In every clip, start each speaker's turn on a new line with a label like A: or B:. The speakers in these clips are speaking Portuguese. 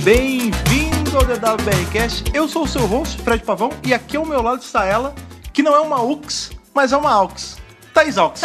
A: Bem-vindo ao DWBRCast. Eu sou o seu host, Fred Pavão, e aqui ao meu lado está ela, que não é uma UX, mas é uma AUX. Thaís AUX.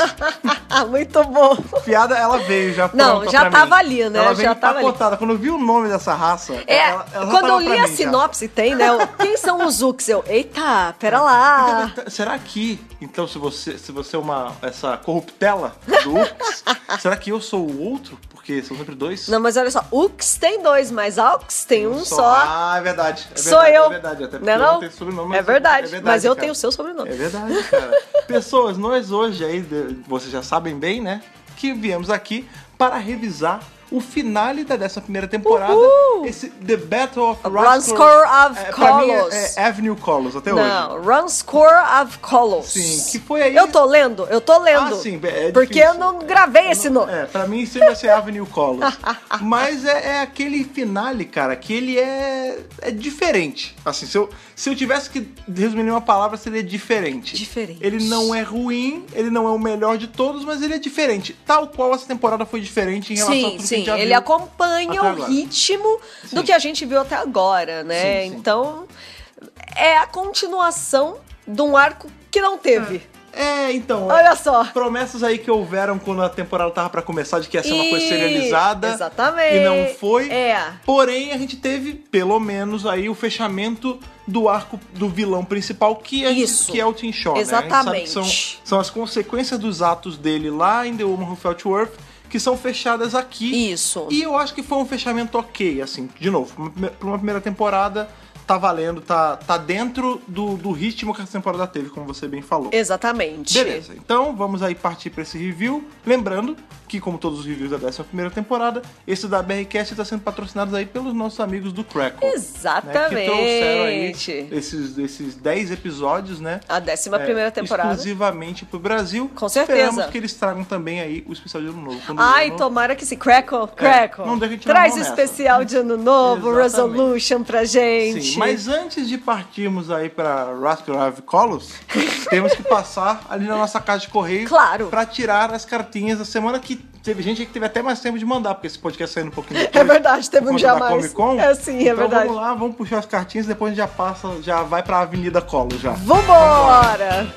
B: Ah, Muito bom.
A: Piada, ela veio já
B: Não,
A: pronta
B: já
A: pra
B: tava
A: mim.
B: ali, né?
A: Ela
B: Já
A: veio
B: tava ali.
A: empacotada. Quando eu vi o nome dessa raça,
B: É,
A: ela, ela já
B: quando eu
A: tava
B: li
A: pra
B: a
A: mim já.
B: sinopse, tem, né? o- Quem são os Ux? Eu, eita, pera lá.
A: Então, Será que, então, se você, se você é uma, essa corruptela do UX, será que eu sou o outro? Porque são sempre dois.
B: Não, mas olha só, Ux tem dois, mas Aux tem um só.
A: Ah, é verdade. É
B: Sou
A: verdade,
B: eu.
A: É verdade, até porque
B: Não é
A: eu não
B: não?
A: tenho sobrenome.
B: É
A: mas-
B: verdade, mas eu
A: cara.
B: tenho o seu sobrenome.
A: É verdade, cara. Pessoas, nós hoje aí, de- vocês já sabem bem, né? Que viemos aqui para revisar o finale da 11 temporada.
B: Uhul!
A: Esse The Battle of
B: Rascal of
A: é, pra mim é-
B: Colos.
A: é, Avenue Colos, até hoje.
B: Não, Run Score of Colors.
A: Sim, que foi aí-
B: Eu tô lendo, eu tô lendo.
A: Ah, sim, é
B: porque
A: difícil.
B: eu não gravei esse nome.
A: É, pra mim sempre vai ser Avenue Collins. Mas é, é aquele finale, cara, que ele é, é diferente. Assim, se eu, se eu tivesse que resumir em uma palavra, seria diferente.
B: Diferente.
A: Ele não é ruim, ele não é o melhor de todos, mas ele é diferente. Tal qual essa temporada foi diferente em relação a
B: Sim,
A: tudo que a
B: sim,
A: gente já
B: ele
A: viu.
B: acompanha
A: até
B: o
A: agora.
B: ritmo do que a gente viu até agora, né?
A: Sim, sim.
B: Então, é a continuação de um arco que não teve.
A: É, então...
B: Olha só.
A: Promessas aí que houveram quando a temporada tava pra começar, de que ia ser uma coisa
B: E-
A: serializada.
B: Exatamente.
A: E não foi.
B: É.
A: Porém, a gente teve, pelo menos, aí o fechamento do arco do vilão principal, que é,
B: Isso.
A: Que é o Tim Shaw, né? A gente
B: Exatamente.
A: sabe que são, são as consequências dos atos dele lá em The Woman Who Felt Worth, que são fechadas aqui.
B: Isso.
A: E eu acho que foi um fechamento ok, assim, de novo, pra uma prime- pra uma primeira temporada, tá valendo, tá, tá dentro do, do ritmo que essa temporada teve, como você bem falou.
B: Exatamente.
A: Beleza, então vamos aí partir para esse review. Lembrando que, como todos os reviews da 11 temporada, esse da BRCast está tá sendo patrocinado aí pelos nossos amigos do Crackle. Né, que trouxeram aí
B: Exatamente.
A: esses, esses 10 episódios, né?
B: A décima
A: é,
B: primeira temporada.
A: Exclusivamente pro Brasil.
B: Com certeza. Ah, então
A: Esperamos que eles tragam também aí o especial de ano novo. Quando
B: Ai,
A: o ano-
B: tomara que se Crackle, Crackle.
A: né? É, não deixa a gente na
B: Traz
A: mão
B: o
A: nessa.
B: especial de ano novo,
A: Exatamente.
B: Resolution pra gente.
A: Sim, mas antes de partirmos aí para Rascal Have Colors, temos que passar ali na nossa caixa de correio
B: Claro.
A: para tirar as cartinhas da semana que teve gente aí que teve até mais tempo de mandar, porque esse podcast saindo um pouquinho depois.
B: É verdade, teve um
A: por conta
B: dia
A: da
B: a mais.
A: Comic Con.
B: É, sim, é
A: então,
B: verdade.
A: Vamos lá, vamos puxar as cartinhas, depois a gente já passa, já vai para Avenida Colors já.
B: Vambora!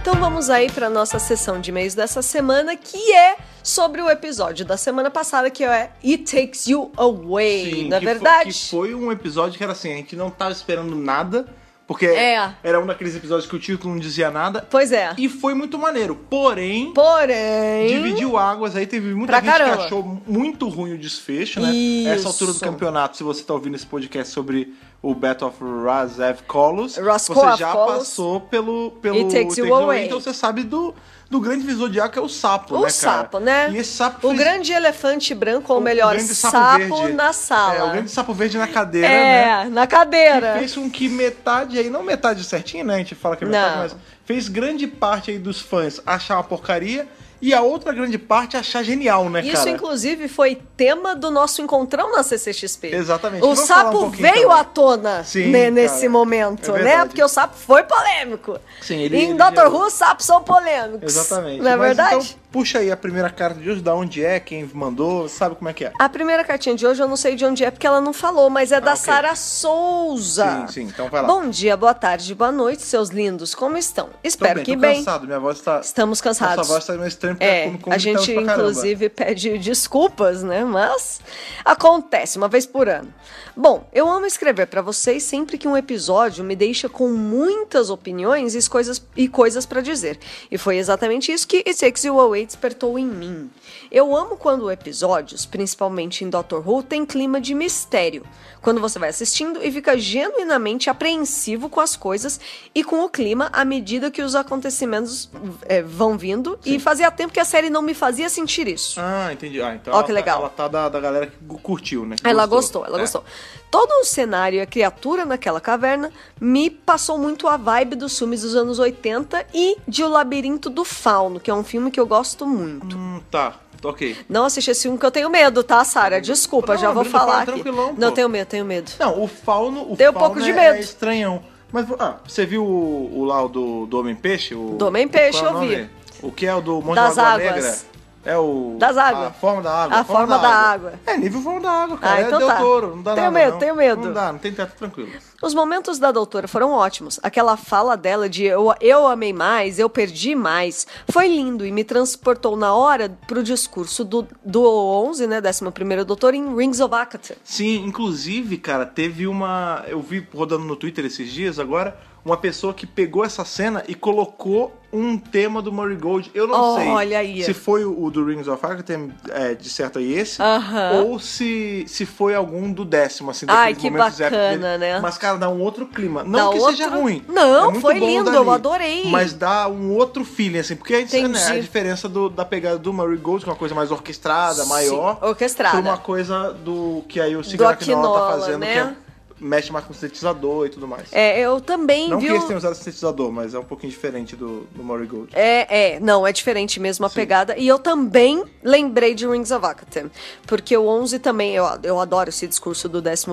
B: Então vamos aí para nossa sessão de e-mails dessa semana, que é sobre o episódio da semana passada, que é It Takes You Away,
A: Sim,
B: não é
A: que foi-
B: verdade?
A: que foi um episódio que era assim, a gente não tava esperando nada, porque
B: É.
A: era um daqueles episódios que o título não dizia nada.
B: Pois é.
A: E foi muito maneiro, porém...
B: Porém.
A: Dividiu águas aí, teve muita
B: Pra
A: gente que
B: caramba.
A: achou muito ruim o desfecho, né?
B: Isso.
A: Essa altura do campeonato, se você tá ouvindo esse podcast sobre o Battle of Razev Kolos,
B: Raskolnikov
A: você já
B: Kolos.
A: passou pelo, pelo
B: It Takes You Away.
A: então você sabe do, do grande visor de ar que é o sapo,
B: O
A: né, cara?
B: sapo, né?
A: E esse sapo
B: O
A: fez-
B: grande elefante branco, ou
A: o
B: melhor,
A: grande
B: sapo,
A: verde.
B: na sala.
A: É, o grande sapo verde na cadeira, né?
B: É, na
A: que
B: cadeira.
A: fez com que metade aí, não metade certinho, né? A gente fala que é metade,
B: Não.
A: mas fez grande parte aí dos fãs achar uma porcaria e a outra grande parte achar genial, né,
B: Isso,
A: cara?
B: inclusive, foi tema do nosso encontrão na CCXP.
A: Exatamente.
B: O
A: Vamos falar um
B: sapo
A: pouquinho,
B: veio
A: então.
B: à tona
A: Sim,
B: né,
A: cara.
B: nesse
A: É
B: momento, né?
A: verdade.
B: Porque o sapo foi polêmico.
A: Sim, ele-
B: em
A: ele
B: Doctor
A: gerou.
B: Who, sapos são polêmicos.
A: Exatamente.
B: Não é
A: Mas
B: verdade?
A: Então, puxa aí a primeira carta de hoje, da onde é, quem mandou, sabe como é que é.
B: A primeira cartinha de hoje eu não sei de onde é porque ela não falou, mas é da
A: Ah, ok.
B: Sara Souza.
A: Sim, sim, então vai lá.
B: Bom dia, boa tarde, boa noite, seus lindos. Como estão?
A: Tô
B: Espero que
A: tô
B: bem.
A: cansado, minha voz tá...
B: Estamos cansados.
A: Essa voz tá meio estranha porque
B: É,
A: como- como
B: a gente
A: gritamos pra caramba.
B: inclusive pede desculpas, né? Mas acontece uma vez por ano. Bom, eu amo escrever pra vocês sempre que um episódio me deixa com muitas opiniões e coisas e coisas para dizer. E foi exatamente isso que It Takes You Away despertou em mim. Eu amo quando episódios, principalmente em Doctor Who, tem clima de mistério. Quando você vai assistindo e fica genuinamente apreensivo com as coisas e com o clima à medida que os acontecimentos eh, vão vindo. E fazia tempo que a série não me fazia sentir isso.
A: Ah, entendi. Ah, então
B: Ó,
A: ela
B: que
A: tá-
B: legal.
A: ela tá da, da galera que gu- curtiu, né? que
B: Ela gostou, ela
A: É.
B: gostou. Todo o cenário e a criatura naquela caverna me passou muito a vibe dos filmes dos anos 80 e de O Labirinto do Fauno, que é um filme que eu gosto muito.
A: Hum, tá, ok.
B: Não assisti esse filme que eu tenho medo, tá, Sara? Desculpa,
A: Não,
B: já vou
A: Labirinto do Fauno
B: falar
A: é
B: aqui.
A: tranquilão, pô.
B: Não, tenho medo, tenho medo.
A: Não, o fauno, o
B: Tem um
A: fauno
B: pouco de
A: é,
B: medo.
A: é estranhão. Mas ah, você viu o, o lá o do, do Homem Peixe? O,
B: Do Homem Peixe,
A: qual é o
B: eu vi.
A: nome? O que é o do Monte
B: Das
A: da Água
B: Águas.
A: Negra? É o.
B: Das águas.
A: A forma da água.
B: A forma da água.
A: É nível forma da água, cara.
B: Ah, então
A: é Del
B: tá.
A: Toro, não dá
B: Tenho
A: nada.
B: medo,
A: não.
B: tenho medo.
A: Não dá, não tem teto tranquilo.
B: Os momentos da doutora foram ótimos. Aquela fala dela de eu, eu amei mais, eu perdi mais, foi lindo e me transportou na hora pro discurso do, do 11, né, 11º doutor, em Rings of Akata.
A: Sim, inclusive, cara, teve uma. Eu vi rodando no Twitter esses dias agora uma pessoa que pegou essa cena e colocou um tema do Marigold. Eu não sei
B: Olha aí.
A: se foi o do Rings of Arkham, é, de certo aí esse,
B: Aham.
A: ou se, se foi algum do décimo, assim,
B: Ai,
A: daqueles
B: que
A: momentos épicos
B: bacana,
A: dele.
B: né?
A: Mas, cara, dá um outro clima. Não
B: Dá
A: que seja
B: outro-
A: ruim.
B: Não,
A: é muito
B: foi
A: bom
B: lindo,
A: dali,
B: eu adorei.
A: Mas dá um outro feeling, assim, porque é isso, né,
B: Entendi.
A: a diferença do- da pegada do Marigold, que é uma coisa mais orquestrada,
B: Sim,
A: maior,
B: orquestrada.
A: pra uma coisa do que aí o Cigarro
B: Aquinola,
A: Aquinola tá fazendo, que
B: né?
A: é mexe mais com sintetizador e tudo mais.
B: É, eu também,
A: Não que
B: viu?
A: eles tenham usado sintetizador, mas é um pouquinho diferente do, do Marigold.
B: É, é, não, é diferente mesmo a pegada. E eu também lembrei de Rings of Akatem, porque o 11 também, eu, eu adoro esse discurso do 11,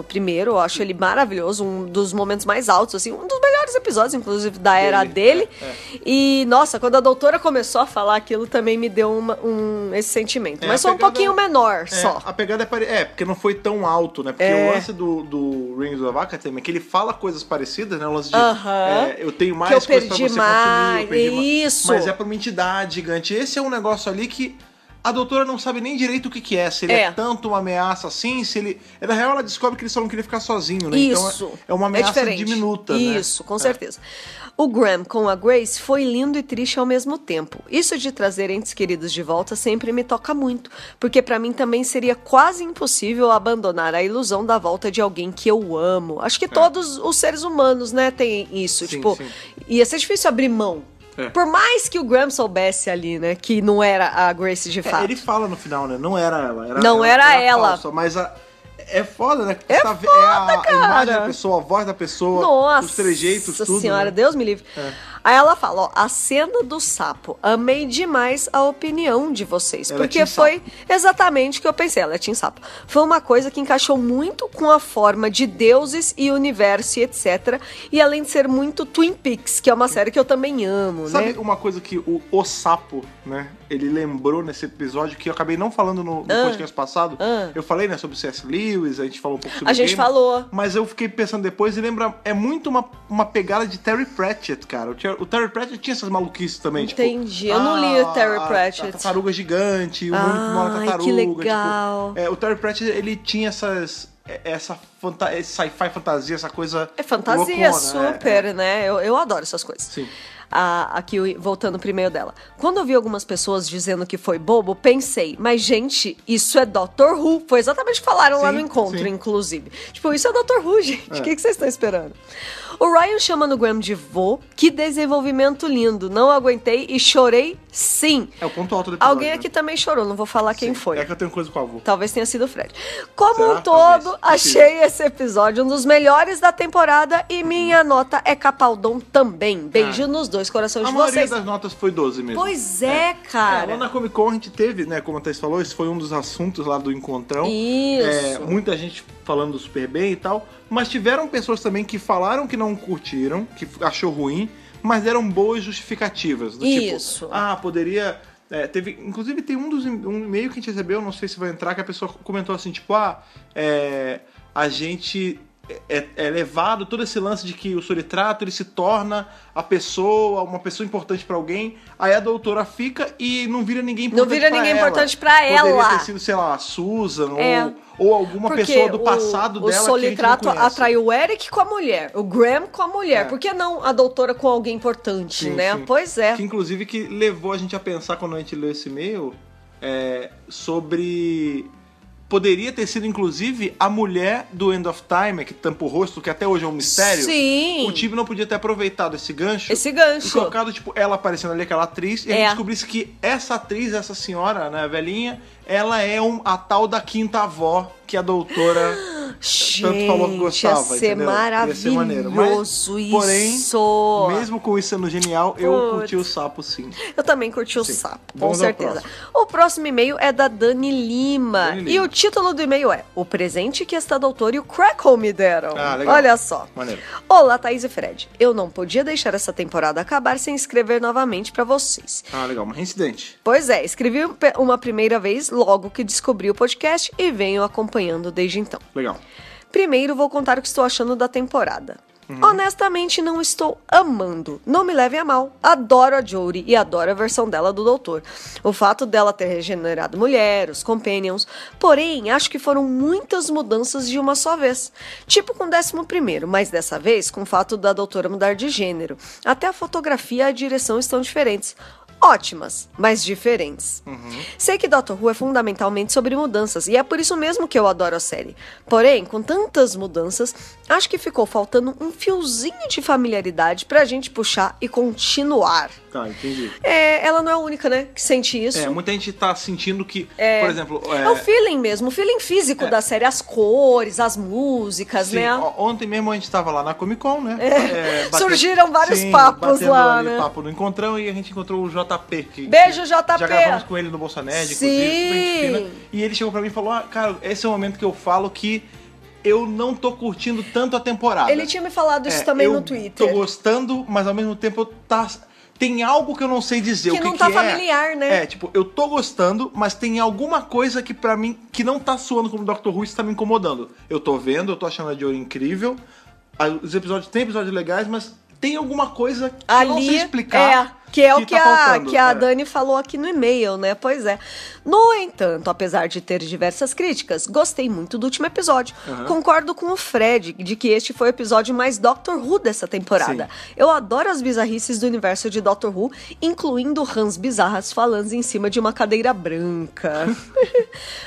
B: eu acho ele maravilhoso, um dos momentos mais altos, assim, um dos melhores episódios, inclusive, da era
A: Dele, é,
B: dele. E, nossa, quando a doutora começou a falar aquilo, também me deu uma- um, esse sentimento.
A: É,
B: Mas
A: a
B: foi um
A: pegada-
B: pouquinho menor
A: É,
B: só.
A: A pegada é pare... É, porque não foi tão alto, né? Porque
B: É.
A: o lance do, do Rings of Vaca também, que ele fala coisas parecidas, né? O lance de
B: Aham.
A: é, eu tenho mais
B: Que eu
A: coisas pra
B: perdi
A: você
B: mais,
A: consumir, eu perdi mais.
B: isso.
A: Mas é pra uma entidade gigante. Esse é um negócio ali que a doutora não sabe nem direito o que, que é. Se ele é.
B: É.
A: tanto uma ameaça assim, se ele. Na real, ela descobre que ele só não queria ficar sozinho, né?
B: Isso.
A: Então é- é uma ameaça
B: diferente.
A: diminuta, né?
B: Isso, com certeza. O Graham com a Grace foi lindo e triste ao mesmo tempo. Isso de trazer entes queridos de volta sempre me toca muito, porque pra mim também seria quase impossível abandonar a ilusão da volta de alguém que eu amo. Acho que todos os seres humanos, né, têm isso.
A: É. Sim,
B: tipo,
A: sim.
B: ia ser difícil abrir mão.
A: É.
B: Por mais que o Graham soubesse ali, né, que não era a Grace de
A: É,
B: fato.
A: ele fala no final, né? Não era ela. era-
B: Não era ela.
A: falsa, mas a- é foda, né? Porque
B: É
A: você tá ve- é a,
B: foda,
A: a imagem
B: cara.
A: da pessoa, a voz da pessoa,
B: Nossa
A: os trejeitos, tudo.
B: senhora,
A: né?
B: Deus me livre.
A: É.
B: Aí ela fala, ó, a cena do sapo. Amei demais a opinião de vocês.
A: Ela é
B: porque
A: team
B: foi exatamente o que eu pensei. Ela é Team Sapo. Foi uma coisa que encaixou muito com a forma de deuses e universo e etc. E além de ser muito Twin Peaks, que é uma série que eu também amo,
A: Sabe
B: né?
A: uma coisa que o, o sapo, né? Ele lembrou nesse episódio que eu acabei não falando no, no
B: Ah.
A: podcast passado.
B: Ah.
A: Eu falei, né, sobre C.S. Lewis, a gente falou um pouco sobre
B: A gente
A: Gamer,
B: falou.
A: Mas eu fiquei pensando depois e lembra, é muito uma, uma pegada de Terry Pratchett, cara. O, Ter- o Terry Pratchett tinha essas maluquices também,
B: Entendi.
A: tipo.
B: Eu não li o Terry
A: a-
B: Pratchett.
A: A, tartaruga gigante, o mundo que mora na
B: Ai, que
A: tartaruga. tipo,
B: legal.
A: é, o Terry Pratchett, ele tinha essas. é, Essa fanta esse sci-fi fantasia, essa coisa.
B: É fantasia,
A: loucona, né?
B: super, né? Eu, eu adoro essas coisas.
A: Sim.
B: Ah, aqui, voltando pro e-mail dela. Quando eu vi algumas pessoas dizendo que foi bobo, pensei, mas gente, isso é Doctor Who. Foi exatamente o que falaram lá
A: Sim,
B: no encontro,
A: sim.
B: inclusive. Tipo, isso é Doctor Who, gente. O que, que vocês estão esperando? O Ryan chama no Graham de vô. Que desenvolvimento lindo. Não aguentei e chorei sim.
A: É o ponto alto do episódio,
B: Alguém
A: né?
B: aqui também chorou, não vou falar quem
A: Sim.
B: foi. Tá,
A: É que eu tenho coisa com a avô.
B: Talvez tenha sido o Fred. Como
A: Será?
B: um todo,
A: Talvez.
B: achei esse episódio um dos melhores da temporada e minha nota é Capaldon também. Beijo
A: Uhum. Ah.
B: nos dois corações
A: A
B: de
A: maioria
B: vocês.
A: das notas foi 12 mesmo.
B: Pois é, cara.
A: É, lá na Comic Con a gente teve, né, como a Thaís falou, esse foi um dos assuntos lá do encontrão. É,
B: Isso.
A: muita gente falando super bem e tal, mas tiveram pessoas também que falaram que não curtiram, que f- achou ruim, mas deram boas justificativas. Do
B: Isso.
A: Tipo, ah, poderia... é, teve, inclusive tem um dos e- um e-mail que a gente recebeu, não sei se vai entrar, que a pessoa comentou assim, tipo, ah, é, a gente é, é levado todo esse lance de que o solitrato ele se torna a pessoa, uma pessoa importante pra alguém, aí a doutora fica e não vira ninguém
B: Não
A: importante
B: vira
A: pra
B: ninguém
A: ela.
B: importante pra
A: Poderia
B: ela.
A: ter sido, sei lá, a Susan
B: É.
A: ou, ou alguma
B: Porque
A: pessoa do
B: o-
A: passado
B: o,
A: dela
B: solitrato
A: que a gente não conhece.
B: atraiu o Eric com a mulher, o Graham com a mulher.
A: É.
B: Por que não a doutora com alguém importante,
A: Sim,
B: né?
A: sim.
B: Pois é.
A: Que inclusive que levou a gente a pensar quando a gente leu esse e-mail é, sobre. Poderia ter sido, inclusive, a mulher do End of Time, que tampa o rosto, que até hoje é um mistério.
B: Sim.
A: O time não podia ter aproveitado esse gancho.
B: Esse gancho.
A: E colocado, tipo, ela aparecendo ali, aquela atriz, e a
B: É.
A: gente descobrisse que essa atriz, essa senhora, né, velhinha, ela é um, a tal da quinta avó, que a doutora tanto falou que gostava.
B: ia ser
A: entendeu? Ia
B: maravilhoso
A: ser maneiro. Mas,
B: isso.
A: porém, mesmo com isso sendo genial, eu
B: Putz.
A: curti o sapo sim.
B: Eu também curti o
A: Sim.
B: sapo, com
A: Vamos ao
B: certeza. O próximo e-mail é da Dani Lima.
A: Dani
B: E
A: Lima.
B: o título do e-mail é O presente que esta doutora e o Crackle me deram.
A: Ah, legal.
B: Olha só.
A: Maneiro.
B: Olá, Thaís e Fred. Eu não podia deixar essa temporada acabar sem escrever novamente pra vocês.
A: Ah, legal, mas reincidente.
B: Pois é, escrevi pe- uma primeira vez logo que descobri o podcast e venho acompanhando desde então.
A: Legal.
B: Primeiro vou contar o que estou achando da temporada. Honestamente, não estou amando. Não me levem a mal. Adoro a Jory e adoro a versão dela do Doutor. O fato dela ter regenerado mulher, os Companions. Porém, acho que foram muitas mudanças de uma só vez. Tipo com o décimo primeiro, mas dessa vez com o fato da Doutora mudar de gênero. Até a fotografia e a direção estão diferentes. Ótimas, mas diferentes. Sei que Doctor Who é fundamentalmente sobre mudanças, e é por isso mesmo que eu adoro a série. Porém, com tantas mudanças, acho que ficou faltando um fiozinho de familiaridade pra gente puxar e continuar.
A: Tá, entendi.
B: É, ela não é a única, né, que sente isso.
A: É, muita gente tá sentindo que,
B: É.
A: por exemplo.
B: É o feeling mesmo, o feeling físico da série, as cores, as músicas,
A: É. Sim,
B: né?
A: o- ontem mesmo a gente tava lá na Comic Con, né?
B: É.
A: batendo-
B: Surgiram vários
A: Sim,
B: papos
A: batendo
B: lá,
A: ali
B: né?
A: papo no encontrão e a gente encontrou o JP. Que,
B: Beijo,
A: que
B: JP.
A: Já gravamos com ele no Bolsa Nerd, inclusive, super gente
B: Sim.
A: fina. E ele chegou pra mim e falou, ah, cara, esse é o momento que eu falo que eu não tô curtindo tanto a temporada.
B: Ele tinha me falado isso
A: É,
B: também
A: eu
B: no Twitter.
A: tô gostando, mas ao mesmo tempo eu tá... Tem algo que eu não sei dizer
B: Que
A: o que
B: não
A: que
B: tá
A: é.
B: familiar, né?
A: É, tipo, eu tô gostando, mas tem alguma coisa que pra mim, que não tá soando como Doctor Who, isso tá me incomodando. Eu tô vendo, eu tô achando a Jory incrível, a- os episódios, tem episódios legais, mas tem alguma coisa que eu não sei explicar
B: É, que é o que,
A: tá
B: a,
A: faltando.
B: que a
A: É.
B: Dani falou aqui no e-mail, né? Pois é. No entanto, apesar de ter diversas críticas, gostei muito do último episódio.
A: Aham.
B: Concordo com o Fred de que este foi o episódio mais Doctor Who dessa temporada. Eu adoro as bizarrices do universo de Doctor Who, incluindo rãs bizarras falando em cima de uma cadeira branca.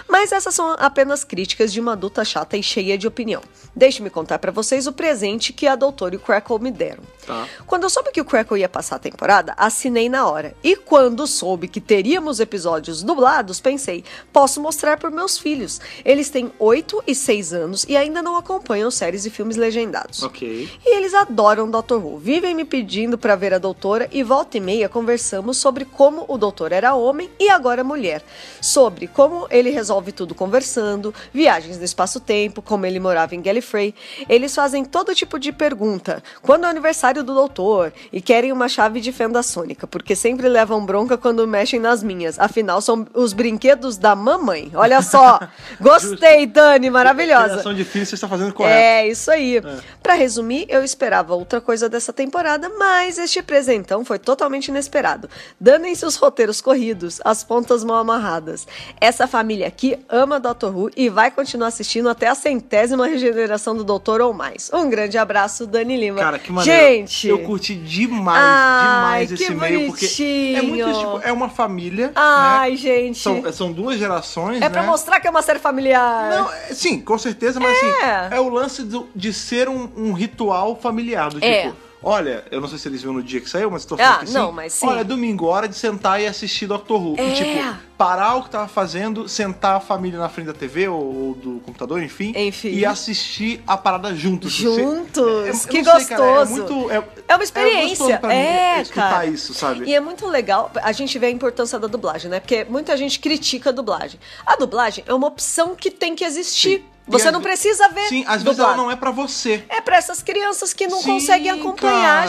B: Mas essas são apenas críticas de uma adulta chata e cheia de opinião. Deixe-me contar pra vocês o presente que a doutora e o Crackle me deram.
A: Tá.
B: Quando eu soube que o Crackle ia passar a temporada, assinei na hora. E quando soube que teríamos episódios dublados, pensei, posso mostrar para meus filhos. Eles têm 8 e 6 anos e ainda não acompanham séries e filmes legendados.
A: Ok.
B: E eles adoram Doctor Who. Vivem me pedindo pra ver a doutora e volta e meia conversamos sobre como o doutor era homem e agora mulher. Sobre como ele resolve tudo conversando, viagens no espaço-tempo, como ele morava em Gallifrey. Eles fazem todo tipo de pergunta. Quando é o aniversário do doutor? E querem uma chave de fenda sônica, porque sempre levam bronca quando mexem nas minhas. Afinal, são os brinquedos da mamãe. Olha só! Gostei, Dani, maravilhosa.
A: Geração difícil, você está fazendo correto.
B: É, isso aí. Pra resumir, eu esperava outra coisa dessa temporada, mas este presentão foi totalmente inesperado. Danem-se os roteiros corridos, as pontas mal amarradas. Essa família aqui ama Doctor Who e vai continuar assistindo até a centésima regeneração do Doutor ou mais. Um grande abraço, Dani Lima.
A: Cara, que maneiro.
B: Gente,
A: Eu curti demais,
B: Ai,
A: demais
B: que
A: esse e-mail, porque é muito
B: bonitinho.
A: tipo, é uma família.
B: Ai,
A: né?
B: gente.
A: São, são duas gerações.
B: é pra
A: né?
B: mostrar que é uma série familiar.
A: Não, é- sim, com certeza, mas assim,
B: É.
A: é o lance do- de ser um, um ritual familiar, do tipo.
B: É.
A: Olha, eu não sei se eles viram no dia que saiu, mas tô
B: Ah,
A: falando que sim.
B: não, mas sim.
A: Olha, é domingo, hora de sentar e assistir Doctor Who.
B: É.
A: E, tipo, parar o que tava fazendo, sentar a família na frente da TV ou, ou do computador, enfim.
B: Enfim.
A: E assistir a parada juntos.
B: Juntos,
A: Você- eu
B: que
A: não sei, Cara, é,
B: gostoso.
A: muito, é,
B: É uma
A: gostoso
B: experiência.
A: pra mim
B: é,
A: escutar
B: cara.
A: isso, sabe?
B: E é muito legal a gente vê a importância da dublagem, né? Porque muita gente critica a dublagem. A dublagem é uma opção que tem que existir.
A: Sim.
B: Você
A: E às
B: não
A: ve-
B: precisa ver.
A: Sim, às vezes ela
B: dublado.
A: não é pra você.
B: É pra essas crianças que não
A: Sim,
B: conseguem acompanhar,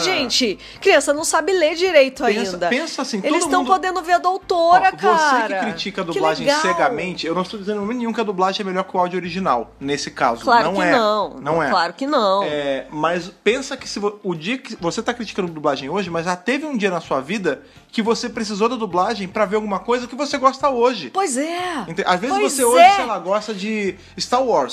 A: cara.
B: gente. Criança não sabe ler direito
A: Pensa-
B: ainda.
A: pensa assim, todo
B: Eles estão
A: mundo-
B: podendo ver a doutora,
A: Ó,
B: cara.
A: Você que critica a
B: Que
A: dublagem
B: legal.
A: cegamente, eu não estou dizendo em momento nenhum que a dublagem é melhor que o áudio original, nesse caso.
B: Claro
A: não
B: que
A: é.
B: não.
A: Não é.
B: Claro que não.
A: É, mas pensa que se vo- o dia que você tá criticando dublagem hoje, mas já teve um dia na sua vida que você precisou da dublagem pra ver alguma coisa que você gosta hoje.
B: Pois é.
A: Ente- Às vezes
B: Pois
A: você hoje,
B: é.
A: sei lá, gosta de Star Wars.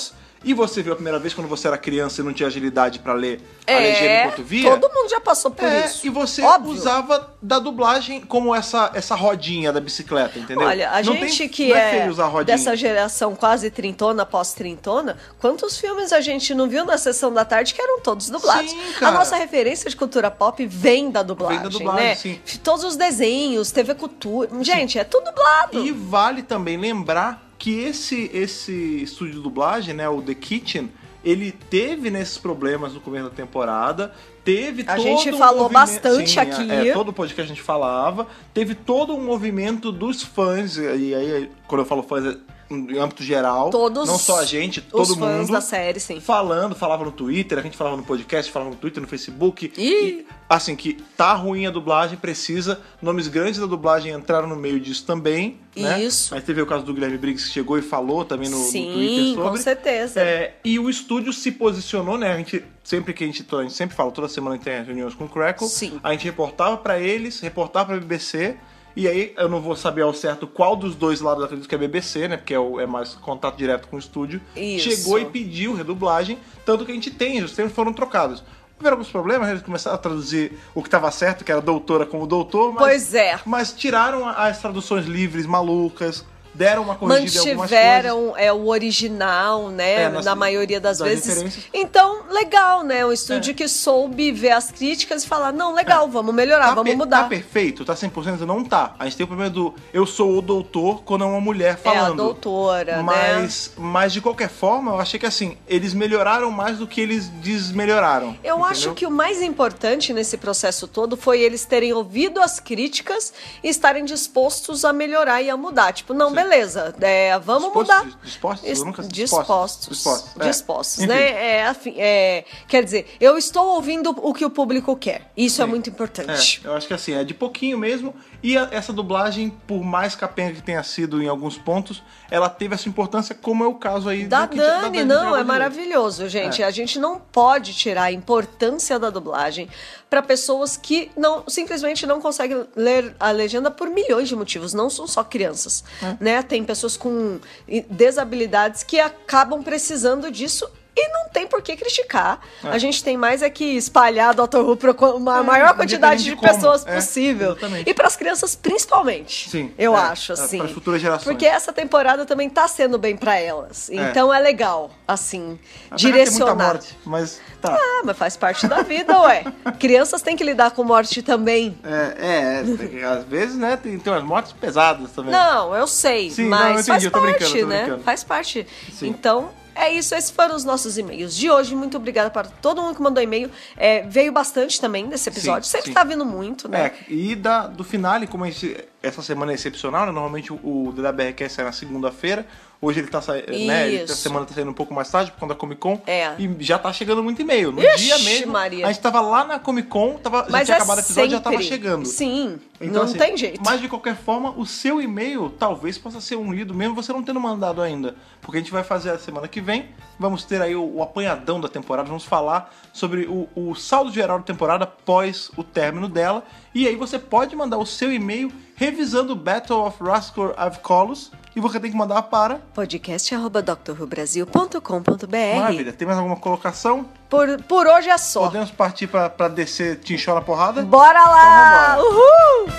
A: E você viu a primeira vez quando você era criança e não tinha agilidade pra ler a legenda
B: É,
A: enquanto via.
B: todo mundo já passou por
A: É,
B: isso.
A: e você
B: Óbvio.
A: usava da dublagem como essa, essa rodinha da bicicleta, entendeu?
B: Olha, a
A: Não
B: gente
A: tem-
B: que
A: não é,
B: é,
A: feio usar a rodinha.
B: dessa geração quase trintona, pós-trintona, quantos filmes a gente não viu na sessão da tarde que eram todos dublados?
A: Sim,
B: a
A: cara.
B: nossa referência de cultura pop vem da dublagem,
A: dublagem,
B: né?
A: sim.
B: Todos os desenhos, TV Cultura, gente, é tudo dublado.
A: E vale também lembrar que esse, esse estúdio de dublagem, né, o The Kitchen, ele teve nesses problemas no começo da temporada, teve
B: A gente falou
A: movimento-
B: bastante
A: Sim,
B: aqui.
A: É, todo podcast a gente falava, teve todo um movimento dos fãs, e aí quando eu falo fãs é em âmbito geral,
B: Todos
A: não só a gente, todo
B: Os fãs
A: mundo
B: da série, sim.
A: falando, falava no Twitter, a gente falava no podcast, falava no Twitter, no Facebook.
B: Ih!
A: E, assim, que tá ruim a dublagem, precisa. Nomes grandes da dublagem entraram no meio disso também. né?
B: Isso.
A: Mas teve o caso do Guilherme Briggs que chegou e falou também no, no
B: Sim,
A: Twitter
B: com
A: sobre.
B: certeza.
A: É, e o estúdio se posicionou, né? A gente, sempre que a gente, a gente sempre fala, toda semana tem reuniões com o Crackle.
B: Sim.
A: A gente reportava pra eles, reportava pra BBC. E aí, eu não vou saber ao certo qual dos dois lados acredito que é BBC, né? Porque é, o- é mais contato direto com o estúdio.
B: Isso.
A: Chegou e pediu redublagem, tanto que a gente tem, os termos foram trocados. Houveram alguns problemas, eles começaram a traduzir o que estava certo, que era doutora como doutor, mas,
B: Pois é.
A: mas tiraram a- as traduções livres, malucas, deram uma corrigida em algumas coisas.
B: mantiveram é, o original, né?
A: É,
B: na,
A: nas-
B: maioria das,
A: das
B: vezes.
A: referências.
B: Então, legal, né? Um estúdio
A: É.
B: que soube ver as críticas e falar: não, legal, vamos melhorar,
A: Tá
B: vamos
A: per-
B: mudar.
A: Tá perfeito? Tá 100%? Não tá. A gente tem o problema do eu sou o doutor quando é uma mulher
B: é
A: falando.
B: a doutora, né?
A: mas, mas de qualquer forma, eu achei que assim, eles melhoraram mais do que eles desmelhoraram.
B: Eu acho que o mais importante nesse processo todo foi eles terem ouvido as críticas e estarem dispostos a melhorar e a mudar. Tipo, não,
A: Sim.
B: beleza, é, vamos mudar.
A: Dispostos? Eu nunca
B: dispostos.
A: Dispostos. é.
B: Dispostos,
A: Enfim.
B: né? É, afim- é, quer dizer, eu estou ouvindo o que o público quer. Isso é
A: Sim.
B: muito importante.
A: É, eu acho que assim, é de pouquinho mesmo. E a- essa dublagem, por mais capenga que tenha sido em alguns pontos, ela teve essa importância, como é o caso aí
B: Da
A: do que-
B: Dani, não, é
A: Bragantino.
B: maravilhoso, gente.
A: É.
B: A gente não pode tirar a importância da dublagem para pessoas que não simplesmente não conseguem ler a legenda por milhões de motivos, não são só crianças,
A: É.
B: né? Tem pessoas com i- desabilidades que acabam precisando disso e não tem por que criticar. A gente tem mais é que espalhar Dr. Who para uma
A: É,
B: maior quantidade
A: independente de
B: de,
A: como.
B: pessoas
A: É,
B: possível.
A: exatamente.
B: E para as crianças principalmente.
A: Sim,
B: Eu
A: é, é,
B: acho assim.
A: pras futuras gerações.
B: Porque essa temporada também tá sendo bem pra elas. Então é legal, assim,
A: Apesar de ter muita
B: direcionar.
A: morte, mas tá.
B: Ah, mas faz parte da vida, ué. Crianças têm que lidar com morte também.
A: É, é, é, tem- às vezes, né, tem, tem umas mortes pesadas também.
B: Não, eu sei,
A: É. Sim,
B: mas
A: não, eu entendi,
B: faz
A: eu tô
B: parte,
A: brincando, eu tô
B: né?
A: brincando.
B: Faz parte.
A: Sim.
B: Então, é isso. Esses foram os nossos e-mails de hoje. Muito obrigada para todo mundo que mandou e-mail. É, veio bastante também desse episódio.
A: Sim,
B: Sempre
A: sim.
B: tá vindo muito, né?
A: É, e da, do finale, como esse- essa semana é excepcional, né? Normalmente o, o DWRQ sai na segunda-feira. Hoje ele tá saindo, né? ele-
B: Isso.
A: Essa semana tá saindo um pouco mais tarde por conta da Comic Con.
B: É.
A: E já tá chegando muito e-mail. No
B: Ixi,
A: dia mesmo,
B: Maria.
A: a gente tava lá na Comic Con, tava, já
B: Mas
A: tinha
B: é
A: acabado o episódio e já tava
B: sempre.
A: chegando.
B: Sim,
A: Então,
B: não
A: assim,
B: tem jeito.
A: Mas de qualquer forma, o seu e-mail talvez possa ser um lido, mesmo você não tendo mandado ainda. Porque a gente vai fazer a semana que vem. Vamos ter aí o, o apanhadão da temporada. Vamos falar sobre o, o saldo geral da temporada após o término dela. E aí você pode mandar o seu e-mail revisando Battle of Rascal Avcolos. E você tem que mandar para.
B: podcast.drrubrasil.com.br
A: Maravilha. Tem mais alguma colocação?
B: por, por hoje é só.
A: Podemos partir pra pra descer Tinchó na porrada?
B: Bora lá!
A: Então
B: Uhul!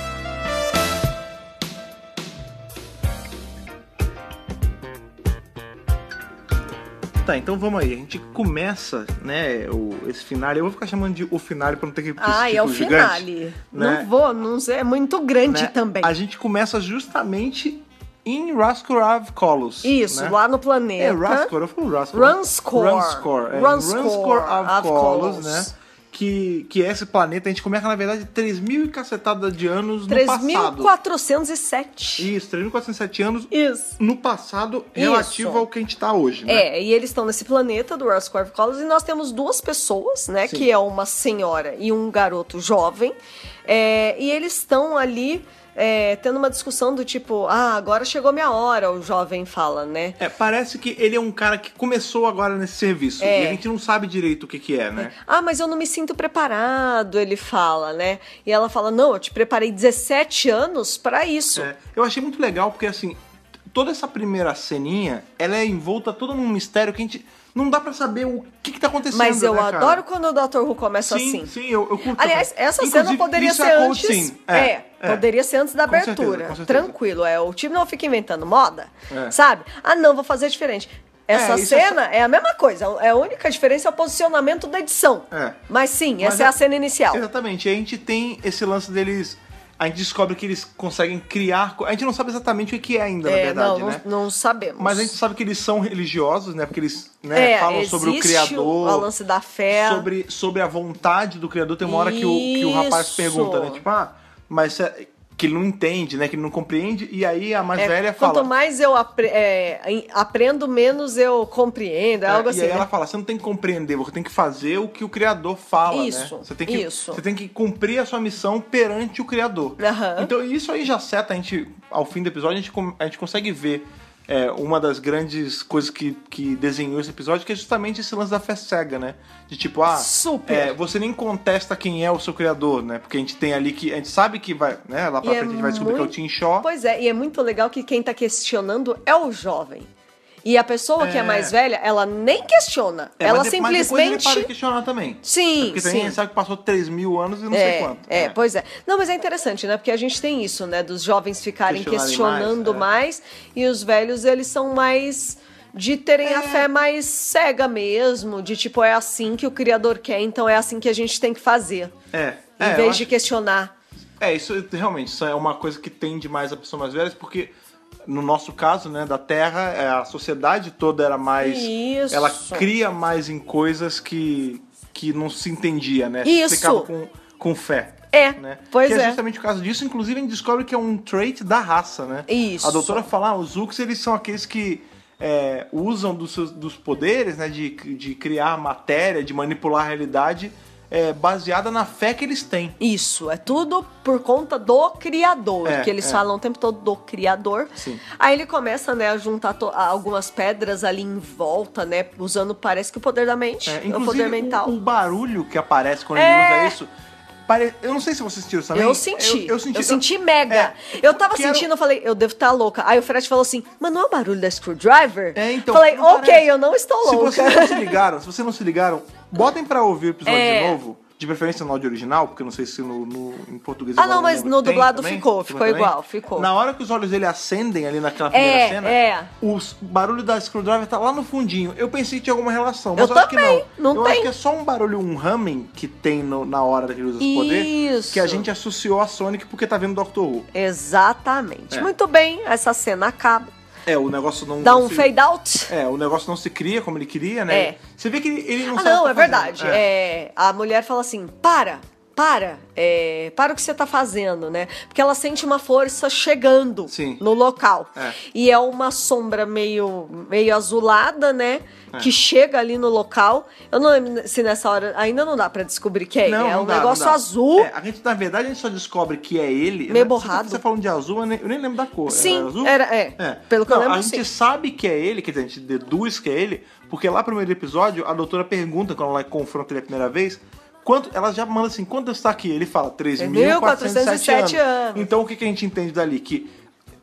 A: Tá, então vamos aí. A gente começa, né, o, esse finale. Eu vou ficar chamando de o finale pra não ter que
B: Ah,
A: esse
B: é o
A: título gigante,
B: finale. Não
A: né?
B: vou, não sei, é muito grande
A: né?
B: também.
A: A gente começa justamente em Raskurav Colos.
B: Isso,
A: né?
B: lá no planeta.
A: É, Raskor, eu falo Raskor.
B: Ranscore.
A: Ranscore, é.
B: Ranscore
A: Ranscore
B: of
A: of Colos,
B: Colos.
A: né? Que, que é esse planeta. A gente começa, na verdade, 3 mil e cacetada de anos no passado.
B: 3407.
A: Isso, 3.407 anos
B: Isso.
A: no passado relativo
B: Isso.
A: ao que a gente tá hoje, né?
B: É, e eles estão nesse planeta do Raskor Collins e nós temos duas pessoas, né?
A: Sim.
B: Que é uma senhora e um garoto jovem. é, e eles estão ali é, tendo uma discussão do tipo, ah, agora chegou minha hora, o jovem fala, né?
A: É, parece que ele é um cara que começou agora nesse serviço.
B: É.
A: E a gente não sabe direito o que, que é, né?
B: Ah, mas eu não me sinto preparado, ele fala, né? E ela fala: Não, eu te preparei 17 anos pra isso.
A: É, Eu achei muito legal porque, assim, toda essa primeira ceninha, ela é envolta toda num mistério que a gente não dá pra saber o que, que tá acontecendo.
B: mas eu
A: né, cara?
B: adoro quando o Dr. Who começa
A: Sim,
B: assim.
A: sim, eu, eu curto.
B: Aliás,
A: também.
B: essa
A: Inclusive,
B: cena poderia
A: isso
B: ser
A: é cold
B: antes.
A: scene.
B: é, poderia ser antes da
A: Com certeza,
B: abertura.
A: com certeza.
B: Tranquilo, é. O time não fica inventando moda,
A: É.
B: sabe? Ah, não, vou fazer diferente. Essa
A: É, isso é
B: cena é, a mesma coisa. É a única diferença é o posicionamento da edição.
A: É.
B: Mas sim,
A: Mas
B: essa é
A: a-
B: a cena inicial.
A: Exatamente. E a gente tem esse lance deles. a gente descobre que eles conseguem criar. co- A gente não sabe exatamente o que é ainda, na
B: É,
A: verdade,
B: não,
A: né?
B: não, não sabemos.
A: Mas a gente sabe que eles são religiosos, né? Porque eles né,
B: É,
A: falam sobre o
B: existe O
A: Criador,
B: lance da fé.
A: sobre, sobre a vontade do Criador. Tem uma hora que o, que o rapaz
B: Isso.
A: pergunta, né? Tipo, ah, mas é- que ele não entende, né? Que ele não compreende. E aí a mais
B: É,
A: velha
B: quanto
A: fala.
B: mais eu apre- é, em- aprendo, menos eu compreendo. É algo
A: É,
B: assim.
A: e aí
B: né?
A: ela fala, você não tem que compreender, você tem que fazer o que o Criador fala,
B: Isso,
A: né? Você tem que,
B: isso.
A: Você tem que cumprir a sua missão perante o Criador.
B: Aham.
A: Então isso aí já seta, a gente, ao fim do episódio, a gente, com- a gente consegue ver é, uma das grandes coisas que, que desenhou esse episódio, que é justamente esse lance da fé cega, né? De tipo, ah,
B: Super.
A: é, você nem contesta quem é o seu Criador, né? Porque a gente tem ali que, a gente sabe que vai, né? Lá pra
B: E é
A: frente a gente vai descobrir
B: muito-
A: que é o Tim Shaw.
B: Pois é, e é muito legal que quem tá questionando é o jovem. E a pessoa que é
A: É.
B: mais velha, ela nem questiona.
A: É,
B: ela
A: mas de- mas depois ele
B: simplesmente.
A: para de questionar também.
B: Sim,
A: É porque
B: sim.
A: tem, sabe que passou 3 mil anos e não
B: é,
A: sei quanto.
B: é,
A: né?
B: pois é. Não, mas é interessante, né? Porque a gente tem isso, né? Dos jovens ficarem
A: Questionarem é.
B: questionando mais, e os velhos, eles são mais. De terem
A: É.
B: a fé mais cega mesmo, de tipo, é assim que o Criador quer, então é assim que a gente tem que fazer.
A: É.
B: Em
A: é, eu
B: vez
A: acho-
B: de questionar.
A: é, isso realmente isso é uma coisa que tende mais a pessoas mais velhas, porque no nosso caso, né, da Terra, é, a sociedade toda era mais.
B: Isso.
A: Ela cria mais em coisas que, que não se entendia, né?
B: Isso.
A: Se explicava com, com fé.
B: É,
A: Né?
B: pois
A: que
B: é.
A: é justamente o caso disso, inclusive a gente descobre que é um trait da raça, né?
B: Isso.
A: A doutora fala, ah, os Uks eles são aqueles que é, usam dos, seus- dos poderes, né, de, de criar matéria, de manipular a realidade, é, baseada na fé que eles têm.
B: Isso, é tudo por conta do criador,
A: É,
B: que eles
A: é.
B: falam o tempo todo do criador.
A: Sim.
B: Aí ele começa, né, a juntar to- a- algumas pedras ali em volta, né, usando parece que o poder da mente,
A: É,
B: o
A: inclusive,
B: poder mental.
A: O, o barulho que aparece quando
B: É.
A: ele usa isso. pare- Eu não sei se vocês sentiram também.
B: Eu senti, eu, senti, mega.
A: É,
B: eu tava
A: quero-
B: sentindo, eu falei, eu devo estar louca. Aí o Fred falou assim, mas não é o barulho da screwdriver?
A: É, então,
B: falei,
A: não
B: ok,
A: parece.
B: eu não estou
A: Se
B: louca.
A: vocês não se ligaram, se vocês não se ligaram, botem pra ouvir o episódio
B: É.
A: de novo. De preferência no áudio original, porque eu não sei se no, no- em português.
B: Ah,
A: agora
B: não,
A: eu
B: mas
A: lembro.
B: no
A: Tem
B: dublado
A: também?
B: ficou,
A: Tem
B: ficou
A: também?
B: igual, ficou.
A: Na hora que os olhos dele acendem ali naquela primeira
B: É,
A: cena,
B: é.
A: o s- barulho da screwdriver tá lá no fundinho. Eu pensei que tinha alguma relação, mas
B: Eu
A: eu, acho que
B: também,
A: não.
B: não
A: eu
B: tem.
A: acho que é só um barulho, um humming que tem no- na hora que ele usa os poderes,
B: Isso.
A: que a gente associou a Sonic porque tá vendo Doctor Who.
B: Exatamente.
A: É.
B: Muito bem, essa cena acaba.
A: É, o negócio não.
B: Dá
A: não
B: um
A: se-
B: fade out.
A: É, o negócio não se cria como ele queria, né?
B: É.
A: Você vê que ele, ele não
B: Ah,
A: sabe. o
B: não,
A: que
B: é
A: tá fazendo.
B: verdade. É, a mulher fala assim: para, para, é, para o que você tá fazendo, né? Porque ela sente uma força chegando
A: Sim.
B: no local.
A: É.
B: E é uma sombra meio, meio azulada, né?
A: É.
B: Que chega ali no local. Eu não lembro se nessa hora ainda não dá pra descobrir que é ele. É um
A: dá,
B: negócio
A: dá.
B: azul.
A: É, a gente, na verdade, a gente só descobre que é ele.
B: Meio
A: Você tá-
B: borrado.
A: Você tá falando de azul, eu nem, eu nem lembro da cor.
B: Sim,
A: era azul?
B: era- é. Pelo que eu
A: Não,
B: lembro,
A: A gente
B: sim.
A: sabe que é ele, quer dizer, a gente deduz que é ele, porque lá no primeiro episódio, a doutora pergunta, quando ela confronta ele a primeira vez. Quanto, ela já manda assim, quanto está aqui? Ele fala, 3.407
B: 3.407 anos.
A: anos. Então o que, que a gente entende dali? Que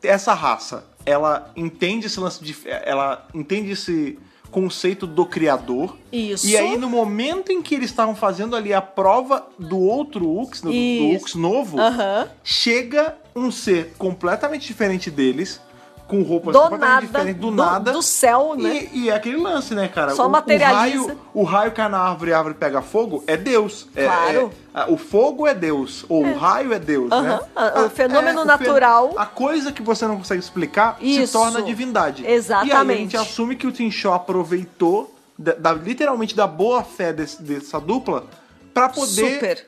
A: essa raça, ela entende esse lance de. Ela entende esse conceito do criador.
B: Isso.
A: E aí, no momento em que eles estavam fazendo ali a prova do outro Ux, do, do
B: Isso.
A: Ux novo,
B: Aham.
A: chega um ser completamente diferente deles, com roupas
B: Do
A: completamente
B: nada.
A: diferentes, do, nada.
B: Do céu, né?
A: E, e é aquele lance, né, cara?
B: Só
A: o,
B: materializa.
A: O raio, o raio cai na árvore e a árvore pega fogo é Deus. É-
B: Claro.
A: é- a- o fogo é Deus, ou o raio é Deus,
B: Aham.
A: né?
B: A- o
A: Ah,
B: fenômeno
A: fe-
B: natural.
A: A coisa que você não consegue explicar
B: Isso.
A: se torna divindade. E aí a
B: Exatamente.
A: gente assume que o Tim Shaw aproveitou da, da- literalmente da boa fé desse- dessa dupla pra poder
B: Super.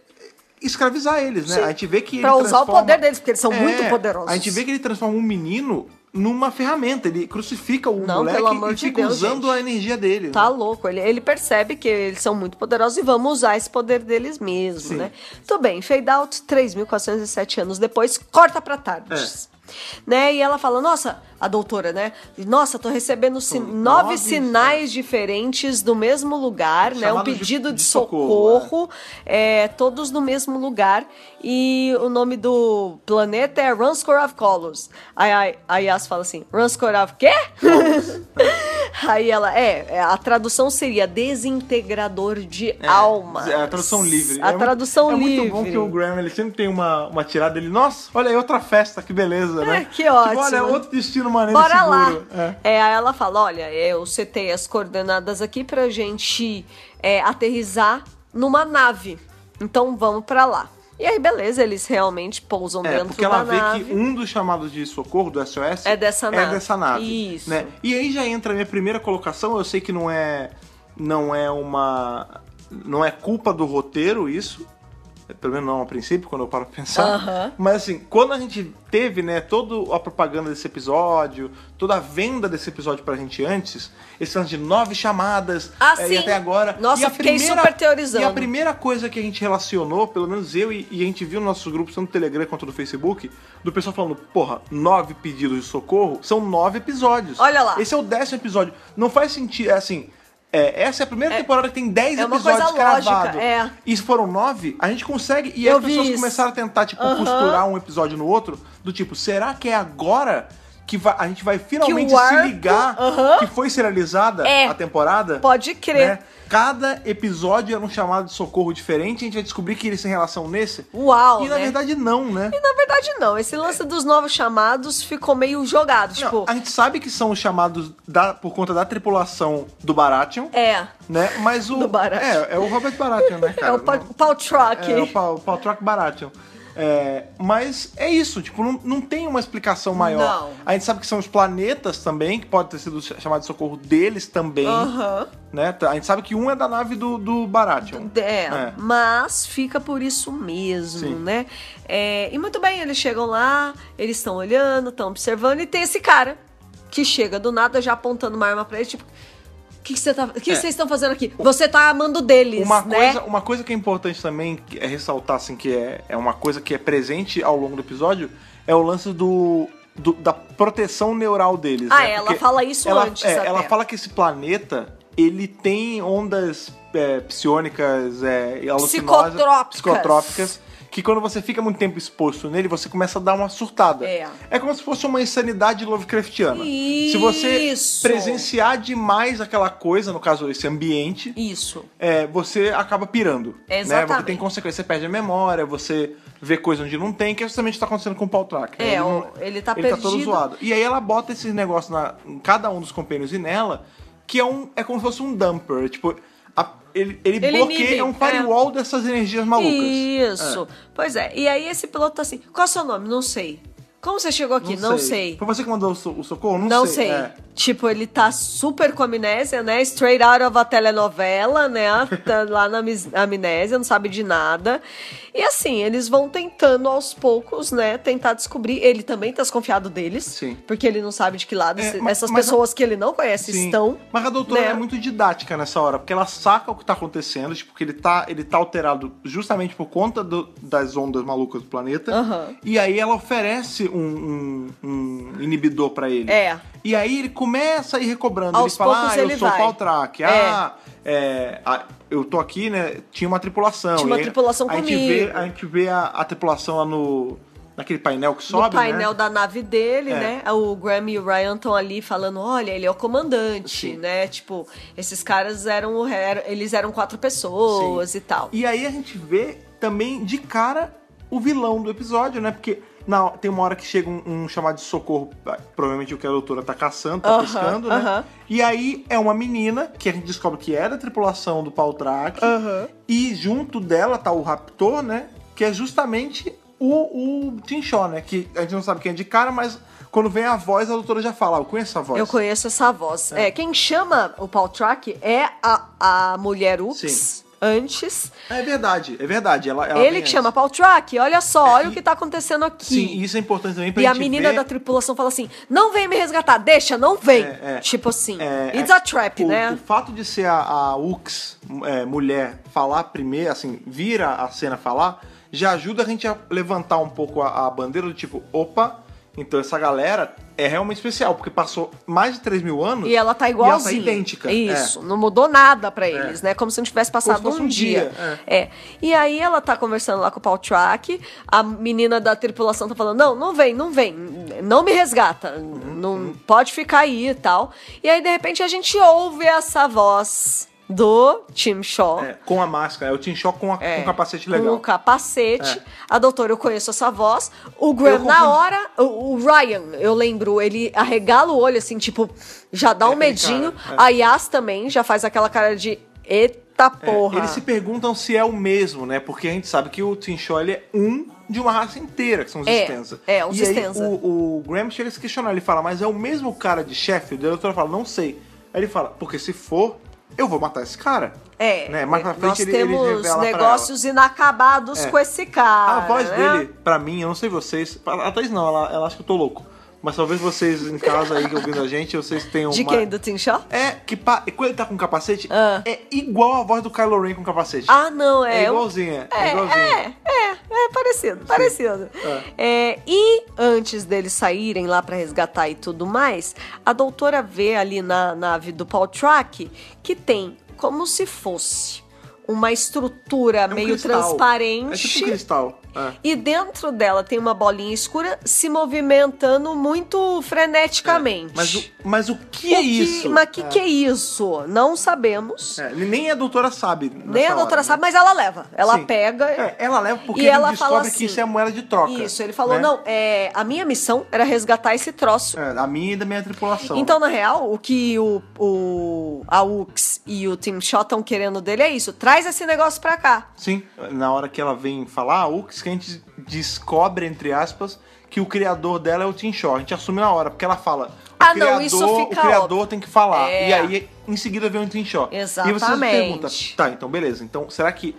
A: escravizar eles, né?
B: Sim.
A: A gente vê que
B: Pra
A: ele
B: usar o
A: transforma-
B: poder deles, porque eles são
A: É,
B: muito poderosos.
A: A gente vê que ele transforma um menino numa ferramenta, ele crucifica o
B: Não,
A: moleque
B: pelo amor
A: e
B: de
A: fica
B: Deus,
A: usando
B: gente.
A: a energia dele. né?
B: Tá louco, ele, ele percebe que eles são muito poderosos e vamos usar esse poder deles mesmo,
A: Sim.
B: né? Tudo bem, fade out, 3.407 anos depois, corta pra tardes.
A: É.
B: Né? E ela fala, nossa, a doutora, né? Nossa, tô recebendo si-
A: São
B: nove,
A: nove
B: sinais diferentes do mesmo lugar, né? Um
A: Chamadas de-
B: pedido de,
A: de
B: socorro,
A: socorro, né?
B: é, todos no mesmo lugar. E o nome do planeta é Runscore of Colors. Aí a- a Yas fala assim, Runscore of quê? Aí ela, é, é, a tradução seria desintegrador de
A: É,
B: almas.
A: É a tradução livre.
B: A
A: É mu-
B: tradução
A: é
B: livre.
A: muito bom que o Graham ele sempre tem uma, uma tirada dele. Nossa, olha aí, outra festa, que beleza, né?
B: É, que
A: Tipo,
B: ótimo.
A: olha, outro destino maneiro e
B: Bora lá.
A: seguro. É.
B: É. aí ela fala, olha, eu setei as coordenadas aqui pra gente é, aterrissar numa nave. Então vamos pra lá. E aí, beleza, eles realmente pousam
A: É,
B: dentro
A: porque ela
B: da
A: vê
B: nave.
A: que um dos chamados de socorro do SOS
B: É dessa
A: é
B: nave.
A: dessa nave,
B: Isso.
A: né? E aí já entra a minha primeira colocação, eu sei que não é não é uma não é culpa do roteiro isso. é, Pelo menos não a princípio, quando eu paro pra pensar.
B: Aham.
A: Mas assim, quando a gente teve, né, toda a propaganda desse episódio, toda a venda desse episódio pra gente antes, esse lance de nove chamadas,
B: Ah,
A: é,
B: sim.
A: e até agora.
B: Nossa,
A: e a
B: fiquei
A: primeira-
B: super teorizando.
A: E a primeira coisa que a gente relacionou, pelo menos eu e, e a gente viu nos nossos grupos, tanto do Telegram quanto do Facebook, do pessoal falando, porra, nove pedidos de socorro são nove episódios.
B: Olha lá.
A: Esse é o décimo episódio. Não faz sentido, é assim. é, essa é a primeira temporada que tem dez
B: é uma
A: episódios
B: coisa lógica,
A: cravados.
B: é.
A: E se foram nove, a gente consegue. E
B: Eu
A: as
B: vi
A: pessoas
B: isso.
A: começaram a tentar, tipo,
B: Aham.
A: costurar um episódio no outro, do tipo, será que é agora que vai- a gente vai finalmente se
B: o arco-
A: ligar
B: Aham.
A: que foi serializada
B: É.
A: a temporada?
B: Pode crer.
A: né? Cada episódio era um chamado de socorro diferente, a gente vai descobrir que eles têm relação nesse.
B: Uau,
A: e na
B: né?
A: verdade não, né?
B: Na verdade, não. Esse lance dos novos chamados ficou meio jogado.
A: Não,
B: Tipo,
A: a gente sabe que são os chamados da- por conta da tripulação do Baratheon,
B: é.
A: né? Mas o
B: Do Baratheon.
A: é, é o Robert Baratheon, né, cara?
B: é o, pa
A: Não-
B: o Paul Trock.
A: É, o Paul, Paul Troc Baratheon. É, mas é isso, tipo, não, não tem uma explicação maior.
B: Não.
A: A gente sabe que são os planetas também, que pode ter sido ch- chamado de socorro deles também,
B: Aham.
A: né? A gente sabe que um é da nave do, do Baratheon.
B: É,
A: É.
B: mas fica por isso mesmo,
A: Sim.
B: né? É, e muito bem, eles chegam lá, eles estão olhando, estão observando, e tem esse cara que chega do nada já apontando uma arma pra ele, tipo, o que que você tá- o que
A: É.
B: que vocês estão fazendo aqui? Você tá amando deles,
A: Uma
B: né?
A: coisa, uma coisa que é importante também que é ressaltar, assim, que é, é uma coisa que é presente ao longo do episódio, é o lance do, do- da proteção neural deles.
B: Ah,
A: né?
B: ela
A: Porque
B: fala isso
A: ela,
B: antes
A: é,
B: até.
A: ela fala que esse planeta ele tem ondas é, psiônicas, é, alucinógenas,
B: Psicotrópicas.
A: psicotrópicas, que quando você fica muito tempo exposto nele, você começa a dar uma surtada.
B: É.
A: como se fosse uma insanidade Lovecraftiana. Se
B: Isso.
A: você presenciar demais aquela coisa, no caso esse ambiente,
B: Isso.
A: é, você acaba pirando.
B: Exatamente.
A: Né? Porque tem consequência, você perde a memória, você vê coisa onde não tem, que é justamente o que tá acontecendo com o Paul Track. né?
B: É,
A: não-
B: o- ele tá
A: Ele tá todo
B: perdido.
A: zoado. E aí ela bota esse negócio na, em cada um dos companheiros e nela, que é, um, é como se fosse um dumper. Tipo, a- ele, ele,
B: Ele
A: bloqueia,
B: inibe,
A: é um firewall dessas energias malucas.
B: Isso. Pois é. E aí esse piloto tá assim, qual é o seu nome? Não sei. Como você chegou aqui? Não, sei.
A: É, Foi você que mandou o, so- o socorro? Não,
B: Não sei.
A: É.
B: Tipo, ele tá super com amnésia, né? Straight out of a telenovela, né? Tá lá na amis- amnésia, não sabe de nada. E assim, eles vão tentando aos poucos, né? Tentar descobrir. Ele também tá desconfiado deles.
A: Sim.
B: Porque ele não sabe de que lado
A: É,
B: esse-
A: mas-
B: essas
A: mas-
B: pessoas que ele não conhece
A: Sim.
B: estão.
A: Mas a doutora
B: né?
A: é muito didática nessa hora, porque ela saca o que tá acontecendo, tipo, que ele tá, ele tá alterado justamente por conta do- das ondas malucas do planeta.
B: Aham.
A: E aí ela oferece um, um- um inibidor pra ele.
B: É.
A: E aí ele começa a ir recobrando.
B: Aos
A: ele fala,
B: poucos
A: ah, eu
B: ele
A: sou
B: vai."
A: Paltrack.
B: É.
A: Ah, é, a- eu tô aqui, né? Tinha uma tripulação.
B: Tinha uma
A: E aí
B: tripulação
A: a gente vê
B: comigo.
A: A gente vê a, a tripulação lá no... Naquele painel que sobe,
B: no painel
A: né?
B: da nave dele,
A: É.
B: né? O Graham e o Ryan estão ali falando, olha, ele é o comandante,
A: Sim.
B: né? Tipo, esses caras eram, o- eram- eles eram quatro pessoas e tal.
A: E aí a gente vê também de cara o vilão do episódio, né? Porque na- tem uma hora que chega um, um chamado de socorro, provavelmente o que a doutora tá caçando, tá
B: Aham,
A: pescando, né?
B: aham.
A: E aí é uma menina que a gente descobre que é da tripulação do Paltrack.
B: Aham.
A: E junto dela tá o Raptor, né? Que é justamente o, o Tim Shaw, né? Que a gente não sabe quem é de cara, mas quando vem a voz, a doutora já fala, "Ah, eu conheço essa voz.
B: Eu conheço essa voz. É. quem chama o Paul Track é a, a mulher Ups
A: Sim.
B: antes.
A: É verdade, é verdade. Ela, ela
B: Ele
A: vem
B: que
A: antes.
B: chama Paul Track, olha só,
A: É,
B: olha o
A: e-
B: que tá acontecendo aqui.
A: Sim, e isso é importante também pra
B: E a
A: gente
B: menina
A: ver...
B: da tripulação fala assim: não vem me resgatar, deixa, não vem.
A: É, é.
B: tipo assim,
A: É,
B: it's
A: é,
B: a trap,
A: o,
B: né?
A: O fato de ser a, a Ux, é, mulher, falar primeiro, assim, vira a cena falar, já ajuda a gente a levantar um pouco a, a bandeira do tipo, opa, então essa galera é realmente especial, porque passou mais de 3 mil anos
B: E ela tá igualzinha.
A: E ela tá idêntica.
B: Isso, não mudou nada pra eles, né? Como se não tivesse passado
A: Como se fosse
B: um,
A: um
B: dia.
A: dia,
B: É. E aí ela tá conversando lá com o Paul Track, a menina da tripulação tá falando: "Não, não vem, não vem, não me resgata, não pode ficar aí" e tal. E aí de repente a gente ouve essa voz do Tim Shaw.
A: É, é, com a máscara, é o Tim Shaw com, a-
B: É,
A: com o capacete
B: Com
A: legal.
B: o capacete.
A: É.
B: A doutora, eu conheço essa voz. O Graham,
A: Eu
B: na
A: confundi.
B: hora, o, o Ryan, eu lembro, ele arregala o olho, assim, tipo, já dá
A: É
B: um
A: aquele
B: medinho.
A: cara,
B: A Yas também já faz aquela cara de. Eita, Eita porra!
A: É, eles se perguntam se é o mesmo, né? Porque a gente sabe que o Tinchó ele é um de uma raça inteira, que são os
B: É,
A: Stenza.
B: é, os
A: e aí,
B: Stenza.
A: o, o Graham chega a se questionar, ele fala, mas é o mesmo cara de chefe? A doutora fala, não sei. Aí ele fala, porque se for, eu vou matar esse cara.
B: É,
A: Né? Mais pra
B: nós
A: frente ele- ele
B: temos
A: revela pra ela.
B: negócios inacabados
A: É.
B: com esse cara.
A: A voz
B: né?
A: dele, pra mim, eu não sei vocês, a Thaís não, ela, ela acha que eu tô louco. Mas talvez vocês em casa aí que ouvindo a gente, vocês tenham
B: De
A: uma...
B: quem? Do Tim Shaw?
A: É, que pa... quando ele tá com capacete,
B: Ah.
A: é igual a voz do Kylo Ren com capacete.
B: Ah, não, é.
A: É igualzinha, é,
B: É,
A: igualzinha.
B: é, é, é parecido, parecido. É, e antes deles saírem lá pra resgatar e tudo mais, a doutora vê ali na nave do Paul Track que tem como se fosse uma estrutura
A: É um
B: meio
A: cristal. É
B: transparente.
A: tipo um cristal. É.
B: E dentro dela tem uma bolinha escura se movimentando muito freneticamente.
A: Mas, É, o, mas o que
B: O
A: é
B: que-
A: isso?
B: Mas que
A: é.
B: que é isso? Não sabemos.
A: É, Nem a doutora sabe. né?
B: Nem a doutora sabe, mas ela leva. Ela pega.
A: É, ela leva porque
B: e
A: ele
B: ela
A: descobre
B: fala assim,
A: que isso é moeda de troca.
B: Isso, ele falou,
A: né?
B: não, é, a minha missão era resgatar esse troço.
A: É, a minha e da minha tripulação.
B: Então, na real, o que o, o a Ux e o Tim Shaw estão querendo dele é isso. Traz esse negócio pra cá.
A: Sim, na hora que ela vem falar, o que a gente descobre, entre aspas, que o criador dela é o Tim Shaw. A gente assume na hora, porque ela fala. O
B: Ah, não,
A: criador,
B: isso fica
A: O criador
B: óbvio.
A: tem que falar.
B: É.
A: E aí, em seguida, vem o Tim Shaw. E você se pergunta,
B: Exatamente.
A: tá, então beleza. Então, será que.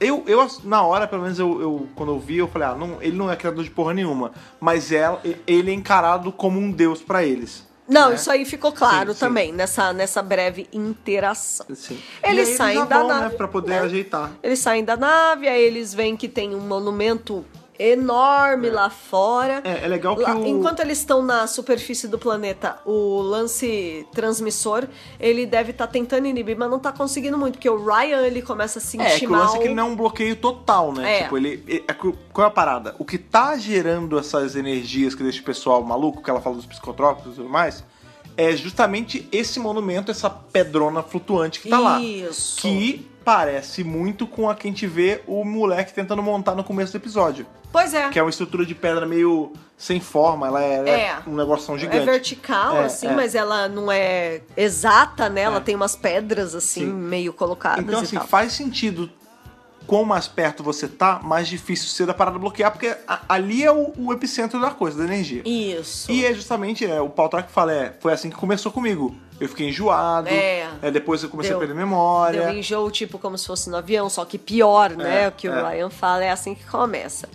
A: Eu, eu na hora, pelo menos, eu, eu- quando eu vi, eu falei, ah, não, ele não é criador de porra nenhuma. Mas ela, ele é encarado como um deus pra eles.
B: Não,
A: né?
B: isso aí ficou claro
A: Sim, sim.
B: também, nessa, nessa breve interação.
A: Sim. Assim.
B: Eles
A: E aí
B: saem
A: já
B: da
A: vão, né,
B: nave,
A: pra poder
B: né?
A: ajeitar.
B: Eles saem da nave, aí eles veem que tem um monumento enorme lá fora.
A: É, é legal que
B: Lá-
A: o-
B: Enquanto eles estão na superfície do planeta, o lance transmissor, ele deve estar tentando inibir, mas não tá conseguindo muito, porque o Ryan, ele começa a se
A: É, que
B: sentir
A: o lance
B: mal.
A: é que ele não é um bloqueio total, né?
B: É.
A: Tipo, ele. ele- é que- qual é a parada? O que tá gerando essas energias que deixa o pessoal maluco, que ela fala dos psicotrópicos e tudo mais, é justamente esse monumento, essa pedrona flutuante que tá lá.
B: Isso.
A: Que parece muito com a que a gente vê o moleque tentando montar no começo do episódio.
B: Pois é.
A: Que é uma estrutura de pedra meio sem forma, ela é, ela é
B: É.
A: um negocinho gigante.
B: É vertical,
A: É,
B: assim,
A: é.
B: mas ela não é exata, né? Ela
A: É.
B: tem umas pedras, assim,
A: Sim.
B: meio colocadas
A: Então,
B: e
A: assim,
B: tal.
A: faz sentido. Quanto mais perto você tá, mais difícil ser da parada bloquear, porque a- ali é o, o epicentro da coisa, da energia.
B: Isso.
A: E é justamente, é, o Paul Track fala, é, foi assim que começou comigo. Eu fiquei enjoado,
B: É.
A: é, depois eu comecei
B: Deu-
A: a perder memória.
B: Deu enjoo, tipo, como se fosse no avião, só que pior, né?
A: É,
B: o que o
A: é.
B: Ryan fala, é assim que começa.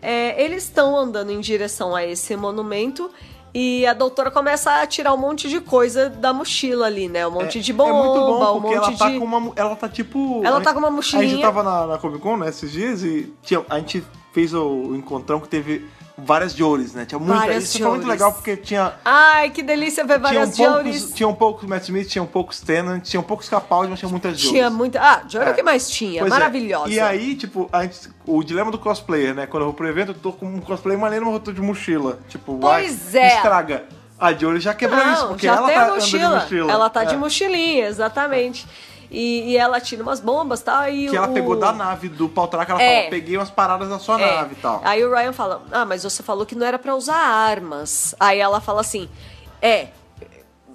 B: É, eles estão andando em direção a esse monumento e a doutora começa a tirar um monte de coisa da mochila ali, né? Um monte de bomba,
A: é muito bom,
B: um
A: porque
B: monte
A: ela tá
B: de...
A: com uma... mu- Ela tá tipo...
B: Ela tá com uma
A: A gente
B: mochilinha.
A: tava na, na Comic Con, né, esses dias, e tinha- a gente fez o, o encontrão que teve várias Jories, né? Tinha muita...
B: Várias
A: Isso foi muito
B: Jories.
A: legal, porque tinha...
B: Ai, que delícia ver várias
A: tinham
B: Jories.
A: um poucos, tinham poucos Matt Smith, tinham poucos Tennant, tinham poucos Capaldi, mas tinham muitas Jones.
B: Tinha muita... Ah, Jory é
A: É.
B: o que mais tinha,
A: Pois é.
B: maravilhosa.
A: E aí, tipo, a gente- o dilema do cosplayer, né? Quando eu vou pro evento, eu tô com um cosplay maneiro, mas eu tô de mochila. Tipo,
B: Pois
A: vai,
B: é.
A: estraga. A Jory já quebrou
B: Não,
A: isso, porque
B: já
A: ela
B: tem
A: tá
B: a
A: andando
B: mochila.
A: de mochila.
B: Ela tá de
A: É.
B: mochilinha, exatamente. E, e ela tira umas bombas, tá? E
A: Que ela
B: o-
A: pegou da nave do Paltraca, ela
B: É.
A: falou, peguei umas paradas da sua
B: É.
A: nave e tal.
B: Aí o Ryan fala: Ah, mas você falou que não era pra usar armas. Aí ela fala assim: É,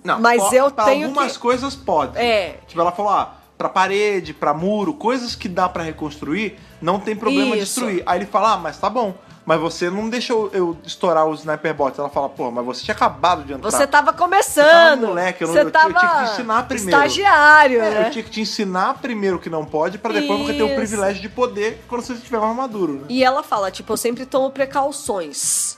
A: Não,
B: mas
A: po-
B: eu
A: pra
B: tenho
A: algumas
B: que-
A: coisas pode.
B: É.
A: Tipo, ela falou, ah, pra parede, pra muro, coisas que dá pra reconstruir, não tem problema
B: Isso.
A: destruir. Aí ele fala, ah, mas tá bom. Mas você não deixou eu estourar os sniper bots. Ela fala, pô, mas Tá. você tinha acabado de entrar.
B: você tá- tava começando.
A: Você tava moleque, eu não-
B: você
A: eu tinha- eu tinha que te ensinar primeiro."
B: Estagiário,
A: É,
B: né?
A: eu tinha que te ensinar primeiro o que não pode, pra depois você ter o
B: Isso.
A: privilégio de poder quando você estiver mais maduro, né?
B: E ela fala, tipo, eu sempre tomo precauções.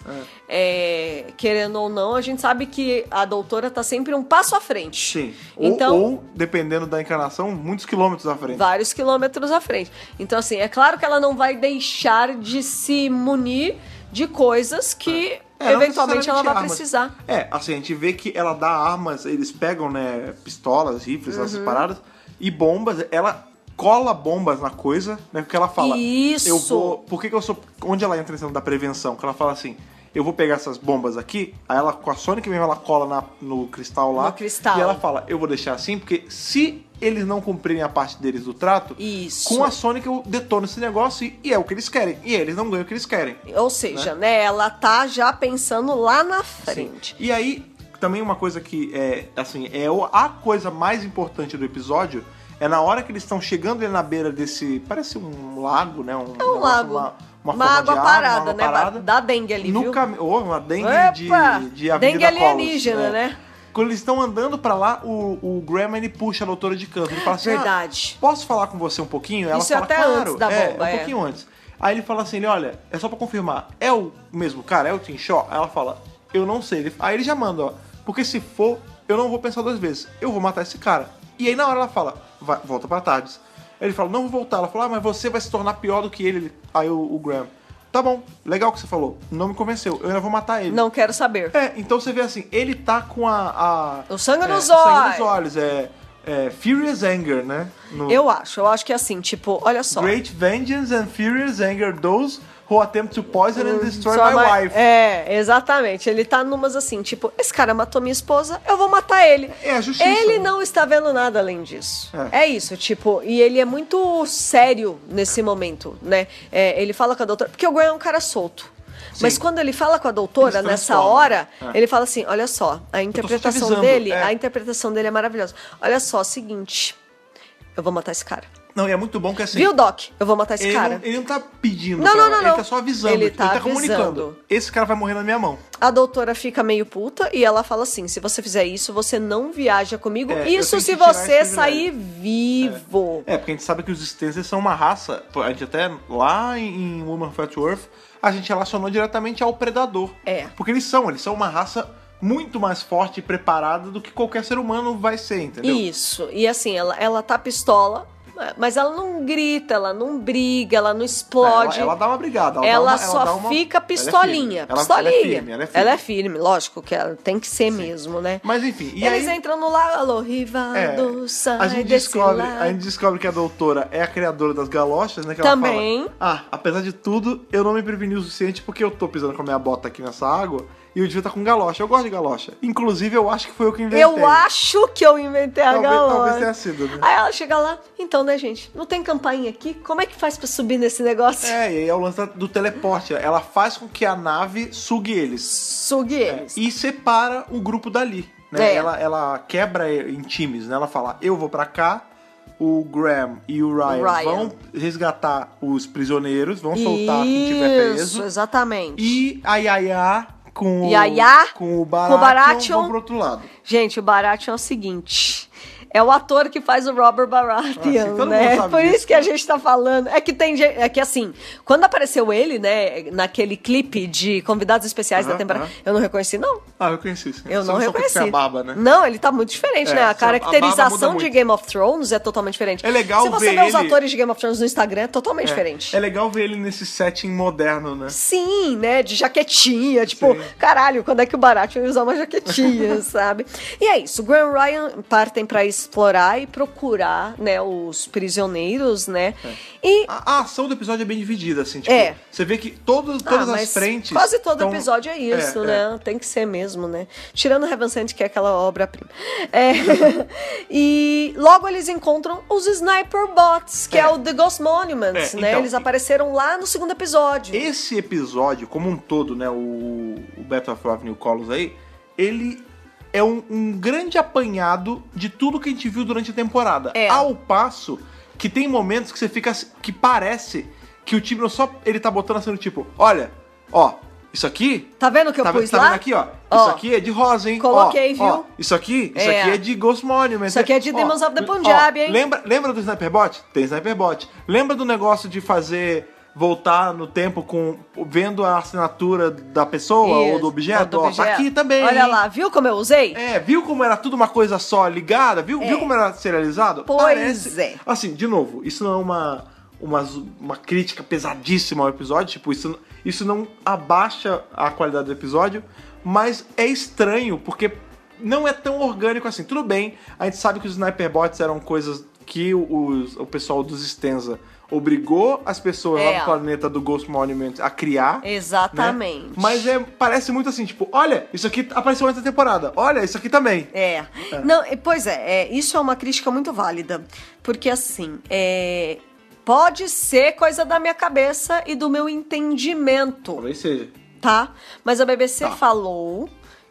B: É, querendo ou não, a gente sabe que a doutora tá sempre um passo à frente.
A: Sim. Ou-
B: Então,
A: ou, dependendo da encarnação, muitos quilômetros à frente.
B: vários quilômetros à frente. Então, assim, é claro que ela não vai deixar de se munir de coisas que
A: É, não
B: eventualmente ela
A: necessariamente
B: vai
A: armas.
B: precisar.
A: É, assim, a gente vê que ela dá armas, eles pegam, né, pistolas, rifles, essas
B: Uhum.
A: paradas, e bombas, ela cola bombas na coisa, né, porque ela fala...
B: Isso!
A: Eu vou... Por que que eu sou... Onde ela entra em cima da prevenção? Que ela fala assim... Eu vou pegar essas bombas aqui, aí ela com a Sonic mesmo ela cola na- no cristal lá.
B: No cristal.
A: E ela fala: Eu vou deixar assim, porque se eles não cumprirem a parte deles do trato,
B: Isso.
A: com a Sonic eu detono esse negócio e, e é o que eles querem. E eles não ganham o que eles querem.
B: Ou seja, né? ela tá já pensando lá na frente.
A: E aí, também uma coisa que é, assim, é o- a coisa mais importante do episódio É na hora que eles estão chegando ali na beira desse. Parece um lago, né? Um,
B: É um
A: negócio,
B: lago.
A: Uma,
B: Uma,
A: uma, forma
B: água
A: de água,
B: parada,
A: uma água
B: né?
A: Parada.
B: Dá dengue ali,
A: no
B: viu?
A: caminho. Oh, uma dengue
B: Opa!
A: de, de avenida
B: dengue alienígena,
A: Collins,
B: né?
A: Quando eles estão andando pra lá, o, o Graham ele puxa a doutora de canto. Ele fala assim: "Ah,
B: Verdade.
A: Posso falar com você um pouquinho? Ela
B: Isso é
A: fala,
B: até
A: claro.
B: antes da
A: é,
B: bomba,
A: um
B: é.
A: pouquinho antes. Aí ele fala assim, ele, olha, é só pra confirmar, é o mesmo cara, é o Tim Shaw? Aí ela fala, eu não sei. Ele- aí ele já manda, ó, porque se for, eu não vou pensar duas vezes, eu vou matar esse cara. E aí na hora ela fala, "Vai- volta pra tardes. Aí ele fala, não vou voltar. Ela fala, ah, mas você vai se tornar pior do que ele. Ele- Aí o, o Graham, tá bom, legal o que você falou, não me convenceu, eu ainda vou matar ele.
B: Não quero saber.
A: É, então você vê assim, ele tá com a... a
B: O sangue
A: é,
B: nos
A: sangue nos
B: olhos.
A: olhos, é, é Furious Anger, né? No-
B: Eu acho, eu acho que é assim, tipo, olha só.
A: Great vengeance and furious anger those who attempt to poison and destroy
B: Hum, Só
A: my
B: vai-
A: wife.
B: É, exatamente. Ele tá numas assim, tipo, esse cara matou minha esposa, eu vou matar ele.
A: É a justiça,
B: Ele
A: né?
B: não está vendo nada além disso. É.
A: É.
B: isso, tipo, e ele é muito sério nesse momento, né? É, ele fala com a doutora, porque o Graham é um cara solto. Mas
A: Sim.
B: quando ele fala com a doutora
A: Ele se
B: nessa
A: transforma.
B: hora,
A: É.
B: ele fala assim: "Olha só, a interpretação
A: avisando,
B: dele,
A: é.
B: a interpretação dele é maravilhosa. Olha só, seguinte, eu vou matar esse cara.
A: Não, e é muito bom que assim.
B: Viu, Doc? Eu vou matar esse
A: ele,
B: cara.
A: Não, ele não tá pedindo.
B: Não,
A: pra
B: não,
A: ela,
B: não,
A: Ele
B: não.
A: tá só avisando.
B: Ele
A: Ele,
B: tá
A: tá comunicando.
B: avisando.
A: Esse cara vai morrer na minha mão.
B: A doutora fica meio puta e ela fala assim: se você fizer isso, você não viaja comigo.
A: É, eu
B: isso
A: tenho
B: se
A: que tirar
B: você
A: esse
B: sair
A: privilégio."
B: vivo.
A: É, porque a gente sabe que os Stances são uma raça. A gente até lá em, em Woman Fat Earth, a gente relacionou diretamente ao predador.
B: É.
A: Porque eles são, eles são uma raça muito mais forte e preparada do que qualquer ser humano vai ser, entendeu?
B: Isso. E assim, ela, ela tá pistola, mas ela não grita, ela não briga, ela não explode.
A: Ela, ela dá uma brigada. Ela,
B: Ela
A: dá uma-
B: só
A: ela dá uma-
B: fica
A: Ela é firme.
B: pistolinha.
A: Ela-
B: pistolinha.
A: Ela é firme, ela é firme.
B: firme, lógico que ela tem que ser mesmo, né?
A: Mas enfim, e
B: Eles
A: aí...
B: entram no lá, alô,
A: É,
B: Rivaldo, sai
A: a gente
B: desse
A: descobre,
B: lar."
A: a gente descobre que a doutora é a criadora das galochas, né? Que
B: Também.
A: Ela fala, ah, apesar de tudo, eu não me preveni o suficiente porque eu tô pisando com a minha bota aqui nessa água e o Dio tá com galocha. Eu gosto de galocha. Inclusive, eu acho que foi eu que inventei.
B: Eu acho que eu inventei a
A: Talvez-
B: galera.
A: talvez tenha sido, né?
B: Aí ela chega lá, então, né, gente? Não tem campainha aqui? Como é que faz pra subir nesse negócio?
A: É, e aí é o lance da- do teleporte. Ela faz com que a nave sugue eles.
B: Sugue eles.
A: É, e separa o grupo dali. Né?
B: É.
A: Ela, ela quebra em times, né? Ela fala, eu vou pra cá, o Graham e o Ryan,
B: Ryan.
A: vão resgatar os prisioneiros, vão soltar quem tiver
B: Isso,
A: preso.
B: exatamente.
A: E a Yaya com o,
B: Yaya
A: com o
B: com o Baratheon.
A: Baratheon vão pro outro lado.
B: Gente, o Baratheon é o seguinte. É o ator que faz o Robert
A: Ah,
B: Baratheon,
A: sim, todo
B: né?
A: mundo sabe
B: Por
A: disso,
B: isso que a gente tá falando. É que tem gente. É que assim, quando apareceu ele, né, naquele clipe de convidados especiais da
A: Aham,
B: temporada,
A: aham.
B: eu não reconheci, não.
A: Ah, eu conheci isso.
B: Eu
A: Só
B: não
A: só porque
B: reconheci.
A: tem a barba, né?
B: Não, ele tá muito diferente,
A: É,
B: né? A
A: essa- a barba
B: caracterização
A: muda
B: de
A: muito.
B: Game of Thrones é totalmente diferente.
A: É legal
B: Se você
A: ver
B: vê os
A: ele-
B: atores de Game of Thrones no Instagram, é totalmente diferente.
A: É legal ver ele nesse setting moderno, né?
B: Sim, né? De jaquetinha, tipo, caralho, quando é que o Baratheon ia usar uma jaquetinha, sabe? E é isso, Graham e Ryan partem pra explorar e procurar, né, os prisioneiros, né?
A: É.
B: E
A: A, a ação do episódio é bem dividida, assim. Tipo,
B: É.
A: Você vê que todo,
B: Ah,
A: todas
B: mas
A: as frentes...
B: Quase todo
A: tão-
B: episódio é isso,
A: É,
B: né? Tem que ser mesmo, né? Tirando Heaven Sent, que é aquela obra-prima. É. e logo eles encontram os Sniper Bots, que é,
A: É.
B: o The Ghost Monuments,
A: É,
B: né?
A: então,
B: eles apareceram lá no segundo episódio.
A: Esse episódio, como um todo, né? O, o Battle of Avenue Colors aí, ele é um, um grande apanhado de tudo que a gente viu durante a temporada.
B: É.
A: Ao passo que tem momentos que você fica. assim- que parece que o time só. Ele tá botando assim, tipo, olha, ó, isso aqui.
B: Tá vendo o que eu
A: Tá, ve-
B: pus
A: tá
B: lá?
A: vendo aqui, ó?
B: Ó.
A: Isso aqui é de rosa, hein? Ó,
B: Coloquei,
A: ó,
B: viu?
A: isso aqui, isso
B: É.
A: aqui é de Ghost Monument.
B: Isso aqui é de
A: Ó,
B: Demons of the
A: ó,
B: Punjab, hein?
A: Lembra, lembra do Sniperbot? Tem Sniperbot. Lembra do negócio de fazer voltar no tempo com vendo a assinatura da pessoa ou
B: Isso,
A: do objeto?
B: ou do
A: Ó,
B: objeto.
A: tá aqui também.
B: Olha
A: hein?
B: lá, viu como eu usei?
A: É, viu como era tudo uma coisa só ligada? Viu,
B: É.
A: viu como era serializado?
B: Pois
A: Parece-
B: é.
A: Assim, de novo, isso não é uma, uma, zo- uma crítica pesadíssima ao episódio, tipo, isso, isso não abaixa a qualidade do episódio, mas é estranho, porque não é tão orgânico assim. Tudo bem, a gente sabe que os sniper bots eram coisas que os, o pessoal dos Stenza obrigou as pessoas
B: É.
A: lá no planeta do Ghost Monument a criar né?
B: Exatamente.
A: Mas é, parece muito assim, tipo, olha, isso aqui apareceu antes da temporada. Olha, isso aqui também.
B: É. Não, e- pois é, é, isso é uma crítica muito válida. Porque assim, é, pode ser coisa da minha cabeça e do meu entendimento,
A: Talvez seja.
B: tá? Mas a BBC
A: Tá.
B: falou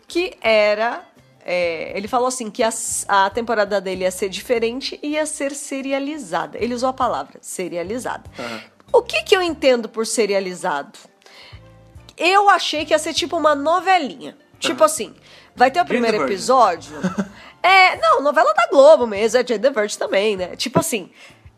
B: que era é, ele falou assim que a, a temporada dele ia ser diferente e ia ser serializada. Ele usou a palavra serializada. O que, que eu entendo por serializado? Eu achei que ia ser tipo uma novelinha. Tipo assim, vai ter o primeiro
A: Verge.
B: episódio. é, não, novela da Globo mesmo, é The Verge também, né? Tipo assim,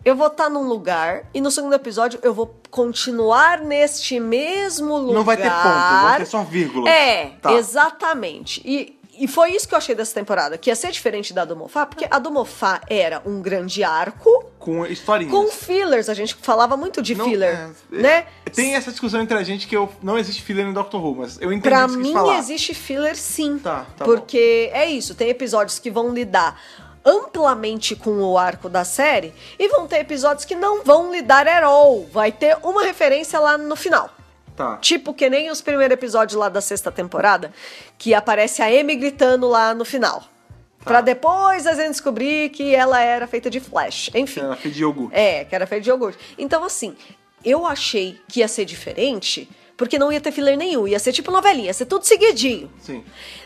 B: eu vou estar num lugar e no segundo episódio eu vou continuar neste mesmo lugar.
A: Não vai ter ponto, vai ter só vírgula.
B: É,
A: Tá.
B: exatamente. E, e foi isso que eu achei dessa temporada, que ia ser diferente da do Mofá, porque a do Mofá era um grande arco
A: Com historinhas.
B: com fillers. A gente falava muito de
A: Não-
B: filler,
A: é,
B: né?
A: Tem essa discussão entre a gente que eu não existe filler no Doctor Who, mas eu entendi
B: Pra
A: o que você quis
B: mim
A: falar.
B: existe filler sim.
A: Tá, tá
B: porque é isso, tem episódios que vão lidar amplamente com o arco da série e vão ter episódios que não vão lidar at all. Vai ter uma referência lá no final.
A: Tá.
B: Tipo que nem os primeiros episódios lá da sexta temporada, que aparece a Amy gritando lá no final.
A: Tá.
B: Pra depois a gente descobrir que ela era feita de flash. Enfim.
A: Ela fez de iogurte.
B: É, que era feito de iogurte. Então, assim, eu achei que ia ser diferente, porque não ia ter filler nenhum. Ia ser tipo novelinha, ia ser tudo seguidinho.
A: Sim.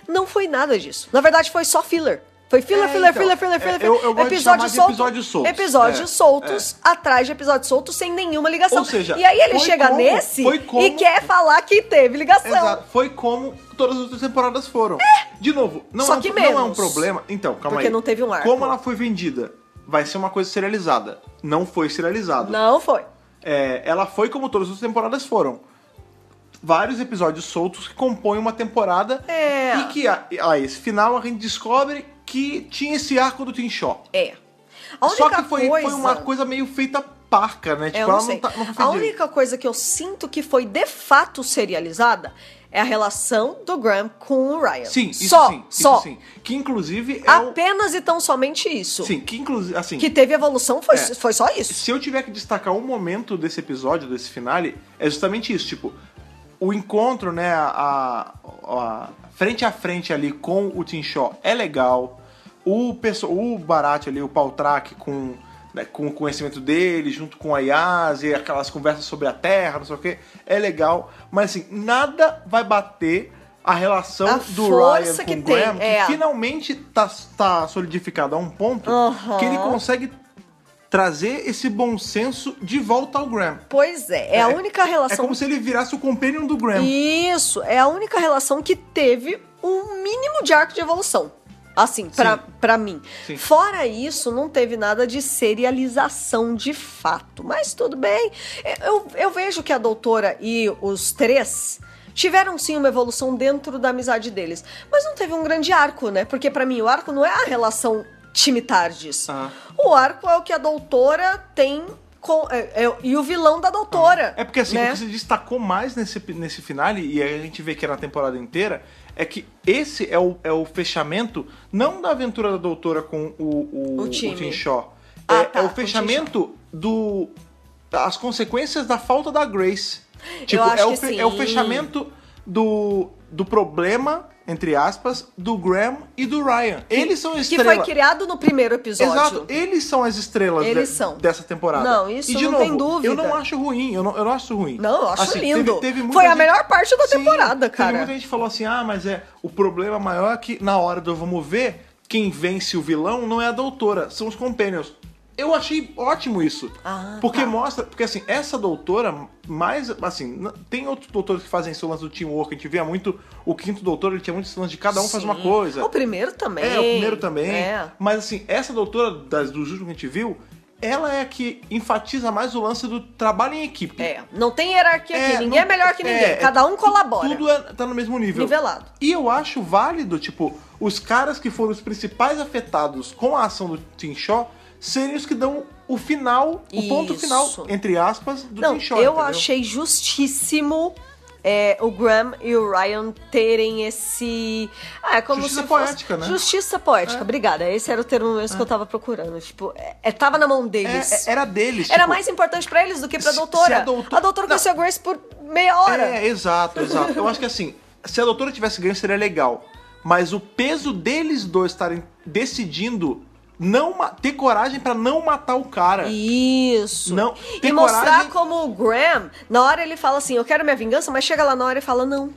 B: Não foi nada disso. Na verdade, foi só filler. Foi filler,
A: É,
B: filler,
A: então,
B: filler, filler,
A: é,
B: filler,
A: eu- eu gosto de chamar de
B: solto-
A: episódios soltos.
B: Episódios
A: É,
B: soltos, atrás de episódios soltos, sem nenhuma ligação.
A: Ou seja,
B: e aí ele
A: foi
B: chega
A: como-
B: nesse
A: foi como-
B: e quer falar que teve ligação.
A: Exato. Foi como todas as outras temporadas foram. De novo, não,
B: Só
A: é, um,
B: que
A: não é um
B: menos.
A: problema. Então, calma
B: Porque
A: aí.
B: não teve um arco.
A: Como ela foi vendida? Vai ser uma coisa serializada. Não foi serializado.
B: Não foi.
A: É, ela foi como todas as temporadas foram. Vários episódios soltos que compõem uma temporada.
B: É.
A: E que a, a esse final a gente descobre que tinha esse arco do Tim Shaw.
B: É. A única
A: Só que foi, foi
B: coisa...
A: uma coisa meio feita parca, né? Tipo,
B: É, eu
A: ela
B: não sei.
A: tá- não foi
B: a
A: feita direito.
B: única coisa que eu sinto que foi de fato serializada é a relação do Graham com o Ryan.
A: Sim, isso
B: só,
A: sim.
B: Só.
A: Isso sim. Que inclusive é o-
B: Apenas e tão somente isso.
A: Sim, que inclusive. Assim,
B: Que teve evolução foi,
A: É.
B: foi só isso.
A: se eu tiver que destacar um momento desse episódio, desse finale, é justamente isso, tipo, o encontro, né, a, a- a frente a frente ali com o Tim Shaw é legal, o, perso- o Barat ali, o Paltrack com, né, com o conhecimento dele, junto com a Yas e aquelas conversas sobre a Terra, não sei o que, é legal, mas assim, nada vai bater a relação
B: A
A: do Ryan
B: força
A: com
B: que
A: o
B: tem,
A: Graham, que
B: é.
A: finalmente tá, tá solidificado a um ponto
B: Aham.
A: que ele consegue trazer esse bom senso de volta ao Graham.
B: Pois é, é, a única
A: É
B: relação.
A: como se ele virasse o companion do Graham.
B: Isso, é a única relação que teve um mínimo de arco de evolução. Assim, pra,
A: Sim.
B: pra mim.
A: Sim.
B: Fora isso, não teve nada de serialização de fato. Mas tudo bem. Eu, eu vejo que a doutora e os três tiveram sim uma evolução dentro da amizade deles. Mas não teve um grande arco, né? Porque pra mim o arco não é a relação time tardes.
A: Ah.
B: O arco é o que a doutora tem com, é- é- e o vilão da doutora.
A: É porque assim,
B: né?
A: o que se destacou mais nesse, nesse finale, e aí a gente vê que era a temporada inteira, é que esse é o, é o fechamento, não da aventura da doutora com o, o,
B: O time.
A: o Tim Shaw.
B: Ah,
A: é,
B: tá,
A: é
B: com
A: o
B: o Tim
A: fechamento do. as consequências da falta da Grace. Tipo,
B: acho
A: é, o
B: que
A: fe- é o
B: sim.
A: fechamento do, do problema, entre aspas, do Graham e do Ryan. Eles são a
B: Que
A: estrela.
B: foi criado no primeiro episódio.
A: Exato, eles são as estrelas
B: Eles
A: de-
B: são.
A: dessa temporada.
B: Não, isso
A: e de
B: não
A: novo,
B: tem dúvida.
A: Eu não acho ruim, eu não, eu não acho ruim.
B: Não, eu acho
A: Assim, teve-
B: lindo.
A: teve muita
B: Foi a
A: gente-
B: melhor parte da
A: Sim,
B: temporada,
A: Teve
B: cara.
A: muita gente que falou assim: ah, mas é o problema maior é que na hora do vamos ver, quem vence o vilão não é a doutora, são os companions. Eu achei ótimo isso.
B: Ah,
A: porque
B: tá.
A: mostra. Porque assim, essa doutora, mais. Assim, n- tem outros doutores que fazem esse lance do teamwork. A gente via muito. O quinto doutor, ele tinha muito esse lance de cada um faz uma
B: Sim.
A: coisa.
B: O primeiro também.
A: É, o primeiro também.
B: É.
A: Mas assim, essa doutora das, dos últimos que a gente viu, ela é a que enfatiza mais o lance do trabalho em equipe.
B: É. Não tem hierarquia
A: É,
B: aqui. Ninguém
A: não-
B: é melhor que ninguém.
A: é,
B: Cada um colabora.
A: Tudo é- tá no mesmo nível.
B: Nivelado.
A: E eu acho válido, tipo, os caras que foram os principais afetados com a ação do Tim Shaw serem os que dão o final, o ponto
B: Isso.
A: final, entre aspas, do
B: Não,
A: Tim Shaw.
B: eu
A: entendeu?
B: achei justíssimo é, o Graham e o Ryan terem esse. Ah, é como
A: Justiça
B: se fosse-
A: poética, né?
B: Justiça poética, obrigada. Esse era o termo mesmo que eu tava procurando. Tipo, é, é, tava na mão deles.
A: É- é- era deles.
B: Era
A: tipo,
B: mais importante pra eles do que pra
A: se- se a
B: doutora.
A: doutor-
B: A doutora
A: Não.
B: conheceu a Grace por meia hora.
A: É, exato, exato. Eu acho que assim, se a doutora tivesse ganho, seria legal. Mas o peso deles dois estarem decidindo não ma- ter coragem pra não matar o cara.
B: Isso.
A: Não,
B: e
A: tem
B: mostrar
A: coragem-
B: como o Graham, na hora ele fala assim, eu quero minha vingança, mas chega lá na hora e fala, não.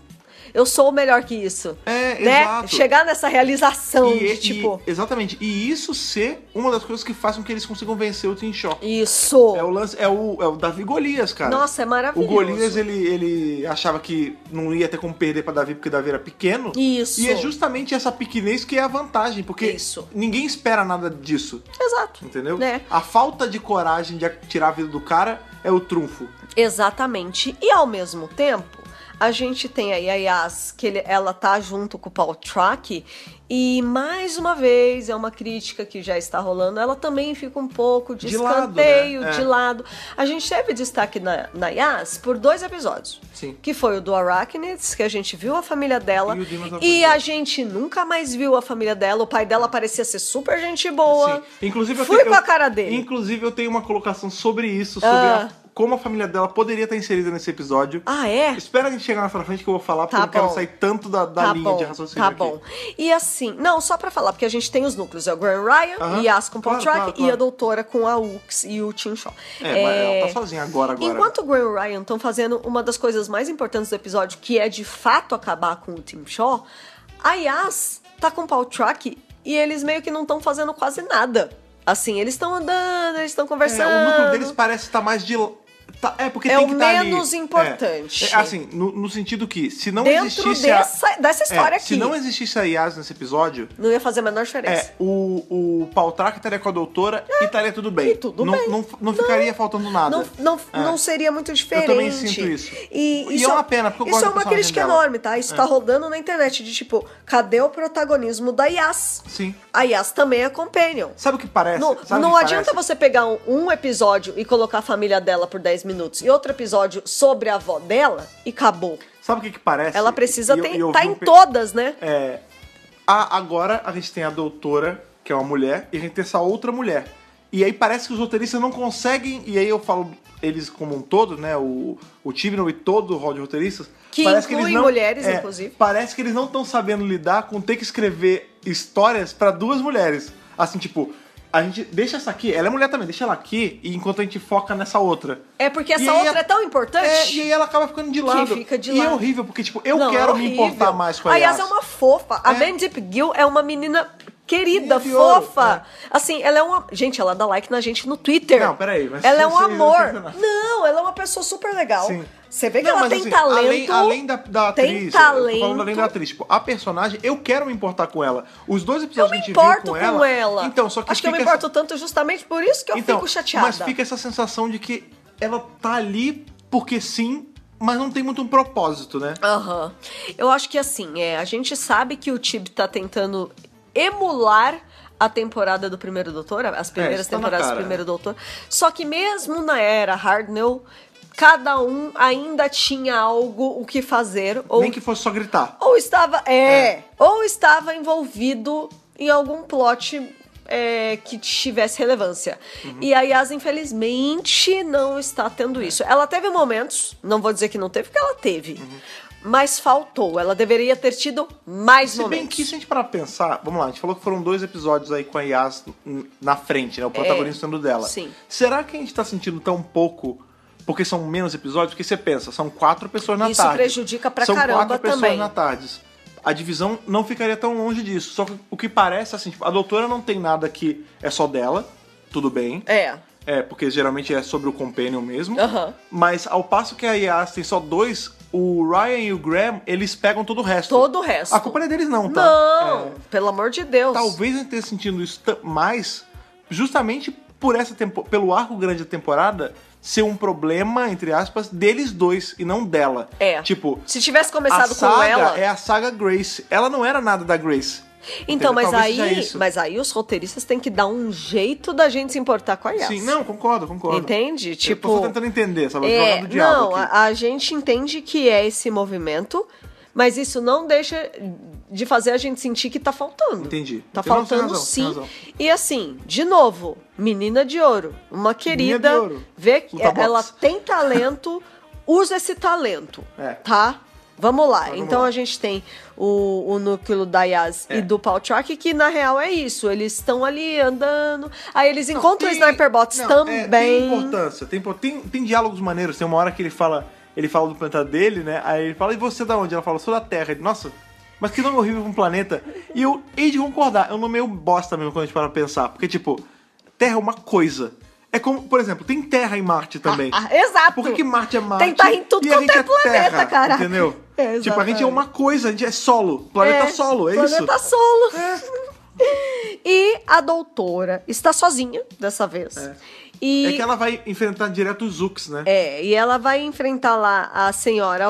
B: eu sou melhor que isso.
A: É,
B: né?
A: exato.
B: Chegar nessa realização
A: E-
B: de
A: e-
B: tipo,
A: exatamente. E isso ser uma das coisas que faz com que eles consigam vencer o Team Shock.
B: isso.
A: É o lance, é o, é o Davi Golias, cara.
B: Nossa, é
A: O
B: maravilhoso.
A: Golias, ele, ele achava que não ia ter como perder pra Davi, porque Davi era pequeno.
B: Isso.
A: E é justamente essa pequenez que é a vantagem, porque
B: Isso.
A: ninguém espera nada disso,
B: Exato.
A: entendeu?
B: É.
A: A falta de coragem de tirar a vida do cara é o trunfo.
B: Exatamente. E ao mesmo tempo, a gente tem aí a Yas, que ele- ela tá junto com o Paul Track, e mais uma vez é uma crítica que já está rolando. Ela também fica um pouco de,
A: De lado, né?
B: escanteio,
A: É.
B: de lado. A gente teve destaque na, na Yas por dois episódios.
A: Sim.
B: Que foi o do Arachnids, que a gente viu a família dela.
A: E o Demons of
B: E
A: Brazil.
B: a gente nunca mais viu a família dela. O pai dela parecia ser super gente boa.
A: Sim. Assim, Inclusive, eu um
B: Fui
A: tenho-
B: com a
A: eu-
B: cara dele.
A: Inclusive, eu tenho uma colocação sobre isso, sobre
B: Ah.
A: a- como a família dela poderia estar inserida nesse episódio.
B: Ah, é?
A: Espera a gente chegar mais pra frente que eu vou falar, porque
B: Tá
A: eu não quero
B: bom.
A: sair tanto da, da linha
B: bom,
A: de raciocínio
B: Tá
A: aqui.
B: bom. E assim, não, só pra falar, porque a gente tem os núcleos. É o Graham Ryan,
A: Aham.
B: e Yas com Paul
A: Claro,
B: Track
A: claro,
B: e a
A: claro.
B: doutora com a Ux e o Tim Shaw.
A: É, mas ela tá sozinha agora, agora.
B: Enquanto o Graham e o Ryan estão fazendo uma das coisas mais importantes do episódio, que é de fato acabar com o Tim Shaw, a Yas tá com o Paul Track e eles meio que não estão fazendo quase nada. Assim, eles estão andando, eles estão
A: É,
B: conversando.
A: o núcleo deles parece estar mais de. tá- é porque
B: É
A: tem
B: o
A: que tá ali.
B: menos importante.
A: É, É, assim, no, no sentido que, se não
B: Dentro
A: existisse.
B: dessa- dessa história
A: é, Se
B: aqui.
A: não existisse a Yas nesse episódio,
B: Não ia fazer a menor diferença.
A: é, o, o Paltrac estaria com a doutora e estaria tudo bem.
B: É, e tudo
A: não,
B: bem.
A: Não, não ficaria faltando nada.
B: Não, não,
A: É.
B: não seria muito diferente.
A: também sinto isso.
B: E,
A: E
B: isso
A: é uma pena, porque eu
B: Isso
A: gosto
B: é
A: do
B: uma
A: personagem
B: crítica
A: dela. É.
B: enorme, tá? Isso tá rodando na internet de tipo, cadê o protagonismo da Yas?
A: Sim.
B: A Yas também é companion.
A: Sabe o que parece?
B: Não,
A: Sabe o
B: não
A: que
B: adianta
A: parece?
B: você pegar um, um episódio e colocar a família dela por 10 minutos e outro episódio sobre a avó dela e acabou.
A: Sabe o que, que parece?
B: Ela precisa
A: E eu-
B: estar
A: e eu vi
B: em
A: um pe-
B: todas, né?
A: É, a- agora a gente tem a doutora, que é uma mulher, e a gente tem essa outra mulher. E aí parece que os roteiristas não conseguem, e aí eu falo eles como um todo, né? O, o Tibnon e todo o rol de roteiristas.
B: Que
A: parece que eles
B: inclui
A: não, é,
B: mulheres, inclusive.
A: Parece que eles não estão sabendo lidar com ter que escrever histórias pra duas mulheres. Assim, tipo, a gente deixa essa aqui, ela é mulher também, deixa ela aqui, e enquanto a gente foca nessa outra.
B: É porque
A: E
B: essa
A: aí
B: outra
A: a-
B: é tão importante.
A: É, e aí ela acaba ficando de lado.
B: fica de
A: e é
B: lado.
A: horrível, porque, tipo, eu
B: Não,
A: quero
B: é
A: me
B: horrível.
A: importar mais com a
B: a
A: Yas.
B: Yas é uma fofa. A
A: É.
B: Bandip Gill é uma menina querida,
A: Menina de ouro, né?
B: fofa. Assim, ela é uma. Gente, ela dá like na gente no Twitter.
A: Não, peraí, mas
B: Ela é
A: isso
B: um
A: aí não
B: amor.
A: tem nada.
B: Não, ela é uma pessoa super legal.
A: Sim.
B: Você vê que
A: Não,
B: ela
A: mas
B: tem
A: assim,
B: talento.
A: Além, além da, da
B: tem
A: atriz, Eu tô
B: talento.
A: falando além da atriz. Tipo, a personagem, eu quero me importar com ela. Os dois
B: Eu
A: episódios
B: me
A: que a gente
B: importo
A: viu
B: com
A: com
B: ela.
A: Então, só que
B: Acho que eu me
A: fica essa-
B: importo tanto justamente por isso que eu
A: então,
B: fico chateada.
A: Mas fica essa sensação de que ela tá ali porque sim, mas não tem muito um propósito, né?
B: Aham. Eu acho que assim, é, a gente sabe que o Tib tá tentando emular a temporada do Primeiro Doutor, as primeiras
A: isso tá na
B: temporadas do
A: cara,
B: Primeiro Doutor. Só que mesmo na era Hardnell, cada um ainda tinha algo o que fazer ou
A: Nem que fosse só gritar.
B: ou estava é, ou estava envolvido em algum plot é, que tivesse relevância.
A: Uhum.
B: E a Yas, infelizmente, não está tendo isso. Ela teve momentos, não vou dizer que não teve, porque ela teve.
A: Uhum.
B: Mas faltou. Ela deveria ter tido mais
A: Se bem
B: momentos.
A: que se a gente parar pra pensar, vamos lá, a gente falou que foram dois episódios aí com a Yas n- na frente, né? O protagonista sendo dela.
B: É, sim.
A: Será que a gente tá sentindo tão pouco porque são menos episódios? Porque você pensa, são quatro pessoas na
B: Isso
A: tarde.
B: prejudica pra
A: são
B: caramba
A: quatro pessoas
B: também.
A: na tarde. A divisão não ficaria tão longe disso. Só que o que parece, assim, tipo, a doutora não tem nada que é só dela, tudo bem.
B: É.
A: É, porque geralmente é sobre o Companion mesmo.
B: Aham.
A: Mas ao passo que a Yas tem só dois, o Ryan e o Graham, eles pegam todo o resto.
B: Todo o resto.
A: A culpa não é deles não, tá?
B: Não,
A: É,
B: pelo amor de Deus.
A: talvez a gente tenha sentido isso ta- mais justamente por essa tempo, pelo arco grande da temporada ser um problema, entre aspas, deles dois e não dela.
B: É.
A: Tipo,
B: Se tivesse
A: a
B: começado
A: saga
B: com ela.
A: é a saga Grace. Ela não era nada da Grace.
B: Então,
A: Entendeu?
B: mas
A: Talvez seja
B: aí,
A: isso.
B: mas aí os roteiristas têm que dar um jeito da gente se importar com a Yas.
A: Sim, não, concordo, concordo.
B: Entende?
A: Eu tô
B: Tipo,
A: só tentando entender, sabe?
B: É,
A: Jogando o diabo
B: não,
A: aqui.
B: a, a gente entende que é esse movimento, mas isso não deixa de fazer a gente sentir que tá faltando.
A: Entendi.
B: Tá
A: Tem razão, tem
B: faltando
A: razão,
B: sim.
A: tem razão.
B: E assim, de novo, menina de ouro, uma querida,
A: de ouro. Um
B: vê que
A: Luta boxe.
B: ela tem talento, usa esse talento,
A: É.
B: tá? Vamos lá.
A: Vamos
B: então
A: lá.
B: a gente tem o, o núcleo da Yas
A: É.
B: e do Paul Track, que na real é isso. Eles estão ali andando. Aí eles encontram o Sniper Bots
A: não, é,
B: também.
A: tem importância. Tem, impor- tem, tem diálogos maneiros. Tem uma hora que ele fala. ele fala do planeta dele, né? Aí ele fala, e você da onde? Ela fala, sou da Terra. Ele, nossa, mas que nome horrível pra um planeta. E eu hei de concordar, é um nome meio bosta mesmo quando a gente para pra pensar. Porque, tipo, Terra é uma coisa. É como, por exemplo, tem Terra em Marte também.
B: Ah, ah, exato.
A: Por que, que Marte é Marte?
B: Tem Terra em tudo
A: e a
B: quanto
A: gente
B: é planeta,
A: terra,
B: caraca.
A: Entendeu?
B: É,
A: tipo, a gente
B: exatamente.
A: é uma coisa, a gente é solo. Planeta solo, é isso?
B: Planeta solo. E a doutora está sozinha dessa vez.
A: É.
B: E,
A: É que ela vai enfrentar direto os Zooks, né?
B: é, e ela vai enfrentar lá a senhora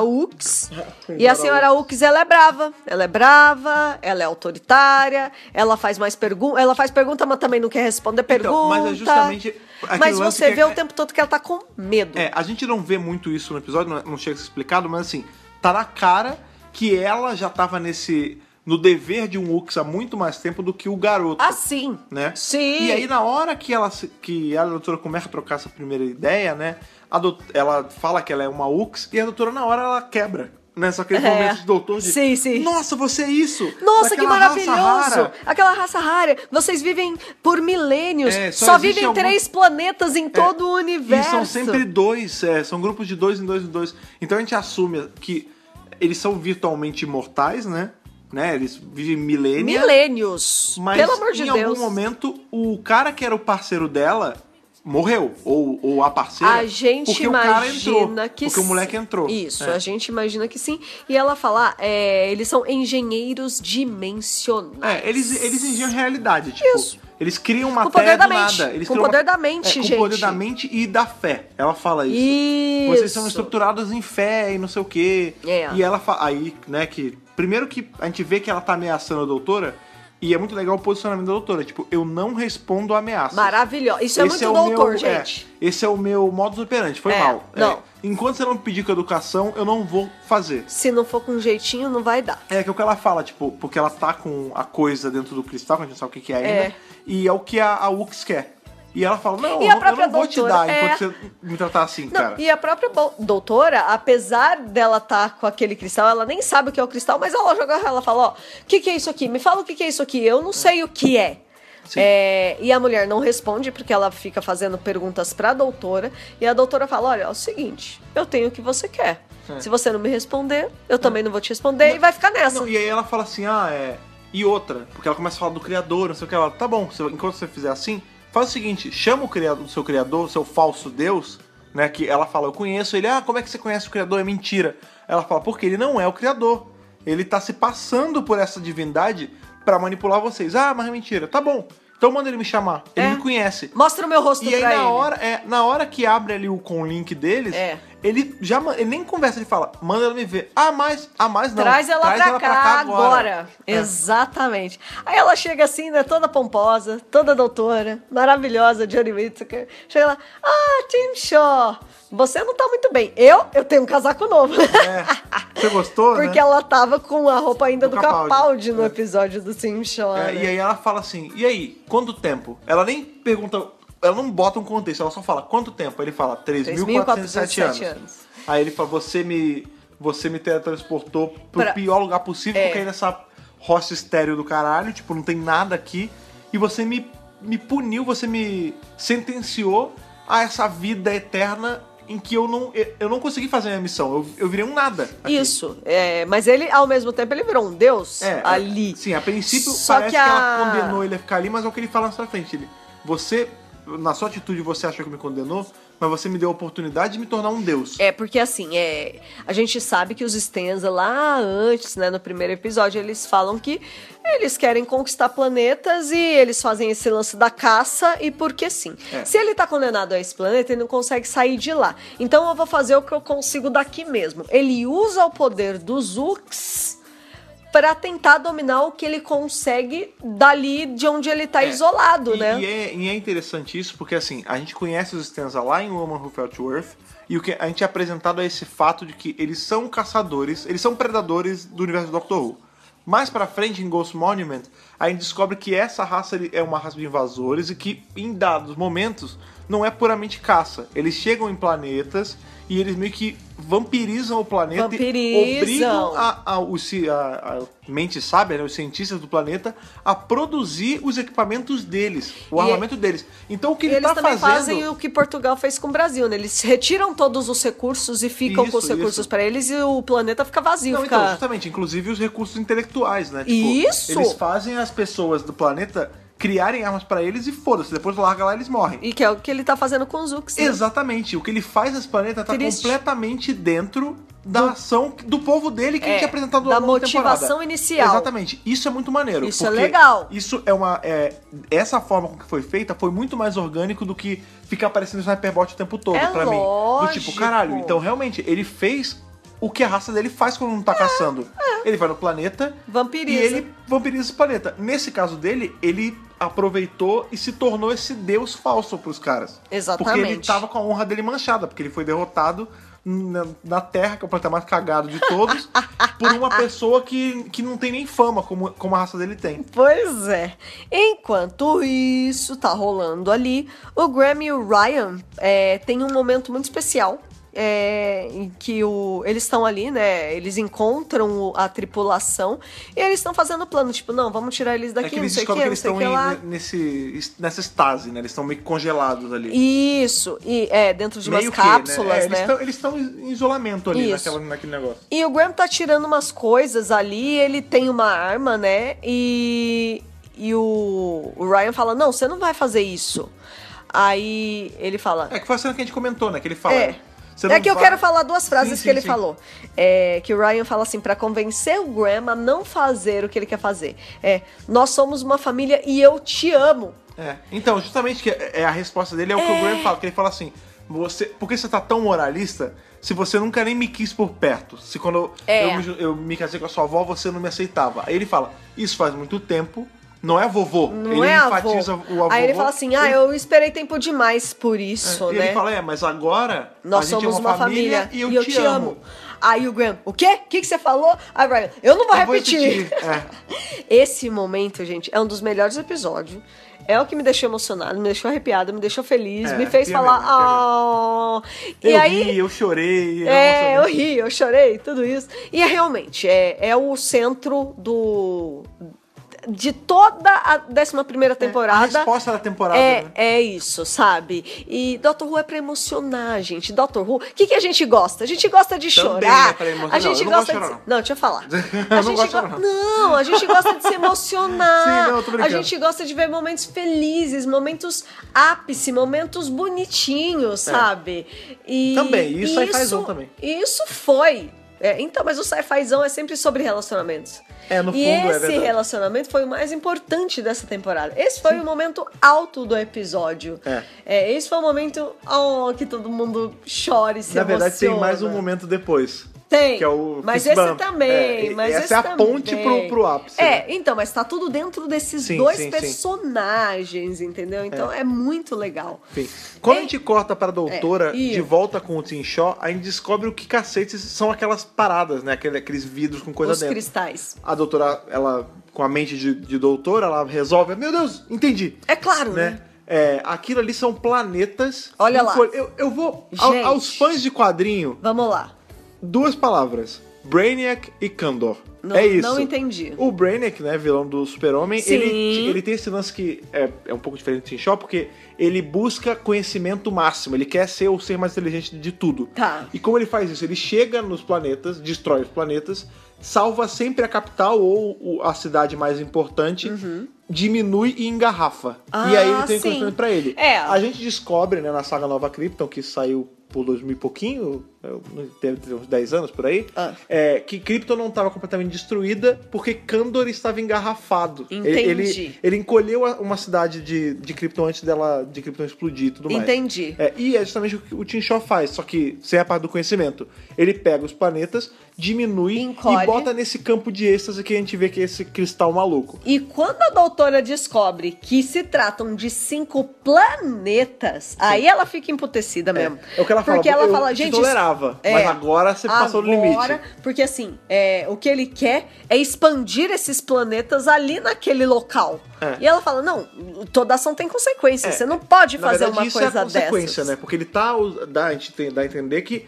B: Ux. e
A: Senhora
B: a senhora Ux, ela é brava. Ela é brava, ela é autoritária, ela faz mais perguntas. Ela faz pergunta, mas também não quer responder pergunta.
A: Então, mas é justamente aquele
B: Mas
A: lance
B: você
A: que
B: vê
A: é-
B: o tempo todo que ela tá com medo.
A: É, a gente não vê muito isso no episódio, não, não chega a ser explicado, mas assim, tá na cara que ela já tava nesse. no dever de um Ux há muito mais tempo do que o garoto.
B: Assim.
A: né?
B: Sim.
A: E aí, na hora que ela se- que a doutora começa a trocar essa primeira ideia, né? a dou- ela fala que ela é uma UX e a doutora, na hora, ela quebra. Né? Só aquele
B: É.
A: momento de doutor de.
B: Sim, sim.
A: Nossa, você é isso!
B: Nossa, que
A: Daquela raça
B: maravilhoso!
A: rara."
B: Aquela raça rara. Vocês vivem por milênios.
A: É, só
B: só
A: existe
B: vivem
A: algum- É,
B: três planetas em todo o
A: E
B: universo.
A: são sempre dois, é, são grupos de dois em dois em dois. Então a gente assume que eles são virtualmente imortais, né? né? Eles vivem milênios.
B: milênios.
A: Mas
B: Pelo amor de
A: em
B: Deus.
A: algum momento, o cara que era o parceiro dela morreu. Ou, ou a parceira.
B: A gente
A: porque o cara
B: imagina
A: entrou,
B: que
A: Porque o
B: sim.
A: moleque entrou.
B: Isso,
A: É.
B: a gente imagina que sim. E ela fala, ah, é, eles são engenheiros dimensionais.
A: É, eles, eles engenham realidade, tipo.
B: Isso.
A: Eles criam
B: o
A: matéria
B: poder da
A: do
B: mente.
A: nada. Eles
B: Com o
A: criam
B: poder
A: uma-
B: da mente,
A: é, Com
B: gente.
A: o poder da mente e da fé. Ela fala isso.
B: Isso.
A: Vocês são estruturados em fé e não sei o quê.
B: É.
A: E ela fala. Aí, né, que. Primeiro que a gente vê que ela tá ameaçando a doutora. E é muito legal o posicionamento da doutora. Tipo, eu não respondo a ameaça.
B: Maravilhosa. Isso é muito
A: o
B: doutor,
A: meu- é,
B: gente.
A: esse é o meu modus operandi. Foi
B: É,
A: mal. É,
B: não.
A: enquanto você não me pedir com educação, eu não vou fazer.
B: Se não for com jeitinho, não vai dar.
A: É que é o que ela fala, tipo, porque ela tá com a coisa dentro do cristal, que a gente não sabe o que, que é ainda.
B: É.
A: E é o que a, a Ux quer. E ela fala, não,
B: E
A: eu,
B: a
A: não- eu
B: própria
A: não vou te
B: doutora,
A: dar
B: é.
A: enquanto você me tratar assim,
B: Não,
A: cara.
B: e a própria bo- doutora, apesar dela estar com aquele cristal, ela nem sabe o que é o cristal, mas ela joga, ela fala, ó, o que, que é isso aqui? Me fala o que, que é isso aqui, eu não sei o que é.
A: Sim.
B: É, e a mulher não responde porque ela fica fazendo perguntas pra doutora e a doutora fala, olha, é o seguinte, eu tenho o que você quer.
A: É.
B: Se você não me responder, eu também não vou te responder e vai ficar nessa.
A: Não, e aí ela fala assim, ah, é. E outra, porque ela começa a falar do criador, não sei o que. Ela, tá bom, se- enquanto você fizer assim, faz o seguinte: chama o, criador, o seu criador, o seu falso Deus, né? Que ela fala, eu conheço ele, ah, como é que você conhece o criador? É mentira. Ela fala, porque ele não é o criador. Ele tá se passando por essa divindade pra manipular vocês. Ah, mas é mentira. Tá bom. Então manda ele me chamar. Ele
B: É.
A: me conhece.
B: Mostra o meu rosto
A: E aí,
B: pra
A: na
B: ele.
A: hora, é, na hora que abre ali o com o link deles,
B: É.
A: ele já ma- ele nem conversa, ele fala, manda ela me ver. Ah, mas, ah, mas não.
B: Traz ela, pra, cá agora.
A: É.
B: Exatamente. Aí ela chega assim, né, toda pomposa, toda doutora, maravilhosa, Johnny Whittaker. Chega lá, ah, Tim Shaw, você não tá muito bem. Eu? Eu tenho um casaco novo.
A: É. Você gostou,
B: Porque
A: né?
B: ela tava com a roupa ainda
A: Do
B: do,
A: Capaldi.
B: Capaldi, no
A: É.
B: episódio do Tim Shaw.
A: É,
B: né?
A: e aí ela fala assim, e aí, quanto tempo? Ela nem pergunta, ela não bota um contexto, ela só fala, quanto tempo? Ele fala, 3.407 anos.
B: 3.407 anos.
A: Aí ele fala, você me, você me teletransportou pro
B: Pra-
A: pior lugar possível,
B: É.
A: porque aí nessa roça estéreo do caralho, tipo, não tem nada aqui, e você me, me puniu, você me sentenciou a essa vida eterna em que eu não, eu, eu não consegui fazer a minha missão, eu, eu virei um nada. aqui.
B: Isso, é, mas ele, ao mesmo tempo, ele virou um deus
A: É,
B: ali.
A: Sim, a princípio
B: Só
A: parece que,
B: que a-
A: ela condenou ele a ficar ali, mas é o que ele fala na sua frente. Ele, você, na sua atitude, você achou que me condenou, mas você me deu a oportunidade de me tornar um deus.
B: É, porque assim, é, a gente sabe que os Stenza lá antes, né, no primeiro episódio, eles falam que eles querem conquistar planetas e eles fazem esse lance da caça e porque sim.
A: É.
B: Se ele tá condenado a esse planeta, ele não consegue sair de lá. Então eu vou fazer o que eu consigo daqui mesmo. Ele usa o poder dos Ux pra tentar dominar o que ele consegue dali de onde ele tá
A: É.
B: isolado,
A: e,
B: né?
A: e é, e é interessante isso, porque assim, a gente conhece os Stanza lá em Woman Who Felt Worth, e o que a gente é apresentado a esse fato de que eles são caçadores, eles são predadores do universo do Doctor Who. Mais pra frente, em Ghost Monument, a gente descobre que essa raça ele- é uma raça de invasores e que, em dados momentos, não é puramente caça. Eles chegam em planetas e eles meio que vampirizam o planeta
B: Vampirizam.
A: e obrigam a, a- os ci- a- a mente sábia, né, os cientistas do planeta, a produzir os equipamentos deles, o
B: E-
A: armamento deles. Então o que ele
B: eles
A: está
B: também
A: fazendo...
B: fazem o que Portugal fez com o Brasil, né? Eles retiram todos os recursos e ficam com os
A: Isso,
B: recursos
A: isso.
B: pra eles e o planeta fica vazio,
A: Não,
B: fica.
A: então, justamente, inclusive os recursos intelectuais, né? Tipo,
B: Isso!
A: Eles fazem as pessoas do planeta criarem armas pra eles e foda-se, depois larga lá e eles morrem.
B: E que é o que ele tá fazendo com os Ux. né?
A: Exatamente, o que ele faz nesse planeta tá
B: Triste.
A: completamente dentro da ação do povo dele que
B: É,
A: a gente apresentado
B: da
A: ao longo temporada.
B: motivação inicial.
A: Exatamente, isso é muito maneiro.
B: Isso é
A: porque
B: legal.
A: Isso é uma. é, essa forma com que foi feita foi muito mais orgânico do que ficar aparecendo o Sniperbot o tempo todo,
B: É
A: pra mim. Do tipo,
B: lógico.
A: caralho, então realmente ele fez o que a raça dele faz quando
B: É,
A: não tá caçando. Ele vai no planeta
B: Vampiriza.
A: e ele vampiriza esse planeta. Nesse caso dele, ele aproveitou e se tornou esse deus falso pros caras. Porque ele
B: Exatamente.
A: tava com a honra dele manchada, porque ele foi derrotado na, na Terra, que é o planeta mais cagado de todos, por uma pessoa que, que não tem nem fama como, como a raça dele tem.
B: Pois é. Enquanto isso tá rolando ali, o Graham e o Ryan é, tem um momento muito especial. é, em que o, eles estão ali, né? Eles encontram o- a tripulação e eles estão fazendo o plano, tipo, não, vamos tirar eles daqui,
A: é que
B: não
A: eles
B: sei o que,
A: descobrem que
B: não
A: eles né?
B: sei o
A: estão em-
B: que lá.
A: nesse, nessa estase, né? Eles estão meio que congelados ali.
B: Isso, e é, dentro de
A: meio
B: umas
A: que,
B: cápsulas,
A: É,
B: né?
A: eles tão- Eles estão em isolamento ali
B: Isso.
A: naquela- naquele negócio.
B: E o Graham tá tirando umas coisas ali, ele tem uma arma, né? E, e o, o Ryan fala: Não, você não vai fazer isso. Aí ele fala:
A: É que foi a cena que a gente comentou, né? Que ele fala.
B: É.
A: "Você
B: É
A: não
B: que eu
A: vai-
B: quero falar duas frases
A: Sim,
B: que
A: sim,
B: ele
A: sim.
B: falou. É, que o Ryan fala assim, pra convencer o Graham a não fazer o que ele quer fazer. É, nós somos uma família e eu te amo.
A: É. Então, justamente que é é a resposta dele é o que o Graham fala, que ele fala assim: você, por que você tá tão moralista se você nunca nem me quis por perto? Se quando eu-
B: É.
A: eu, me, ju- eu me casei com a sua avó, você não me aceitava. Aí ele fala: isso faz muito tempo, não é vovô.
B: Não
A: ele
B: é avô.
A: enfatiza o avô.
B: Aí ele fala assim, ah, eu esperei tempo demais por isso,
A: E
B: né?
A: ele fala: é, mas agora
B: Nós
A: a gente
B: somos
A: é uma, família, e eu, te, amo.
B: Aí o Graham, o quê? O que, que você falou? Aí o Ryan, eu não vou
A: Eu vou
B: repetir.
A: repetir, É.
B: Esse momento, gente, é um dos melhores episódios. É o que me deixou emocionado, me deixou arrepiado, me deixou feliz,
A: É,
B: me fez
A: arrepia
B: falar.
A: mesmo,
B: "Ah". e
A: eu
B: aí.
A: ri, eu chorei.
B: É, eu
A: emocionei.
B: ri, eu chorei, tudo isso. E é realmente, é, é o centro do. De toda a 11 temporada.
A: É, A resposta da temporada.
B: É,
A: né?
B: é isso, sabe? E Doctor Who é pra emocionar, gente. Doctor Who, o que, que a gente gosta? A gente gosta de
A: Também
B: chorar.
A: é pra emocionar.
B: A gente
A: Não, eu não gosto
B: gosta
A: de
B: de.
A: chorar,
B: Não, deixa eu falar.
A: Eu
B: A
A: não
B: gente
A: gosto de
B: go-
A: chorar.
B: Não, a gente gosta de se emocionar.
A: Sim, não, eu tô
B: a
A: brincando.
B: gente gosta de ver momentos felizes, momentos ápice, momentos bonitinhos, sabe? E
A: É. Também, e o
B: isso
A: sci-fizão também.
B: E isso foi. É, então, mas o sci-fizão é sempre sobre relacionamentos.
A: É, no
B: e
A: fundo, é
B: esse
A: verdade.
B: relacionamento foi o mais importante dessa temporada. Esse foi o momento alto do episódio.
A: É.
B: esse foi o momento oh, que todo mundo chora e se
A: Na verdade, tem
B: emociona.
A: mais um momento depois.
B: Tem.
A: Que é o
B: mas
A: fist
B: esse
A: bump.
B: também.
A: É, e-
B: mas
A: essa
B: esse
A: é a ponte pro-
B: também.
A: pro ápice,
B: É,
A: né?
B: então, mas tá tudo dentro desses
A: Sim,
B: dois
A: sim, sim.
B: personagens, entendeu? Então é, muito legal.
A: Enfim, quando
B: É.
A: a gente corta pra doutora
B: É, e-
A: de volta com o Tim Shaw, a gente descobre o que cacetes são aquelas paradas, né? Aquele- Aqueles vidros com coisa
B: Os
A: dentro.
B: cristais.
A: A doutora, ela, com a mente de, de doutora, ela resolve. Meu Deus, entendi.
B: É claro, né?
A: né? É, aquilo ali são planetas.
B: Olha
A: com
B: lá.
A: cor- Eu, eu vou. ao-
B: Gente.
A: aos fãs de quadrinho,
B: Vamos lá.
A: duas palavras: Brainiac e Kandor.
B: Não-
A: é isso.
B: não entendi.
A: O Brainiac, né, vilão do Super-Homem,
B: Sim.
A: ele, ele tem esse lance que é, é um pouco diferente do Tim Shaw, porque ele busca conhecimento máximo, ele quer ser o ser mais inteligente de tudo.
B: Tá.
A: E como ele faz isso? Ele chega nos planetas, destrói os planetas, salva sempre a capital ou o- a cidade mais importante, diminui e engarrafa. e
B: Uhum. Ah,
A: aí ele tem
B: sim.
A: conhecimento pra ele.
B: É.
A: A gente descobre, né, na saga Nova Krypton, que saiu por 2000 e pouquinho, eu não- deve ter uns 10 anos por aí,
B: Ah.
A: é, que Krypton não estava completamente destruída porque Kandor estava engarrafado. Ele- Ele,
B: Entendi.
A: ele, encolheu a- uma cidade de, de Krypton antes dela de Krypton explodir e tudo mais.
B: Entendi.
A: É, e é justamente o que o Tim Shaw faz, só que sem a parte do conhecimento. Ele pega os planetas, diminui
B: Encolhe.
A: e bota nesse campo de êxtase que a gente vê que é esse cristal maluco.
B: E quando a doutora descobre que se tratam de cinco planetas, aí ela fica emputecida mesmo.
A: é o que ela fala,
B: Porque ela
A: eu
B: fala,
A: te
B: gente,
A: tolerava, tava.
B: É.
A: Mas agora você passou do
B: Agora,
A: limite.
B: Porque assim, é, o que ele quer é expandir esses planetas ali naquele local.
A: É.
B: E ela fala: não, toda ação tem consequência.
A: É.
B: Você não pode
A: Na
B: fazer
A: verdade,
B: uma
A: isso
B: coisa
A: é a consequência,
B: dessas.
A: né? Porque ele tá. us- Dá, a gente tem, dá a entender que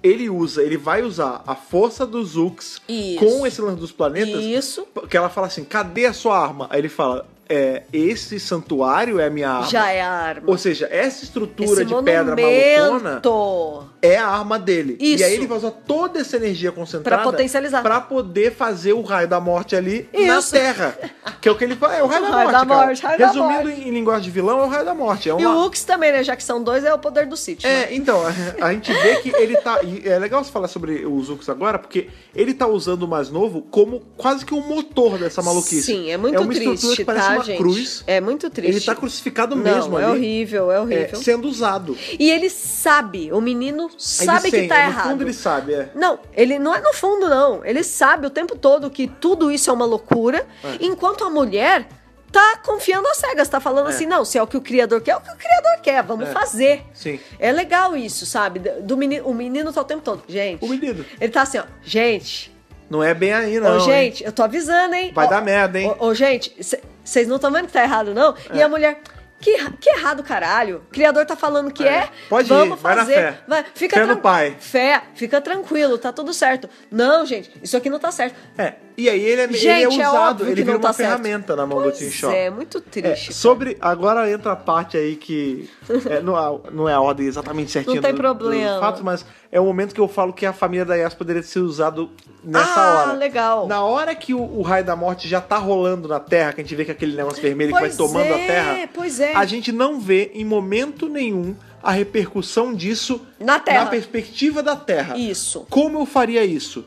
A: ele usa, ele vai usar a força dos Zooks
B: Isso.
A: com esse lance dos planetas.
B: Isso
A: Que ela fala assim: cadê a sua arma? Aí ele fala: é, esse santuário é a minha arma.
B: já é a arma.
A: Ou seja, essa estrutura
B: Esse
A: de pedra malucona
B: monumento
A: é a arma dele.
B: Isso.
A: E aí ele vai usar toda essa energia
B: pra
A: concentrada
B: potencializar.
A: pra poder fazer o raio da morte ali
B: Isso.
A: na Terra. Que é o que ele fala, é o raio, da,
B: O raio
A: morte,
B: da
A: cara.
B: morte, raio da
A: Resumindo em linguagem de vilão, é o raio da morte. É
B: E o
A: uma...
B: Hux também, né? Já que são dois, é o poder do sítio. né?
A: É, então, a gente vê que ele tá. e É legal você falar sobre os Uks agora, porque ele tá usando o mais novo como quase que o motor dessa Tá maluquice.
B: Sim, é muito
A: é uma estrutura
B: triste,
A: que parece
B: tá,
A: uma
B: gente?
A: cruz.
B: É muito triste.
A: Ele tá crucificado
B: Não,
A: mesmo
B: é
A: ali.
B: horrível, é
A: é,
B: horrível.
A: sendo usado.
B: E ele sabe, o menino sabe
A: ele
B: que
A: sente,
B: tá
A: No
B: errado.
A: fundo ele sabe, é.
B: Não, ele não é no fundo, não. Ele sabe o tempo todo que tudo isso é uma loucura,
A: É.
B: enquanto a mulher tá confiando às cegas, tá falando
A: É.
B: assim, não, se é o que o criador quer, é o que o criador quer, vamos
A: É.
B: fazer.
A: Sim.
B: É legal isso, sabe? Do meni- o menino tá o tempo todo. Gente.
A: O menino.
B: Ele tá assim, ó. Gente,
A: Não é bem aí, não.
B: ô,
A: hein?
B: gente, eu tô avisando, hein?
A: Vai
B: Ó,
A: dar merda, hein? É.
B: Ô, ô, gente, vocês não estão vendo que tá errado, não? E a mulher. Que, ra- que errado, caralho. O criador tá falando que é.
A: É. Pode
B: vamos
A: ir, vai na
B: fazer.
A: fé.
B: Vai, fica
A: Fé no
B: tran-
A: pai.
B: Fé, fica tranquilo, tá tudo certo. Não, gente, isso aqui não tá certo.
A: É. E aí ele é, ele
B: Gente,
A: é
B: é
A: usado,
B: óbvio que
A: ele vira
B: não tá
A: uma
B: certo.
A: ferramenta na mão do Tim
B: Pois
A: Shaw.
B: é, muito
A: É,
B: triste.
A: sobre. Agora entra a parte aí que. é, não, é, não é a ordem exatamente certinha
B: Não tem
A: do- do
B: problema.
A: fato, mas é o momento que eu falo que a família da Yas poderia ser usado nessa
B: Ah,
A: hora.
B: legal.
A: Na hora que o, o raio da morte já tá rolando na terra, que a gente vê que aquele negócio vermelho
B: Pois
A: que vai tomando
B: é,
A: a terra.
B: pois é.
A: A gente não vê em momento nenhum a repercussão disso
B: Na Terra.
A: na perspectiva da terra.
B: Isso.
A: Como eu faria isso?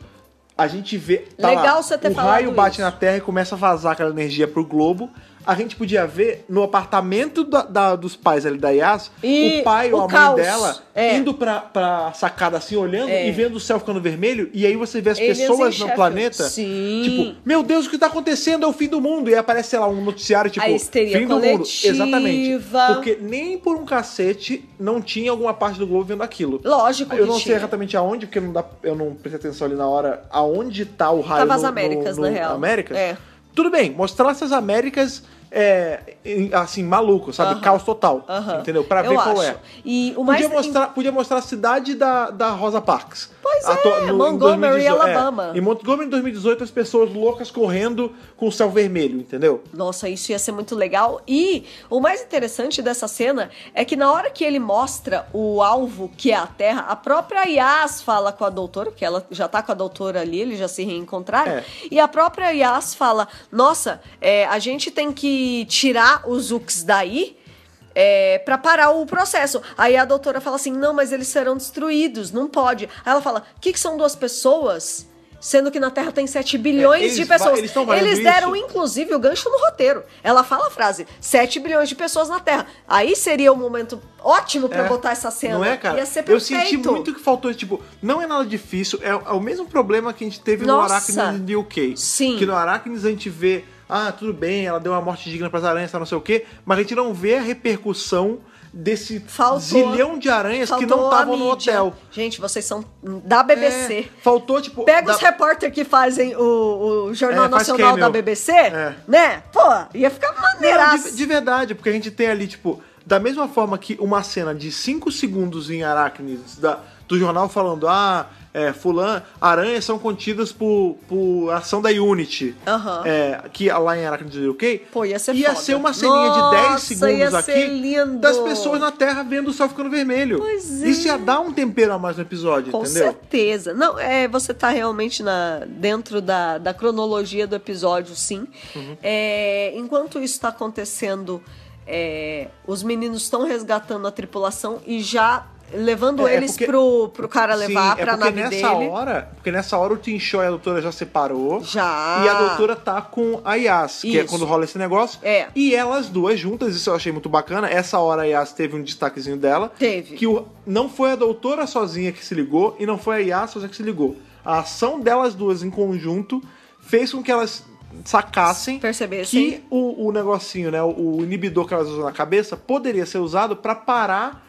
A: A gente vê. Tá
B: Legal
A: lá,
B: você ter
A: O
B: falado
A: raio bate
B: isso.
A: na Terra e começa a vazar aquela energia pro globo. A gente podia ver no apartamento da- da- dos pais ali da Yas,
B: E
A: o pai ou
B: o
A: a
B: caos.
A: mãe dela
B: É.
A: indo pra, pra sacada assim, olhando
B: É.
A: e vendo o céu ficando vermelho. E aí você vê as
B: Eles em
A: pessoas no
B: Sheffield.
A: planeta.
B: Sim.
A: Tipo, meu Deus, o que tá acontecendo? É o fim do mundo. E aparece, sei lá, um noticiário, tipo,
B: histeria
A: fim
B: coletiva.
A: do mundo. Exatamente. Porque nem por um cacete não tinha alguma parte do globo vendo aquilo.
B: Lógico
A: Eu
B: que
A: não sei
B: tinha.
A: exatamente aonde, porque não dá- eu não prestei atenção ali na hora aonde tá o raio
B: Tava
A: no-
B: as
A: no-
B: Américas,
A: no
B: na real.
A: Américas.
B: É.
A: Tudo bem, mostrasse as Américas é, em- assim, maluco, sabe?
B: Aham.
A: Caos total.
B: Aham.
A: Entendeu? Pra
B: Eu
A: ver qual
B: acho.
A: é.
B: E o mais
A: Podia mostrar, podia mostrar a cidade da, da Rosa Parks.
B: Pois
A: A
B: é,
A: to- em
B: Montgomery,
A: 2018,
B: Alabama.
A: É. Em Montgomery, em 2018, as pessoas loucas correndo com o céu vermelho, entendeu?
B: Nossa, isso ia ser muito legal. E o mais interessante dessa cena é que na hora que ele mostra o alvo, que é a Terra, a própria Yas fala com a doutora, porque ela já tá com a doutora ali, eles já se reencontraram.
A: É.
B: E a própria Yas fala: Nossa, é, a gente tem que tirar os Ux daí. É, para parar o processo. Aí a doutora fala assim: não, mas eles serão destruídos, não pode. Aí ela fala: o que, que são duas pessoas? Sendo que na Terra tem 7 bilhões
A: É, eles
B: de
A: va-
B: pessoas.
A: eles tão valendo
B: eles deram,
A: isso?
B: inclusive, o gancho no roteiro. Ela fala a frase: 7 bilhões de pessoas na Terra. Aí seria o momento ótimo pra
A: É.
B: botar essa cena.
A: Não é, cara?
B: Ia ser
A: Eu
B: perfeito.
A: senti muito que faltou, tipo, não é nada difícil, é, é o mesmo problema que a gente teve
B: Nossa.
A: no Aracnes de UK.
B: Sim.
A: Que no Aracnes a gente vê, ah, tudo bem, ela deu uma morte digna pras aranhas, tá, não sei o quê, mas a gente não vê a repercussão desse
B: Faltou-
A: zilhão de aranhas que não
B: Faltou a
A: estavam no
B: mídia.
A: hotel.
B: Gente, vocês são da BBC.
A: É, faltou, tipo.
B: Pega
A: da-
B: os repórter que fazem o, o Jornal
A: É, faz
B: Nacional
A: cameo.
B: da BBC,
A: É.
B: né? Pô, ia ficar
A: Não,
B: maneiraço.
A: de, de verdade, porque a gente tem ali, tipo, da mesma forma que uma cena de 5 segundos em Aracnes, da- do jornal falando, ah, é, fulan, aranhas são contidas por, por ação da Unity.
B: Aham.
A: É, que lá em Aracnes do UK.
B: Pô, ia ser
A: Ia
B: foda.
A: ser uma ceninha de 10
B: Nossa,
A: segundos
B: ia ser
A: aqui
B: lindo.
A: das pessoas na Terra vendo o sol ficando vermelho.
B: Pois é.
A: Isso ia dar um tempero a mais no episódio,
B: Com
A: entendeu?
B: certeza. Não, é, você tá realmente na, dentro da, da cronologia do episódio, sim.
A: Uhum.
B: É, enquanto isso tá acontecendo, é, os meninos estão resgatando a tripulação e já levando
A: É, é
B: eles
A: porque-
B: pro, pro cara levar
A: é
B: pra
A: porque
B: nave
A: nessa
B: dele.
A: hora, porque nessa hora o Tim Shaw e a doutora já separou.
B: Já.
A: E a doutora tá com a Yas, que é
B: Isso.
A: quando rola esse negócio.
B: É.
A: E elas duas juntas, isso eu achei muito bacana. Essa hora a Yas teve um destaquezinho dela.
B: Teve.
A: Que o- não foi a doutora sozinha que se ligou e não foi a Yas sozinha que se ligou. A ação delas duas em conjunto fez com que elas sacassem
B: Percebessem.
A: que o, o negocinho, né, o, o inibidor que elas usam na cabeça poderia ser usado pra parar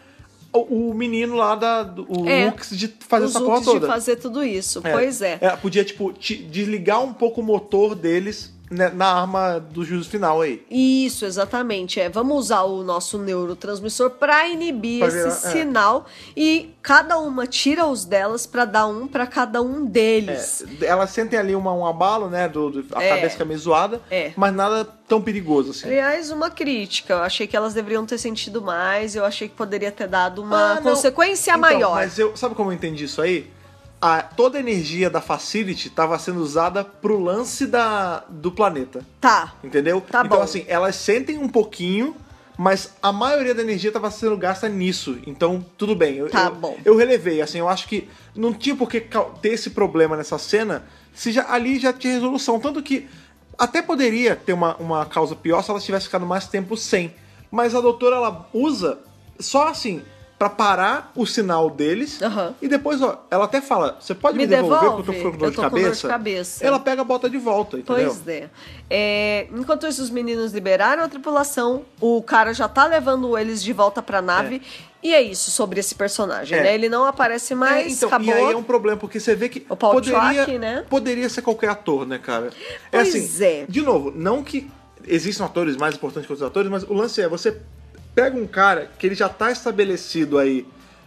A: o, o menino lá da, do, o
B: É.
A: Lux de fazer
B: os
A: essa porra
B: Zooks de
A: toda.
B: fazer tudo isso.
A: É.
B: Pois é.
A: Ela podia, tipo, ti- desligar um pouco o motor deles né, na arma do juízo final aí.
B: Isso, exatamente. É, vamos usar o nosso neurotransmissor para inibir
A: Pra
B: esse
A: virar- é.
B: sinal e cada uma tira os delas para dar um para cada um deles.
A: É, elas sentem ali uma, um abalo, né? Do, do- a
B: É.
A: cabeça fica meio zoada,
B: É.
A: mas nada tão perigoso assim.
B: Aliás, uma crítica. Eu achei que elas deveriam ter sentido mais. Eu achei que poderia ter dado
A: Ah,
B: uma
A: não.
B: consequência
A: Então,
B: maior.
A: Mas eu, sabe como eu entendi isso aí? A- toda a energia da Facility estava sendo usada pro lance da, do planeta.
B: Tá.
A: Entendeu?
B: Tá
A: então,
B: bom.
A: assim, elas sentem um pouquinho, mas a maioria da energia estava sendo gasta nisso. Então, tudo bem. Eu,
B: Tá
A: eu-
B: bom.
A: Eu relevei, assim, eu acho que não tinha por que cau- ter esse problema nessa cena se já, ali já tinha resolução. Tanto que até poderia ter uma, uma causa pior se ela tivesse ficado mais tempo sem. Mas a doutora, ela usa só assim. Pra parar o sinal deles.
B: Aham.
A: E depois, ó, ela até fala: você pode me,
B: Me
A: devolver
B: devolve?
A: porque eu tô com dor,
B: Eu
A: de,
B: tô com dor
A: cabeça.
B: de cabeça.
A: Ela pega e bota de volta, entendeu?
B: Pois é. É, Enquanto isso, os meninos liberaram a tripulação, o cara já tá levando eles de volta pra nave. E é isso sobre esse personagem,
A: É.
B: né? Ele não aparece mais,
A: É, então,
B: acabou.
A: E aí é um problema, porque você vê que
B: O Paul
A: poderia,
B: Track, né?
A: poderia ser qualquer ator, né, cara? É
B: Pois
A: assim,
B: é.
A: de novo, não que existam atores mais importantes que outros atores, mas o lance é, você pega um cara que ele já tá estabelecido aí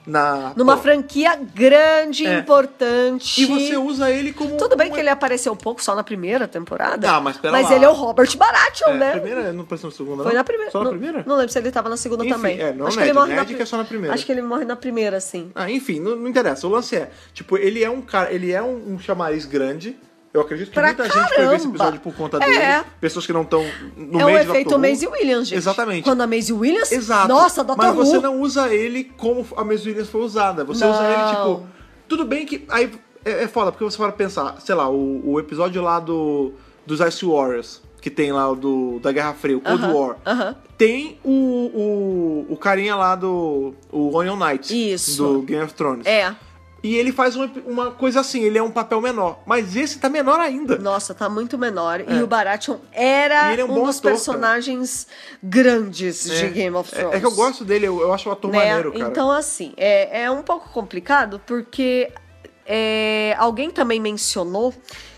A: na...
B: Numa
A: pô,
B: franquia grande,
A: É.
B: importante.
A: E você usa ele como...
B: Tudo bem
A: um-
B: que ele apareceu um pouco só na primeira temporada.
A: Ah, mas pera
B: Mas
A: lá.
B: ele é o Robert Baratheon,
A: É,
B: né?
A: primeira, não apareceu na segunda,
B: Foi
A: não?
B: na primeira.
A: Só na
B: não,
A: primeira?
B: Não lembro se ele tava na segunda
A: Enfim,
B: também.
A: é, não é
B: Acho que ele
A: de
B: morre na
A: médica, é só na primeira.
B: Acho que ele morre na primeira, assim. sim.
A: Ah, enfim, não, não interessa. O lance é, tipo, ele é um cara, ele é um, um chamariz grande. Eu acredito que
B: Pra
A: muita gente foi ver esse
B: caramba.
A: episódio por conta
B: É.
A: dele. Pessoas que não estão no
B: é
A: meio
B: o
A: de Doctor
B: efeito
A: Who.
B: Maisie Williams, gente.
A: Exatamente.
B: Quando a Maisie Williams...
A: Exato.
B: Nossa, Dr.
A: Mas você
B: Who.
A: não usa ele como a Miss Williams foi usada. Você
B: Não.
A: usa ele, tipo. Tudo bem que. Aí é, é foda, porque você para pensar, sei lá, o, o episódio lá do, dos Ice Warriors, que tem lá o do, da Guerra Fria, o Cold
B: Aham,
A: War.
B: aham.
A: Tem o, o, o carinha lá do. O Onion Knight.
B: Isso.
A: Do Game of Thrones.
B: É.
A: E ele faz um- uma coisa assim, ele é um papel menor. Mas esse tá menor ainda.
B: Nossa, tá muito menor.
A: É.
B: E o Baratheon era
A: E ele é um
B: um,
A: bom
B: dos
A: ator,
B: personagens grandes
A: É.
B: de Game of
A: É-
B: Thrones.
A: É, que eu gosto dele, eu, eu acho o ator
B: né?
A: maneiro, cara.
B: Então, assim, é, é um pouco complicado porque é, alguém também mencionou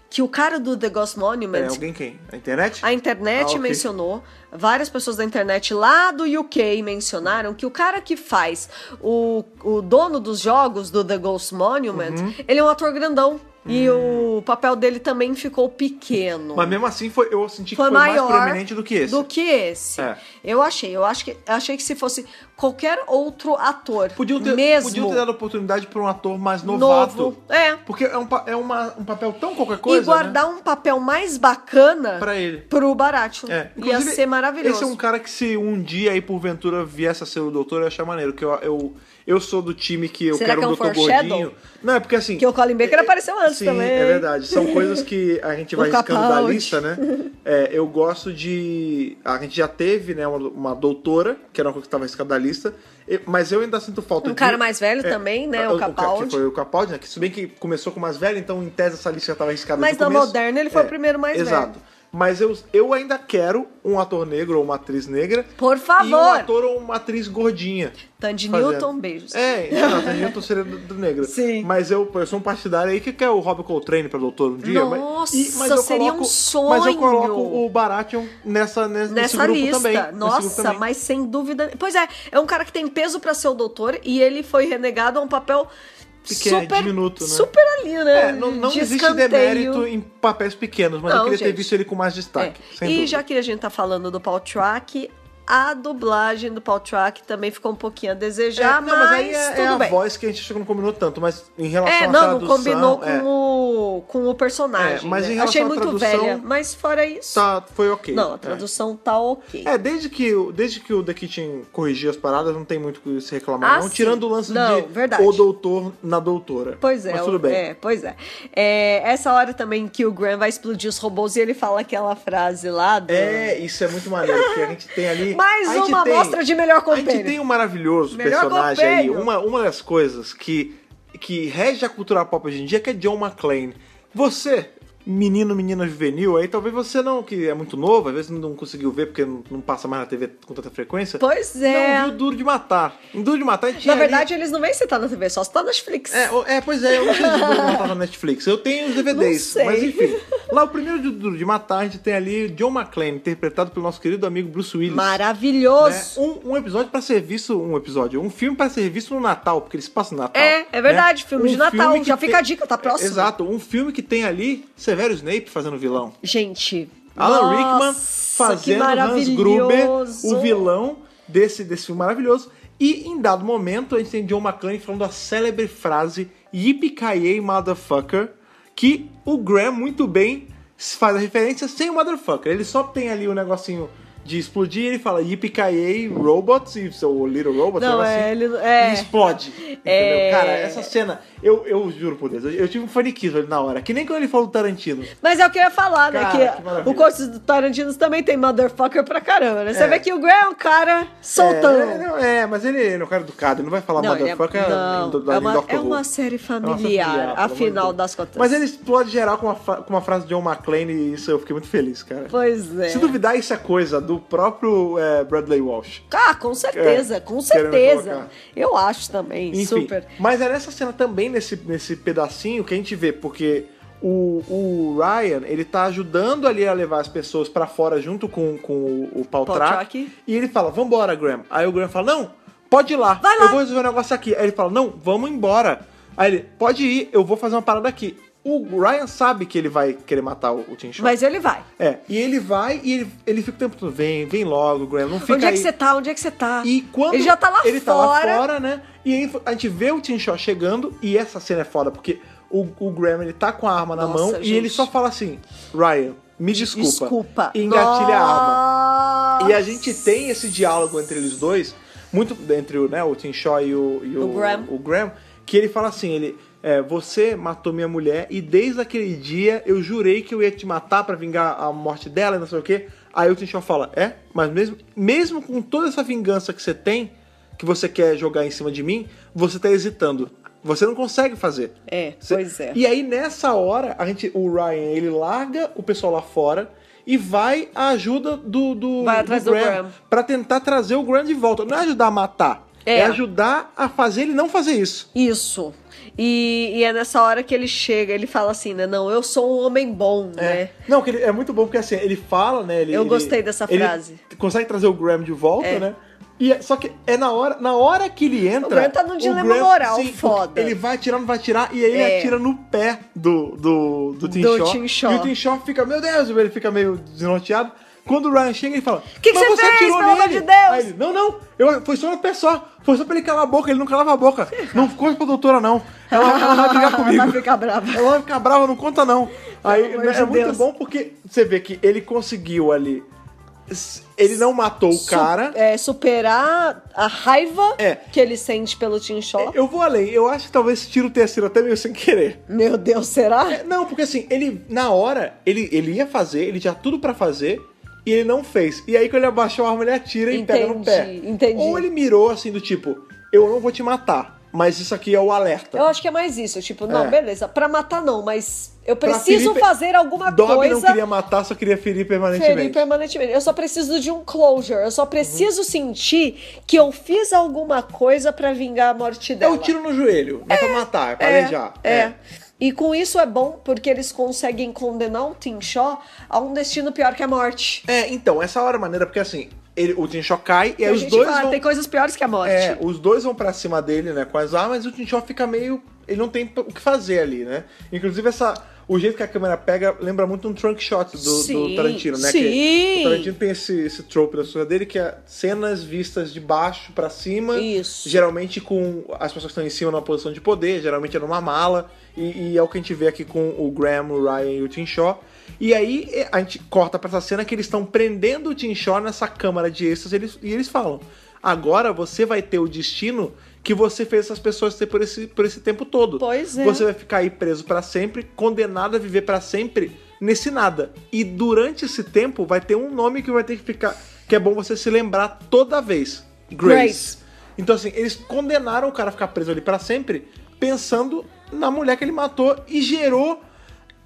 B: que o cara do The Ghost Monument,
A: É, alguém quem? A internet?
B: a internet
A: Ah, ok.
B: mencionou, várias pessoas da internet lá do UK mencionaram que o cara que faz o, o dono dos jogos do The Ghost Monument,
A: Uhum.
B: ele é um ator grandão. E o papel dele também ficou pequeno
A: Hum. Mas mesmo assim, foi, eu senti que foi, mais proeminente do que esse.
B: do que esse.
A: É.
B: Eu achei. Eu acho que achei que se fosse qualquer outro ator,
A: Podiam ter,
B: mesmo
A: podiam ter dado oportunidade pra um ator mais novato.
B: novo, é,
A: Porque é, um, pa- é uma- um papel tão qualquer coisa.
B: e guardar um papel mais bacana
A: né? pra ele.
B: pro Baratheon.
A: É.
B: Ia
A: Inclusive,
B: ser maravilhoso.
A: Esse é um cara que, se um dia aí, porventura, viesse a ser o doutor, eu ia achar maneiro. Que eu, eu, eu sou do time que eu
B: Será
A: quero
B: que é
A: um
B: um
A: doutor
B: foreshadow?
A: gordinho. Não, é porque assim.
B: Que o Colin Baker apareceu antes
A: Sim,
B: também.
A: é verdade. São coisas que a gente vai
B: O
A: riscando da
B: Capaldi.
A: lista, né? É, eu gosto de. A gente já teve, né, uma, uma doutora, que era uma coisa que estava riscada da lista. e- Mas eu ainda sinto falta
B: Um
A: de-
B: cara mais velho
A: É,
B: também, né?
A: ca-
B: O
A: ca- Que
B: Capaldi.
A: foi o Capaldi, né? Que se bem que começou com o mais velho, então em tese essa lista já tava arriscada
B: Mas
A: no
B: na
A: começo. É,
B: moderna ele foi o primeiro mais
A: exato.
B: velho.
A: Mas eu, eu ainda quero um ator negro ou uma atriz negra.
B: Por
A: E um
B: favor.
A: ator ou uma atriz gordinha.
B: Tandy
A: fazendo.
B: Newton, beijos.
A: É, exato. eu tô seria do, do negro.
B: Sim.
A: Mas eu, eu sou um partidário aí que quer o Rob Coltrane pra doutor um dia. mas-
B: Nossa,
A: e- mas eu
B: seria um
A: coloco, Mas eu
B: sonho.
A: coloco o Baratheon nessa, nesse, nesse
B: Nessa
A: grupo
B: lista.
A: também. nesse grupo
B: Nossa,
A: também.
B: mas sem dúvida. Pois é, é um cara que tem peso pra ser o doutor e ele foi renegado a um papel
A: Pequeno,
B: super
A: diminuto, né?
B: super ali, né?
A: É, não, não
B: De
A: existe
B: escanteio.
A: demérito em papéis pequenos, mas eu
B: Não,
A: queria ter
B: gente.
A: visto ele com mais destaque.
B: É.
A: sem
B: E
A: dúvida.
B: já que a gente tá falando do Paul Track, a dublagem do Paul Track também ficou um pouquinho a desejar,
A: É,
B: mas,
A: aí é,
B: tudo
A: é a
B: bem.
A: voz que a gente achou que não combinou tanto, mas em relação
B: É,
A: à
B: não, não
A: tradução...
B: combinou com,
A: é,
B: o, com o personagem.
A: É, mas
B: né?
A: em relação
B: Achei
A: à
B: muito
A: tradução,
B: velha, mas fora isso.
A: tá, foi ok.
B: Não, a
A: é.
B: tradução tá ok.
A: É, desde que, o- desde que o The Kitchen corrigia as paradas, não tem muito o que se reclamar,
B: Ah,
A: não.
B: sim.
A: Tirando o lance
B: Não,
A: de
B: verdade.
A: o doutor na doutora.
B: Pois é,
A: Mas tudo bem.
B: é, pois é. É, Essa hora também que o Graham vai explodir os robôs e ele fala aquela frase lá do.
A: É, isso é muito maneiro, porque a gente tem ali...
B: Mais
A: a gente
B: uma
A: tem-
B: amostra de melhor
A: A gente
B: companheiro.
A: tem um maravilhoso
B: Melhor
A: personagem aí,
B: companheiro.
A: uma, uma das coisas que, que rege a cultura pop hoje em dia, que é John McClane. é Você, menino, menina juvenil, aí talvez você não, que é muito novo, às vezes não conseguiu ver porque não, não passa mais na TV com tanta frequência.
B: Pois é.
A: Não viu Duro de Matar. Em Duro de Matar tinha
B: Na
A: ali-
B: verdade, eles não vêm citar na TV, só se tá na Netflix.
A: É, o- é, pois é, eu não sei se Duro de Matar na Netflix. Eu tenho os DVDs,
B: Não sei.
A: mas enfim. Lá o primeiro de Duro de Matar, a gente tem ali John McClane, interpretado pelo nosso querido amigo Bruce Willis. né?
B: Maravilhoso.
A: Um, um episódio pra ser visto, um episódio, um filme pra ser visto no Natal, porque eles passam no Natal. né? Um
B: É, é verdade, filme de Natal,
A: filme que
B: já fica a dica, tá próximo.
A: Exato, um filme que tem ali Severo Snape fazendo vilão.
B: Gente.
A: né? Alan Rickman
B: nossa, que
A: fazendo Hans Gruber,
B: maravilhoso.
A: o vilão desse, desse filme maravilhoso. E em dado momento, a gente tem John McClane falando a célebre frase Yippee-ki-yay, motherfucker, que o Graham muito bem faz a referência sem o motherfucker. Ele só tem ali o negocinho de explodir, ele fala Yippee-ki-yay, robots, e seu little robot,
B: Não,
A: negócio
B: é,
A: assim,
B: ele- é.
A: e explode. Entendeu?
B: É.
A: Cara, essa cena, eu, eu juro por Deus, eu, eu tive um faniquito ali na hora, que nem quando ele falou do Tarantino.
B: Mas é o que eu ia falar, né?
A: Cara, que
B: que
A: maravilha.
B: o curso do Tarantino também tem motherfucker pra caramba, né? Você
A: É.
B: vê que o Graham é um cara
A: É,
B: soltão.
A: não, é, mas ele, ele é um cara educado, ele não vai falar
B: Não, ele é-
A: motherfucker
B: não,
A: nem do-
B: é
A: nem do
B: uma,
A: Dr.
B: é
A: Who.
B: uma série
A: É uma
B: familiar,
A: pelo amor de
B: afinal
A: Deus.
B: das contas.
A: Mas ele explode geral com uma, fra- com uma frase de John McClane e isso eu fiquei muito feliz, cara.
B: Pois é.
A: Se duvidar, isso é coisa do próprio é, Bradley Walsh.
B: Ah, com certeza,
A: É,
B: com
A: querendo
B: certeza.
A: colocar.
B: Eu acho também,
A: Enfim,
B: super.
A: Mas é nessa cena também, nesse, nesse pedacinho, que a gente vê, porque o, o Ryan, ele tá ajudando ali a levar as pessoas pra fora junto com, com o, o Paul
B: Paul
A: Track,
B: Track.
A: E ele fala, vambora, Graham. Aí o Graham fala, não, pode ir lá.
B: Vai lá.
A: Eu vou resolver um negócio aqui. Aí ele fala, não, vamos embora. Aí ele, pode ir, eu vou fazer uma parada aqui. O Ryan sabe que ele vai querer matar o, o Tim Shaw.
B: Mas ele vai.
A: É, e ele vai e ele, ele fica o tempo todo, vem, vem logo, Graham, não fica
B: Onde é que
A: aí."
B: você tá? Onde é que você tá?
A: E quando
B: ele já tá lá
A: ele tá lá
B: fora.
A: fora, né? E aí a gente vê o Tim Shaw chegando e essa cena é foda porque o, o Graham ele tá com a arma na
B: Nossa,
A: mão e
B: gente.
A: ele só fala assim: "Ryan, me desculpa".
B: Desculpa.
A: E engatilha a arma.
B: arma.
A: E a gente tem esse diálogo entre eles dois, muito entre o, né, o Tim Shaw e o, e
B: O Graham.
A: o Graham, que ele fala assim, ele... é, você matou minha mulher e desde aquele dia eu jurei que eu ia te matar pra vingar a morte dela e não sei o quê. Aí o Tim Shaw fala, é, mas mesmo, mesmo com toda essa vingança que você tem, que você quer jogar em cima de mim, você tá hesitando. Você não consegue fazer.
B: É,
A: Cê-
B: pois é.
A: E aí, nessa hora, a gente, o Ryan, ele larga o pessoal lá fora e vai à ajuda do, do,
B: Vai atrás do Graham.
A: Pra tentar trazer o Graham de volta. Não é ajudar a matar. É.
B: É.
A: ajudar a fazer ele não fazer isso.
B: Isso. E, e é nessa hora que ele chega, ele fala assim, né? Não, eu sou um homem bom, né?
A: Não, que ele, é muito bom porque assim, ele fala, né? ele-
B: Eu
A: ele-
B: gostei dessa
A: ele
B: frase.
A: Consegue trazer o Graham de volta, né? E é- só que é na hora, na hora que ele entra.
B: Graham tá num dilema moral foda.
A: Ele vai atirar, não vai atirar, e aí ele
B: É.
A: atira no pé do, do, do, Tim,
B: Do
A: Shaw,
B: Tim Shaw.
A: E o Tim Shaw fica, meu Deus, ele fica meio desnorteado. Quando o Ryan chega, ele fala:
B: Que que
A: "Mas
B: você fez,
A: atirou
B: pelo amor
A: nele?"
B: de Deus?
A: Aí ele, não, não, eu, foi só no pé só. Foi só pra ele calar a boca, ele não calava a boca. Não conta pra doutora, não. Ela, ela vai brigar comigo.
B: Vai ficar brava.
A: Ela vai ficar brava, não conta não. Aí
B: amor
A: né,
B: de
A: é muito
B: Deus.
A: bom porque você vê que ele conseguiu ali. s- Ele não matou o
B: Su-
A: cara.
B: é, superar a raiva
A: É.
B: que ele sente pelo Tim Shaw.
A: Eu vou além, eu acho que talvez esse tiro tenha sido até meio sem querer.
B: Meu Deus, será?
A: É, Não, porque assim, ele, na hora, ele, ele ia fazer, ele tinha tudo pra fazer, e ele não fez. E aí quando ele abaixou a arma, ele atira e pega no
B: Entendi,
A: pé.
B: entendi.
A: Ou ele mirou assim, do tipo, eu não vou te matar, mas isso aqui é o alerta.
B: Eu acho que é mais isso, tipo, não,
A: É.
B: beleza, pra matar não, mas eu
A: Pra
B: preciso
A: Felipe-
B: fazer alguma
A: Dobby
B: coisa.
A: não queria matar, só queria ferir permanentemente.
B: Ferir permanentemente. Eu só preciso de um closure. Eu só
A: Uhum.
B: preciso sentir que eu fiz alguma coisa pra vingar a morte
A: É
B: dela.
A: o tiro no joelho, não é pra matar, é pra
B: É,
A: aleijar.
B: é. E com isso é bom porque eles conseguem condenar o Tim Shaw a um destino pior que a morte.
A: É, então, essa hora é maneira, porque assim, ele, o Tinshaw cai e aí
B: E a
A: É, os
B: gente
A: dois.
B: fala,
A: vão,
B: tem coisas piores que a morte.
A: é, os dois vão pra cima dele, né, com as armas, e o Tinshaw fica meio. Ele não tem o que fazer ali, né? Inclusive, essa, o jeito que a câmera pega lembra muito um trunk shot do, do
B: Sim,
A: Tarantino, né? Que
B: sim.
A: o Tarantino tem esse, esse trope da sua dele que é cenas vistas de baixo pra cima.
B: Isso.
A: Geralmente com as pessoas que estão em cima numa posição de poder, geralmente é numa mala, e, e é o que a gente vê aqui com o Graham, o Ryan e o Tim Shaw. E aí é, a gente corta pra essa cena que eles estão prendendo o Tim Shaw nessa câmara de êxtase e eles, e eles falam: agora você vai ter o destino que você fez essas pessoas ter por esse, por esse tempo todo.
B: Pois é.
A: Você vai ficar aí preso pra sempre, condenado a viver pra sempre nesse nada. E durante esse tempo vai ter um nome que vai ter que ficar. Que é bom você se lembrar toda vez. Grace.
B: Grace.
A: Então, assim, eles condenaram o cara a ficar preso ali pra sempre, pensando na mulher que ele matou e gerou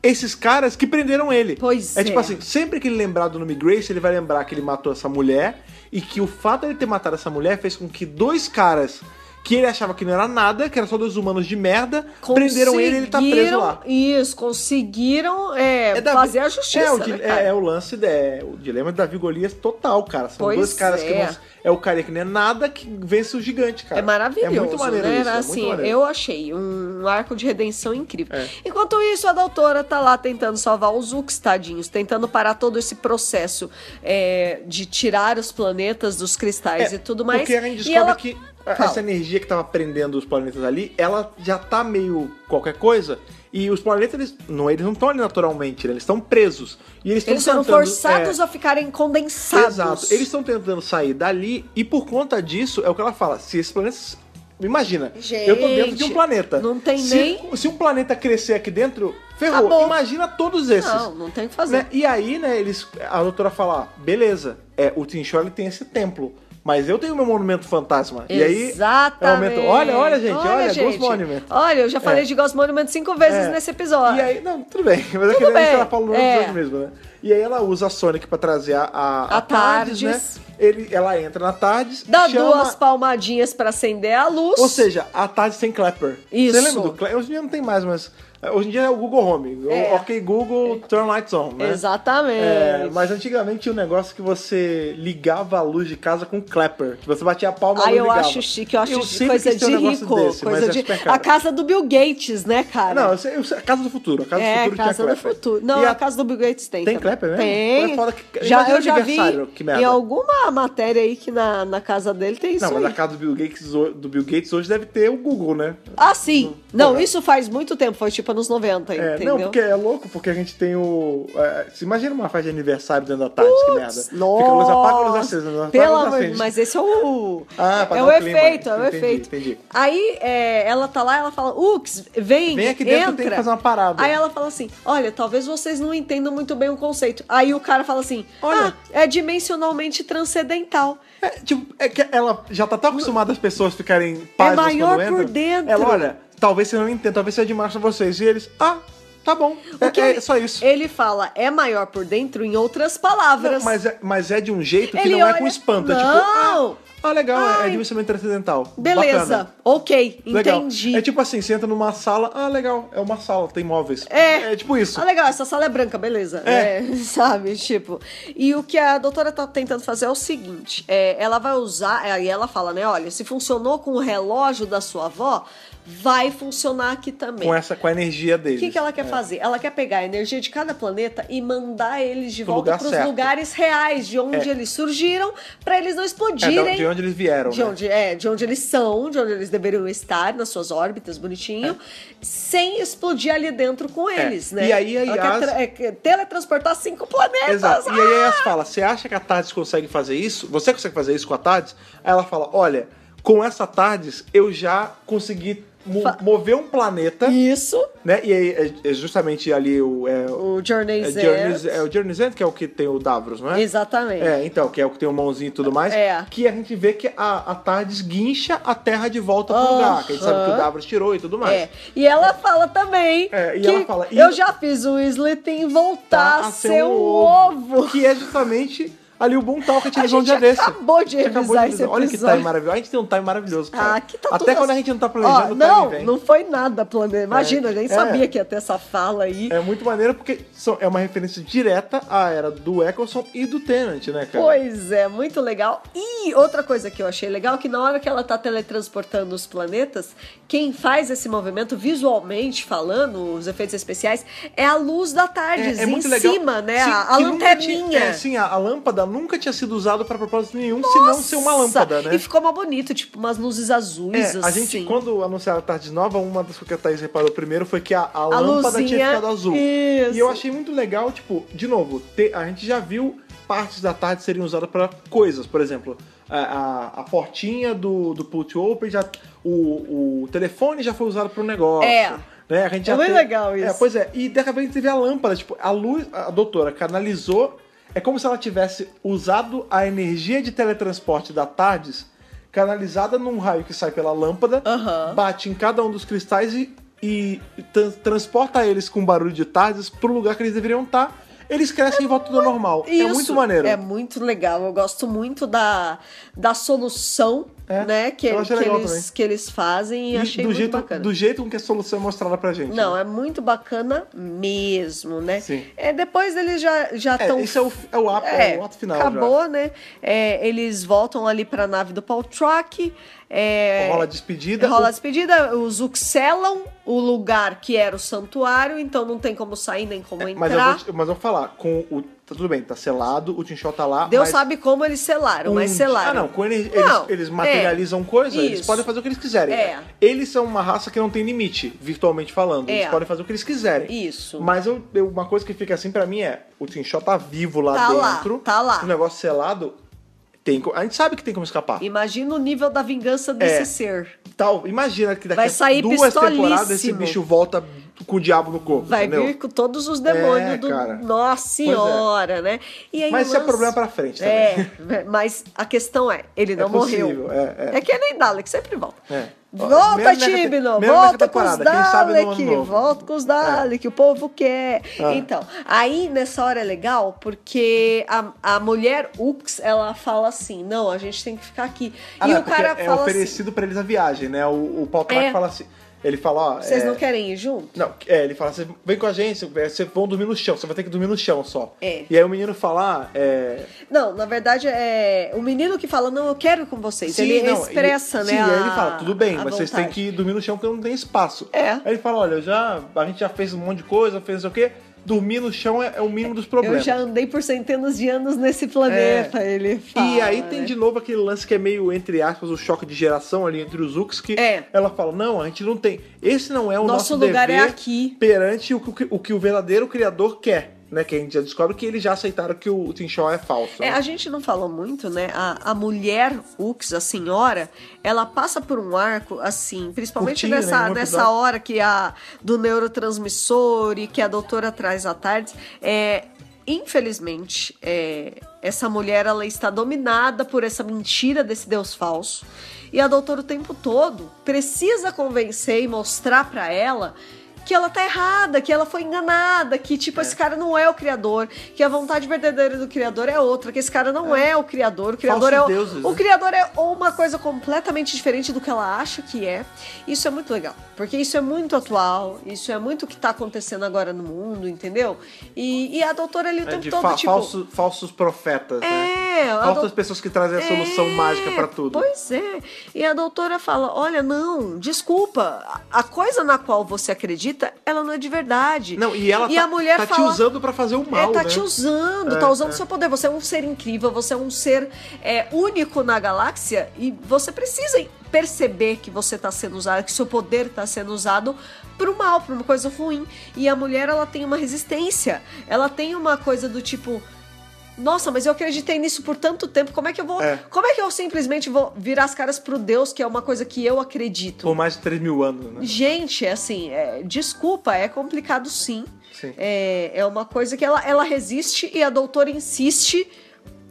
A: esses caras que prenderam ele.
B: Pois
A: é.
B: é.
A: tipo assim, sempre que ele lembrar do nome Grace, ele vai lembrar que ele matou essa mulher e que o fato de ele ter matado essa mulher fez com que dois caras que ele achava que não era nada, que eram só dois humanos de merda, prenderam ele e ele tá preso lá.
B: Conseguiram- Isso, conseguiram é,
A: É da-
B: fazer a justiça.
A: É, o,
B: né,
A: di-
B: cara?
A: é, é o lance, da- é, o dilema da Vigolias total, cara. São
B: Pois
A: dois caras que
B: é.
A: não. É o carinha que não é nada que vence o gigante, cara.
B: É maravilhoso.
A: É muito maneiro
B: né?
A: isso. é muito
B: assim,
A: maneiro.
B: eu achei um arco de redenção incrível.
A: É.
B: Enquanto isso, a doutora tá lá tentando salvar os Ux, tadinhos, tentando parar todo esse processo é, de tirar os planetas dos cristais
A: É,
B: e tudo mais.
A: Porque a gente
B: e
A: descobre
B: ela...
A: que a-
B: Fala.
A: essa energia que tava prendendo os planetas ali, ela já tá meio qualquer coisa. E os planetas, eles não eles não estão ali naturalmente, né? eles estão presos. E eles, tão
B: Eles foram
A: tá tentando,
B: forçados
A: é,
B: a ficarem condensados.
A: Exato. Eles estão tentando sair dali e por conta disso, é o que ela fala, se esses planetas... Imagina, eu tô dentro de um
B: Gente,
A: planeta.
B: não tem
A: se,
B: nem-
A: Se um planeta crescer aqui dentro, ferrou.
B: Acabou.
A: Imagina todos esses.
B: Não, não tem o que fazer.
A: Né? E aí, né, eles, a doutora fala, ah, beleza, é, o Tinchó ele tem esse templo, mas eu tenho meu monumento fantasma. E aí, é o
B: Exatamente.
A: momento, olha, olha, gente, olha, Ghost Monument.
B: Olha, eu já falei
A: É.
B: de Ghost Monument cinco vezes
A: É.
B: nesse episódio.
A: E aí, não, tudo bem, mas é que nem
B: Tudo bem,
A: ela falou no
B: é.
A: episódio mesmo, né? E aí ela usa a Sonic pra trazer a, a,
B: A Tardes.
A: né? Ele, ela entra na Tardes,
B: Dá
A: chama...
B: duas palmadinhas pra acender a luz.
A: Ou seja, a Tardes tem Clapper.
B: Isso.
A: Você lembra do Clapper? Hoje em dia não tem mais, mas... Hoje em dia é o Google Home.
B: É.
A: O ok Google, turn lights on, né?
B: Exatamente.
A: É, mas antigamente tinha um negócio que você ligava a luz de casa com clapper. Que você batia a palma
B: Aí
A: e
B: eu
A: ligava.
B: acho chique, eu acho
A: sempre
B: coisa
A: quis ter
B: de
A: um negócio
B: rico.
A: desse, mas
B: coisa
A: é
B: de...
A: super caro.
B: A casa do Bill Gates, né, cara?
A: Não, eu sei- eu sei- a Casa do Futuro. A Casa do
B: é,
A: Futuro
B: casa
A: tinha
B: do
A: clapper.
B: futuro. Não,
A: E
B: a casa do Bill Gates tem.
A: Tem
B: também.
A: clapper mesmo?
B: Tem.
A: É foda que-
B: já,
A: Imagina
B: eu já vi
A: aniversário, que merda.
B: em alguma matéria aí que na, na casa dele tem isso
A: Não, mas
B: aí.
A: a casa do Bill, Gates, ho- do Bill Gates hoje deve ter o Google, né?
B: Ah, sim. Não,
A: Porra.
B: isso faz muito tempo. Foi tipo anos 90,
A: É,
B: entendeu?
A: não, porque é louco, porque a gente tem o. é, se imagina uma festa de aniversário dentro da tarde, que merda.
B: Nossa.
A: Fica a luz apaga, a luz acesa. a luz apaga, a
B: Pelo
A: luz
B: amor
A: acende.
B: mas esse é o.
A: Ah, pra
B: é
A: dar
B: o
A: o clima.
B: efeito, é o
A: Entendi,
B: efeito.
A: entendi.
B: Aí é, ela tá lá, ela fala, Ux, vem.
A: Vem aqui dentro,
B: entra.
A: tem que fazer uma parada.
B: Aí ela fala assim: olha, talvez vocês não entendam muito bem o conceito. Aí o cara fala assim:
A: Olha.
B: ah, é dimensionalmente transcendental.
A: É, tipo, é que ela já tá tão acostumada as pessoas ficarem pais
B: É maior
A: quando
B: por
A: entram.
B: dentro.
A: Ela, olha, talvez você não entenda, talvez seja demais pra vocês. E eles, ah, tá bom.
B: O
A: É,
B: que
A: é
B: ele-
A: só isso.
B: Ele fala, é maior por dentro, em outras
A: Não,
B: palavras.
A: mas, é, mas é de um jeito que
B: Ele
A: não é
B: olha-
A: com espanto. É tipo,
B: Não!
A: ah, ah, legal, é- é
B: Ai.
A: dimensionamento transcendental.
B: Beleza,
A: Bacana.
B: ok,
A: Legal.
B: entendi.
A: É tipo assim, você entra numa sala, ah, legal, é uma sala, tem móveis.
B: É.
A: tipo isso.
B: Ah, legal, essa sala é branca, beleza.
A: É.
B: É, sabe, tipo. E o que a doutora tá tentando fazer é o seguinte: é, ela vai usar, aí ela fala, né? Olha, se funcionou com o relógio da sua avó, vai funcionar aqui também.
A: Com, essa, com a energia
B: O
A: deles. É,
B: que, que ela quer fazer? Ela quer pegar a energia de cada planeta e mandar eles de
A: Pro
B: volta
A: lugar
B: para os
A: certo.
B: lugares reais, de onde eles surgiram, para eles não
A: É,
B: explodirem.
A: de- de onde eles vieram,
B: De
A: né?
B: onde, é, de onde eles são, de onde eles deveriam estar, nas suas órbitas, bonitinho, sem explodir ali dentro com eles, né?
A: É. E aí, aí,
B: Ela
A: as-
B: quer tra- é, quer teletransportar cinco planetas.
A: Exato. E
B: Ah!
A: aí elas falam, você acha que a Tardes consegue fazer isso? Você consegue fazer isso com a Tardes? Aí ela fala, olha, com essa Tardes eu já consegui mo-
B: Fa-
A: mover um planeta,
B: Ah, Isso,
A: né? E aí é, é justamente ali o... É,
B: o Journey's
A: é
B: End.
A: Journey's- é o Journey's End, que é o que tem o Davros, não é?
B: Exatamente.
A: É, então, que é o que tem o mãozinho e tudo mais.
B: É.
A: Que a gente vê que a, a Tardes guincha a Terra de volta pro
B: Aham.
A: lugar. Que a gente sabe que o Davros tirou e tudo mais.
B: É. E ela fala também
A: É, e
B: que
A: ela fala, e-
B: eu já fiz o Slytherin voltar
A: Tá
B: a ser um ovo.
A: Que é justamente ali o bom tal que a gente
B: A
A: revisou um
B: gente
A: dia desse.
B: acabou de
A: A gente acabou
B: revisar esse
A: Olha que
B: episódio.
A: time maravilhoso. A gente tem um time maravilhoso, cara.
B: Aqui tá
A: Até
B: tudo
A: quando a
B: assim.
A: gente não tá
B: Ó,
A: planejando, o
B: Não,
A: time vem.
B: não foi nada planejado. Imagina, a gente
A: É.
B: sabia que ia ter essa fala aí.
A: É muito maneiro porque são- é uma referência direta à era do Eccleston e do Tennant, né, cara?
B: Pois é, muito legal. E outra coisa que eu achei legal, que na hora que ela tá teletransportando os planetas, quem faz esse movimento visualmente falando, os efeitos especiais, é a luz da tarde,
A: É, é
B: em
A: muito legal.
B: cima, né?
A: Sim,
B: a a
A: que nunca tinha-
B: lanterninha.
A: é, sim, a, a lâmpada nunca tinha sido usada pra propósito nenhum, senão ser uma lâmpada, né?
B: E ficou mal bonito, tipo umas luzes
A: É,
B: azuis, assim.
A: a gente, quando anunciaram a tarde nova, uma das coisas que a Thaís reparou primeiro foi que a, a lâmpada
B: luzinha,
A: tinha ficado azul.
B: isso.
A: E eu achei muito legal, tipo, de novo, ter- a gente já viu partes da tarde serem usadas pra coisas, por exemplo, a, a- a portinha do, do Put Open, já, o, o telefone já foi usado para um negócio.
B: É.
A: Né? A gente já
B: É muito
A: teve-
B: legal isso.
A: É, pois é, e de repente teve a lâmpada, tipo, a luz, a doutora canalizou. É como se ela tivesse usado a energia de teletransporte da Tardes, canalizada num raio que sai pela lâmpada,
B: Aham.
A: bate em cada um dos cristais e e trans- transporta eles com barulho de tardes pro lugar que eles deveriam estar, eles crescem em volta do normal. é
B: Isso,
A: muito maneiro.
B: É muito legal. Eu gosto muito da, da solução,
A: É,
B: né? Que,
A: eu achei
B: que
A: legal
B: eles,
A: também.
B: que eles fazem e,
A: E
B: achei
A: do
B: muito
A: jeito,
B: bacana.
A: Do jeito com que a solução é mostrada pra gente.
B: Não,
A: né?
B: é muito bacana mesmo, né?
A: Sim.
B: É, depois eles já já
A: É,
B: estão.
A: esse é o, é o, ato, é, o ato final. já.
B: Acabou, né? É, eles voltam ali pra nave do Paul Truck. É,
A: Rola a despedida.
B: Rola a
A: o-
B: despedida, os uxelam o lugar que era o santuário, então não tem como sair nem como entrar.
A: É, Mas eu, vou, te- mas eu vou falar, com o, tá tudo bem, tá selado, o Tinchó tá lá.
B: Deus
A: mas
B: sabe como eles selaram, mas
A: um-
B: selaram.
A: Ah, não, com eles,
B: Não, é.
A: eles, eles materializam coisa, eles
B: Isso.
A: podem fazer o que eles quiserem.
B: É.
A: Eles são uma raça que não tem limite, virtualmente falando.
B: É.
A: Eles podem fazer o que eles quiserem.
B: Isso.
A: Mas eu, eu- uma coisa que fica assim pra mim é: o Tinchó tá vivo lá
B: Tá lá,
A: dentro.
B: tá lá.
A: O negócio selado. Tem, co- a gente sabe que tem como escapar.
B: Imagina o nível da vingança desse
A: É.
B: ser.
A: Tal, imagina que daqui
B: Vai
A: a
B: sair
A: duas temporadas esse
B: pistolíssimo.
A: bicho volta com o diabo no corpo,
B: Vai
A: entendeu?
B: vir com todos os demônios
A: É,
B: do
A: cara. é.
B: Nossa Senhora, né? E aí
A: Mas
B: o
A: isso é
B: lance-
A: problema pra frente também.
B: É, mas a questão é, ele não
A: possível,
B: morreu.
A: é, é.
B: que nem Dalek, sempre volta.
A: É. Mesmo
B: Volta,
A: nessa te-
B: Tibno!
A: mesmo nessa
B: Volta com os
A: temporada, quem sabe no ano
B: Dalek!
A: novo. É.
B: Volta com os Dalek, o povo quer.
A: Ah.
B: Então, aí nessa hora é legal porque a, a mulher Ux, ela fala assim: não, a gente tem que ficar aqui.
A: Ah,
B: e
A: não,
B: o
A: porque
B: cara
A: é
B: fala assim:
A: oferecido pra eles a viagem, né? O, o Paul Clark
B: É.
A: fala assim. Ele fala, ó.
B: vocês
A: é,
B: não querem ir junto?
A: Não, é, ele fala, "Cê vem com a gente, vocês vão dormir no chão, você vai ter que dormir no chão só.
B: É.
A: E aí o menino fala, ah, é.
B: Não, na verdade é o menino que fala, não, eu quero ir com vocês.
A: sim,
B: ele
A: não,
B: expressa,
A: ele-
B: né?
A: Sim,
B: a-
A: aí ele fala, tudo bem,
B: a
A: mas vocês têm
B: vontade.
A: que dormir no chão porque não tem espaço.
B: É.
A: Aí ele fala, olha, eu já, a gente já fez um monte de coisa, fez não sei o quê, dormir no chão é, é o mínimo dos
B: Eu
A: problemas.
B: já andei por centenas de anos nesse planeta, ele fala.
A: É. E aí tem
B: né?
A: de novo aquele lance que é meio, entre aspas, o choque de geração ali entre os Uks, que
B: É.
A: ela fala, não, a gente não tem. Esse não é o
B: Nosso
A: nosso,
B: lugar é
A: dever
B: aqui."
A: perante o que, o que o verdadeiro criador quer, né? Que a gente já descobre que eles já aceitaram que o Tim Shaw é falso.
B: É,
A: né?
B: a gente não falou muito, né? A, a mulher Ux, a senhora, ela passa por um arco, assim, principalmente
A: Curtinho,
B: nessa,
A: né? Um
B: nessa
A: episódio.
B: hora que a do neurotransmissor e que a doutora traz à tarde. É, infelizmente, é, essa mulher ela está dominada por essa mentira desse Deus falso. E a doutora o tempo todo precisa convencer e mostrar pra ela que ela tá errada, que ela foi enganada, que tipo esse cara não é o criador, que a vontade verdadeira do criador é outra, que esse cara não é, o criador, o criador é o,
A: Falsos deuses,
B: o
A: né?
B: criador é uma coisa completamente diferente do que ela acha que é. Isso é muito legal, porque isso é muito atual, isso é muito o que tá acontecendo agora no mundo, entendeu? E, e a doutora ali o
A: É,
B: tempo
A: de
B: todo
A: fa-
B: tipo
A: falso- falsos profetas,
B: É,
A: né?
B: a
A: Falsas
B: do-
A: pessoas que trazem a solução
B: é,
A: mágica pra tudo.
B: Pois é. E a doutora fala: olha, não, desculpa. A a coisa na qual você acredita, ela não é de verdade.
A: Não, e ela tá,
B: a mulher
A: tá
B: fala,
A: te usando pra fazer o mal,
B: É, tá
A: né?
B: te usando,
A: É,
B: tá usando
A: é.
B: seu poder. Você é um ser incrível, você é um ser é, único na galáxia e você precisa perceber que você tá sendo usado, que seu poder tá sendo usado pro mal, pra uma coisa ruim. E a mulher, ela tem uma resistência. Ela tem uma coisa do tipo. Nossa, mas eu acreditei nisso por tanto tempo. Como é que eu vou.
A: É.
B: Como é que eu simplesmente vou virar as caras pro Deus, que é uma coisa que eu acredito?
A: Por mais de 3 mil anos, né?
B: Gente, assim, é, desculpa, é complicado sim.
A: Sim.
B: É, é uma coisa que ela, ela resiste e a doutora insiste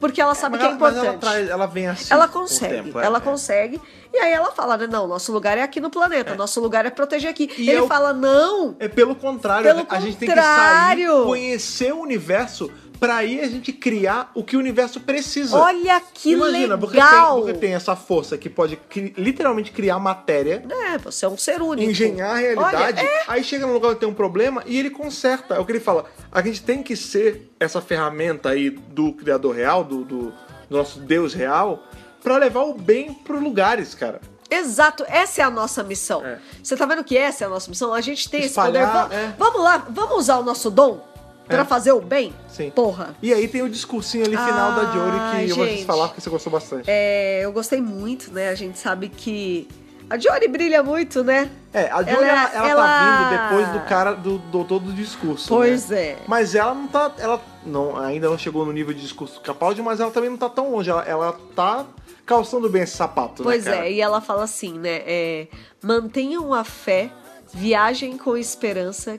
B: porque ela sabe
A: Mas
B: que é
A: ela, mas
B: importante.
A: ela, traz, ela vem assim.
B: Ela
A: com o
B: consegue,
A: tempo, é,
B: ela
A: é.
B: consegue. E aí ela fala, né? Não, nosso lugar é aqui no planeta, nosso lugar é proteger aqui.
A: E
B: Ele
A: eu-
B: fala, não,
A: É pelo contrário,
B: Pelo
A: a gente tem que sair,
B: contrário.
A: conhecer o universo, pra aí a gente criar o que o universo precisa.
B: olha que
A: Imagina, Porque, tem,
B: legal.
A: porque tem essa força que pode cri- literalmente criar matéria,
B: É, você é um ser único.
A: engenhar a
B: Olha, é,
A: realidade, aí chega num lugar onde tem um problema e ele conserta. É o que ele fala. A gente tem que ser essa ferramenta aí do criador real, do, do nosso Deus real, pra levar o bem pros lugares, cara.
B: Exato, essa é a nossa missão.
A: É.
B: Você tá vendo que essa é a nossa missão? A gente tem esse
A: Espalhar,
B: poder. Va-
A: é.
B: Vamos lá, vamos usar o nosso dom pra
A: É.
B: fazer o bem?
A: Sim.
B: Porra.
A: E aí tem o discursinho ali final da Jory
B: Ai,
A: que eu vou te
B: gente.
A: falar porque você gostou bastante.
B: É, eu gostei muito, né? A gente sabe que a Jory brilha muito, né?
A: É, a Jory,
B: Ela-
A: ela, ela
B: ela-
A: tá vindo depois do cara, do doutor do discurso,
B: Pois
A: né?
B: é.
A: Mas ela não tá, ela não, ainda não chegou no nível de discurso do Capaldi, mas ela também não tá tão longe, ela, ela tá calçando bem esse sapato,
B: Pois
A: né, cara?
B: é, e ela fala assim, né? É, mantenham a fé, viajem com esperança,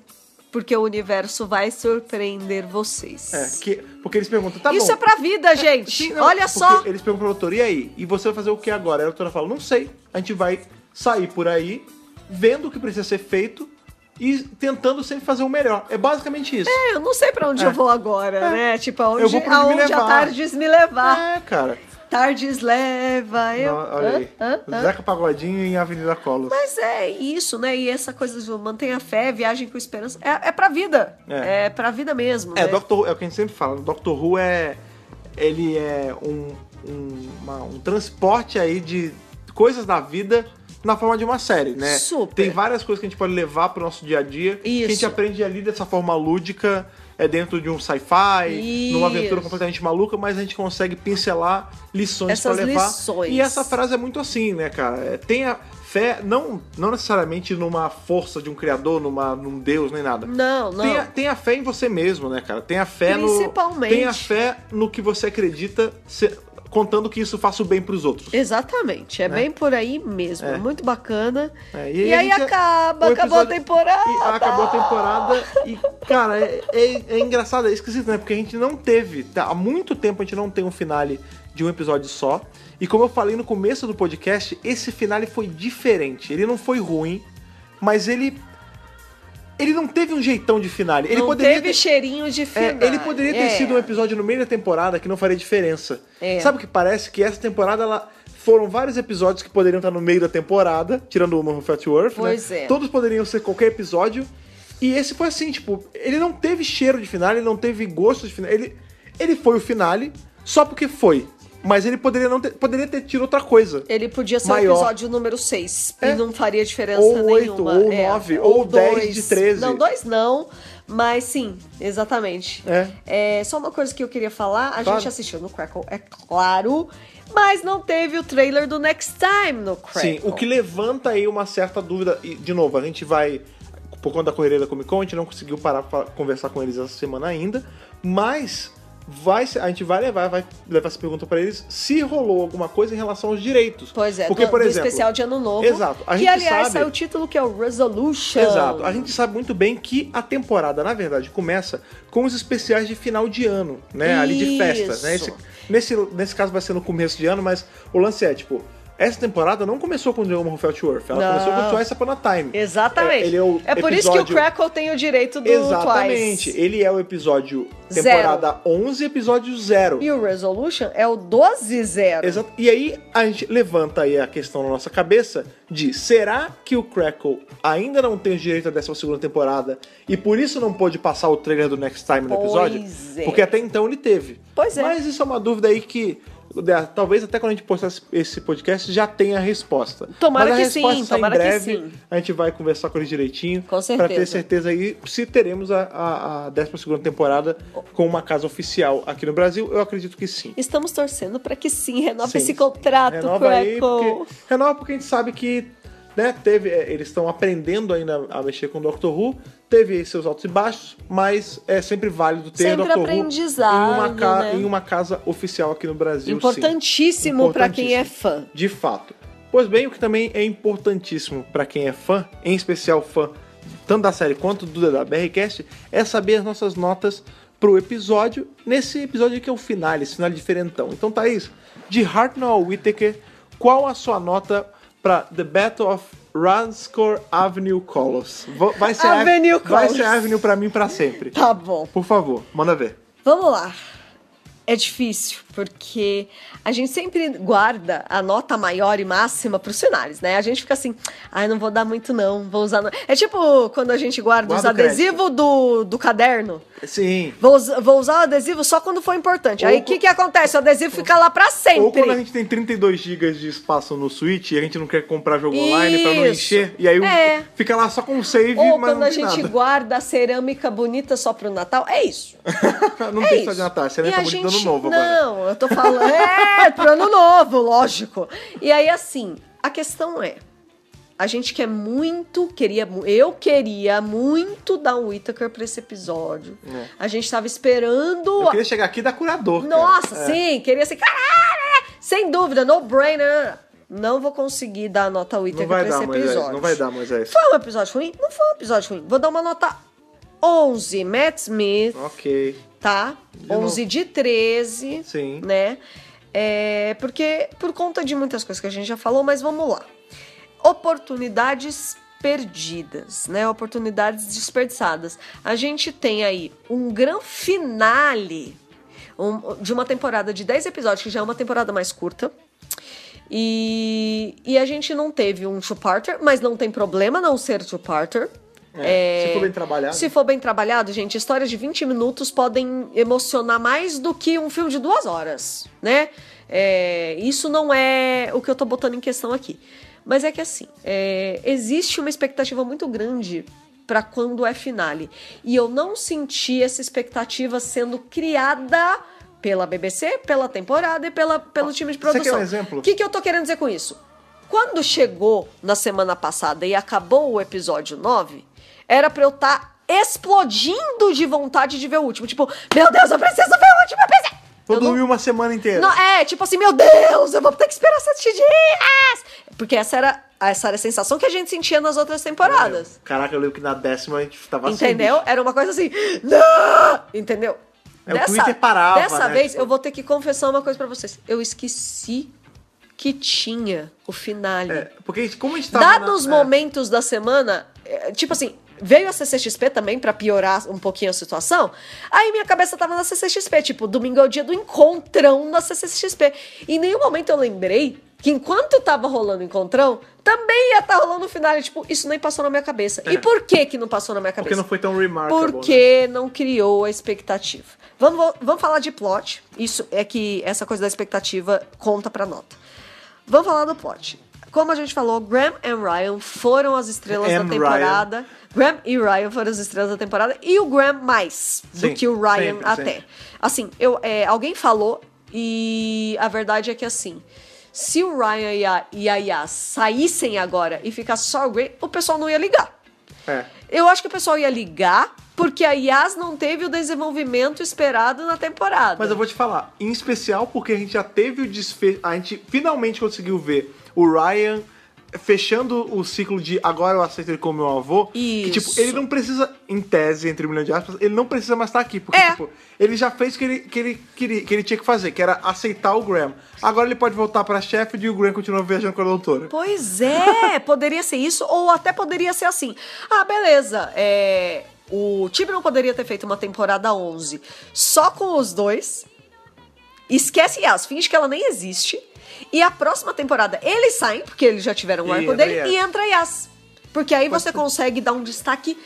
B: porque o universo vai surpreender vocês.
A: É, que, porque eles perguntam, tá
B: Isso
A: bom.
B: é pra vida, gente!
A: Sim, não,
B: Olha
A: porque
B: só!
A: Eles perguntam pra doutora, e aí? E você vai fazer o que agora? E a doutora fala, não sei. A gente vai sair por aí, vendo o que precisa ser feito e tentando sempre fazer o melhor. É basicamente isso.
B: É, eu não sei pra onde eu vou agora, né? Tipo, aonde,
A: É. Eu vou pra onde me
B: aonde a
A: levar.
B: tardes me levar.
A: É, cara.
B: Tardes leva eu.
A: Não, olha
B: Hã?
A: aí.
B: Hã? Hã?
A: Zeca Pagodinho em Avenida Colos.
B: Mas é isso, né? E essa coisa de manter a fé, viagem com esperança. É, é pra vida. É,
A: É.
B: pra vida mesmo.
A: É,
B: né?
A: Doctor Who, é o que a gente sempre fala. O Doctor Who é. Ele é um, um, uma- um transporte aí de coisas da vida na forma de uma série, né?
B: Super.
A: Tem várias coisas que a gente pode levar pro nosso dia a dia. Que a
B: Isso.
A: gente aprende ali dessa forma lúdica, é dentro de um sci-fi, numa
B: Isso.
A: aventura completamente maluca, mas a gente consegue pincelar lições
B: Essas
A: pra levar.
B: lições.
A: E essa frase é muito assim, né, cara? É, Tenha fé, não, não necessariamente numa força de um criador, numa, num deus, nem nada.
B: Não, não.
A: Tenha, tenha fé em você mesmo, né, cara? Tenha fé no.
B: Principalmente.
A: Tenha fé no que você acredita, se- contando que isso faça o bem pros outros.
B: Exatamente, é bem por aí mesmo. É. Muito bacana.
A: É,
B: e
A: a
B: aí
A: gente-
B: acaba,
A: o
B: acabou a
A: episódio-
B: temporada.
A: e ah, acabou a temporada e, cara, é, é- é engraçado, é esquisito, né? Porque a gente não teve, tá? há muito tempo a gente não tem um finale de um episódio só. E como eu falei no começo do podcast, esse finale foi diferente. Ele não foi ruim, mas ele. Ele não teve um jeitão de finale. Ele
B: Não
A: poderia
B: teve
A: ter-
B: cheirinho de
A: É,
B: final.
A: ele poderia ter
B: É.
A: sido um episódio no meio da temporada que não faria diferença.
B: É.
A: Sabe o que parece? Que essa temporada, ela... Foram vários episódios que poderiam estar no meio da temporada, tirando o Woman Fat Earth,
B: Pois
A: né?
B: é.
A: Todos poderiam ser qualquer episódio. E esse foi assim, tipo, ele não teve cheiro de final, ele não teve gosto de final. Ele, ele foi o finale só porque foi. Mas ele poderia não ter, poderia ter tido outra coisa.
B: Ele podia ser o
A: maior.
B: episódio número 6 e
A: É.
B: não faria diferença
A: Ou oito,
B: nenhuma.
A: ou
B: É,
A: nove, ou dez
B: dois.
A: de 13.
B: Não, dois não, mas sim, exatamente. É. só uma coisa que eu queria falar, a
A: Claro.
B: gente assistiu no Crackle, é claro, mas não teve o trailer do Next Time no Crackle.
A: Sim, o que levanta aí uma certa dúvida. E, de novo, a gente vai. Por conta da correria da Comic Con, a gente não conseguiu parar pra conversar com eles essa semana ainda. Mas vai, ser- a gente vai levar, vai levar essa pergunta pra eles se rolou alguma coisa em relação aos direitos.
B: Pois é,
A: Porque,
B: do,
A: por
B: do
A: exemplo,
B: especial de Ano Novo.
A: Exato, a
B: que,
A: gente
B: aliás,
A: sabe-
B: saiu o título que é o Resolution.
A: Exato. A gente sabe muito bem que a temporada, na verdade, começa com os especiais de final de ano, né? Ali de festas, né?
B: Isso.
A: Esse- nesse, nesse caso vai ser no começo de ano, mas o lance é, tipo, essa temporada não começou com o Jerome Felt Earth, ela
B: Não.
A: começou com o Twice Upon a Time.
B: Exatamente.
A: É, ele é o
B: por isso que o
A: episódio-
B: Crackle tem o direito do
A: Exatamente.
B: Twice.
A: Ele é o episódio
B: Zero.
A: temporada 11, episódio 0.
B: E o Resolution é o 12-0.
A: Exato. E aí a gente levanta aí a questão na nossa cabeça de será que o Crackle ainda não tem os direitos da 12 temporada e por isso não pôde passar o trailer do Next Time no
B: Pois
A: episódio?
B: é.
A: Porque até então ele teve.
B: Pois é.
A: Mas isso é uma dúvida aí que né, talvez até quando a gente postar esse- esse podcast já tenha a resposta.
B: Tomara
A: Mas a
B: que sim,
A: resposta tá
B: tomara
A: em
B: que
A: breve.
B: sim.
A: A gente vai conversar com ele direitinho.
B: Com certeza.
A: Pra ter certeza aí se teremos a, a, a 12 temporada com uma casa oficial aqui no Brasil. Eu acredito que sim.
B: Estamos torcendo para que sim, renove
A: Sim.
B: esse contrato,
A: Renova aí,
B: Crackle.
A: porque, renova porque a gente sabe que né, teve, é, eles estão aprendendo ainda a mexer com o Doctor Who, teve aí seus altos e baixos, mas é sempre válido ter
B: Sempre
A: Doctor Who
B: aprendizado,
A: em uma, ca-
B: né?
A: em uma casa oficial aqui no Brasil. sim.
B: Importantíssimo para quem é fã.
A: De fato. Pois bem, o que também é importantíssimo para quem é fã, em especial fã tanto da série quanto do da BRCast, é saber as nossas notas pro episódio, nesse episódio que é o finale, esse final diferentão. Então, Thaís, de Hartnell ao Whittaker, qual a sua nota para The Battle of Ranscore Avenue Colors? Vo- Vai ser a-
B: Avenue
A: vai
B: Colors.
A: ser Avenue para mim para sempre.
B: Tá bom.
A: Por favor, manda ver.
B: Vamos lá. É difícil, porque a gente sempre guarda a nota maior e máxima para os finais, né? A gente fica assim, ai, não vou dar muito, não, vou usar. não." É tipo quando a gente guarda,
A: Guarda
B: os
A: o
B: adesivos do, do caderno.
A: Sim.
B: Vou, us- vou usar o adesivo só quando for importante.
A: Ou
B: Aí o
A: co-
B: que, que acontece? O adesivo fica lá para sempre.
A: Ou quando a gente tem 32 GB de espaço no Switch e a gente não quer comprar jogo online pra não
B: Isso.
A: encher, e aí o-
B: É.
A: fica lá só com o save,
B: Ou
A: mas
B: quando
A: não
B: a
A: tem
B: gente
A: nada.
B: guarda a cerâmica bonita só pro Natal. É isso.
A: não
B: é
A: tem
B: isso.
A: isso. de Natal, você
B: E
A: nem
B: a
A: tá bonito
B: gente-
A: ano novo agora.
B: Não, eu tô falando. É, pro ano novo, lógico. E aí, assim, a questão é. A gente quer muito, queria, mu- eu queria muito dar um Whittaker pra esse episódio.
A: É.
B: A gente tava esperando.
A: Eu queria chegar aqui e dar curador. cara.
B: Nossa,
A: É.
B: sim, queria ser. Caralho! é, Sem dúvida, no brainer. Não vou conseguir dar a nota
A: Não
B: Whittaker pra
A: vai
B: esse
A: dar, Moisés.
B: episódio.
A: Não vai dar, Moisés.
B: Foi um episódio ruim? Não foi um episódio ruim. Vou dar uma nota 11, Matt Smith,
A: Ok.
B: tá?
A: novo.
B: 11 de 13,
A: Sim.
B: né? É, porque por conta de muitas coisas que a gente já falou, mas vamos lá. Oportunidades perdidas, né? Oportunidades desperdiçadas. A gente tem aí um grande finale um, de uma temporada de 10 episódios, que já é uma temporada mais curta. E, e a gente não teve um two-parter, mas não tem problema não ser two-parter.
A: É, se for bem trabalhado.
B: Se for bem trabalhado, gente, histórias de 20 minutos podem emocionar mais do que um filme de duas horas, né? É, isso não é o que eu tô botando em questão aqui. Mas é que assim, é, existe uma expectativa muito grande para quando é finale. E eu não senti essa expectativa sendo criada pela BBC, pela temporada e pela, pelo time de
A: Você quer
B: produção.
A: um exemplo?
B: O que, que eu tô querendo dizer com isso? Quando chegou na semana passada e acabou o episódio 9, era pra eu estar explodindo de vontade de ver o último. Tipo, meu Deus, eu preciso ver o último episódio!
A: Vou
B: Eu não-
A: dormir uma semana inteira.
B: não, é, tipo assim, meu Deus, eu vou ter que esperar sete dias! Porque essa era, essa era a sensação que a gente sentia nas outras temporadas.
A: Caraca, eu lembro que na décima a gente tava assim.
B: entendeu?
A: bicho.
B: Era uma coisa assim, não! Entendeu?
A: É, o Twitter parava,
B: Dessa
A: né?
B: vez,
A: Tipo-
B: eu vou ter que confessar uma coisa pra vocês. Eu esqueci que tinha o finale.
A: É, porque como a gente tava.
B: Dados os
A: na- é,
B: momentos da semana, é, tipo assim, veio a CCXP também pra piorar um pouquinho a situação. Aí minha cabeça tava na CCXP, tipo, domingo é o dia do encontrão na CCXP. E em nenhum momento eu lembrei que enquanto tava rolando o encontrão, também ia estar rolando o final. E, tipo, isso nem passou na minha cabeça. E por que que não passou na minha cabeça?
A: É. Porque não foi tão remarkable. né?
B: Porque não criou a expectativa. Vamos, vo- vamos falar de plot. Isso é que essa coisa da expectativa conta pra nota. Vamos falar do plot. Como a gente falou, Graham e Ryan foram as estrelas
A: M.
B: da temporada. Graham e Ryan foram as estrelas da temporada. E o Graham mais do
A: Sim,
B: que o Ryan
A: sempre,
B: até.
A: sempre.
B: Assim, eu, é, alguém falou e a verdade é que assim, se o Ryan e a, e a Yas saíssem agora e ficasse só o Graham, o pessoal não ia ligar.
A: né?
B: Eu acho que o pessoal ia ligar, porque a Yas não teve o desenvolvimento esperado na temporada.
A: Mas eu vou te falar, em especial porque a gente já teve o desfecho. A gente finalmente conseguiu ver o Ryan fechando o ciclo de agora eu aceito ele como meu avô. Que,
B: Isso.
A: tipo, ele não precisa, em tese, entre um milhão de aspas, ele não precisa mais estar aqui. Porque,
B: É.
A: tipo, ele já fez o que ele, que, ele, queria- que ele tinha que fazer, que era aceitar o Graham. Agora ele pode voltar pra Sheffield e o Graham continua viajando com a doutora.
B: Pois é, poderia ser isso, ou até poderia ser assim. Ah, beleza, é, o time não poderia ter feito uma temporada 11 só com os dois. Esquece Yas, finge que ela nem existe. E a próxima temporada eles saem, porque eles já tiveram o
A: E
B: arco
A: entra
B: dele,
A: Yas.
B: e entra Yas. Porque aí
A: Pode
B: você
A: ser.
B: consegue dar um destaque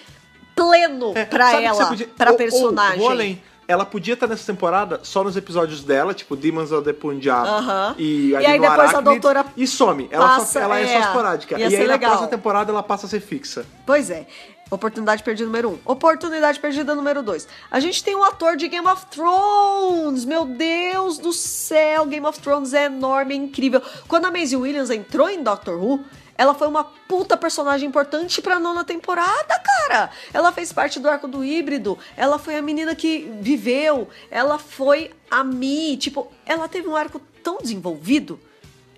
B: pleno
A: É,
B: pra
A: sabe o que
B: ela,
A: você podia-
B: pra
A: ou- ou,
B: personagem.
A: vou além. Ela podia estar nessa temporada só nos episódios dela, tipo Demons of the Punjab
B: Aham.
A: e,
B: E aí
A: no
B: depois a
A: Arachnid,
B: doutora
A: E some. Ela,
B: passa-
A: só, ela é,
B: é,
A: só esporádica.
B: ia
A: e
B: ser
A: aí
B: legal.
A: na próxima temporada ela passa a ser fixa.
B: Pois é. Oportunidade perdida número 1. Um. Oportunidade perdida número 2. A gente tem um ator de Game of Thrones. Meu Deus do céu. Game of Thrones é enorme, é incrível. Quando a Maisie Williams entrou em Doctor Who, ela foi uma puta personagem importante pra nona temporada, cara. Ela fez parte do arco do híbrido. Ela foi a menina que viveu. Ela foi a Mi. Tipo, ela teve um arco tão desenvolvido.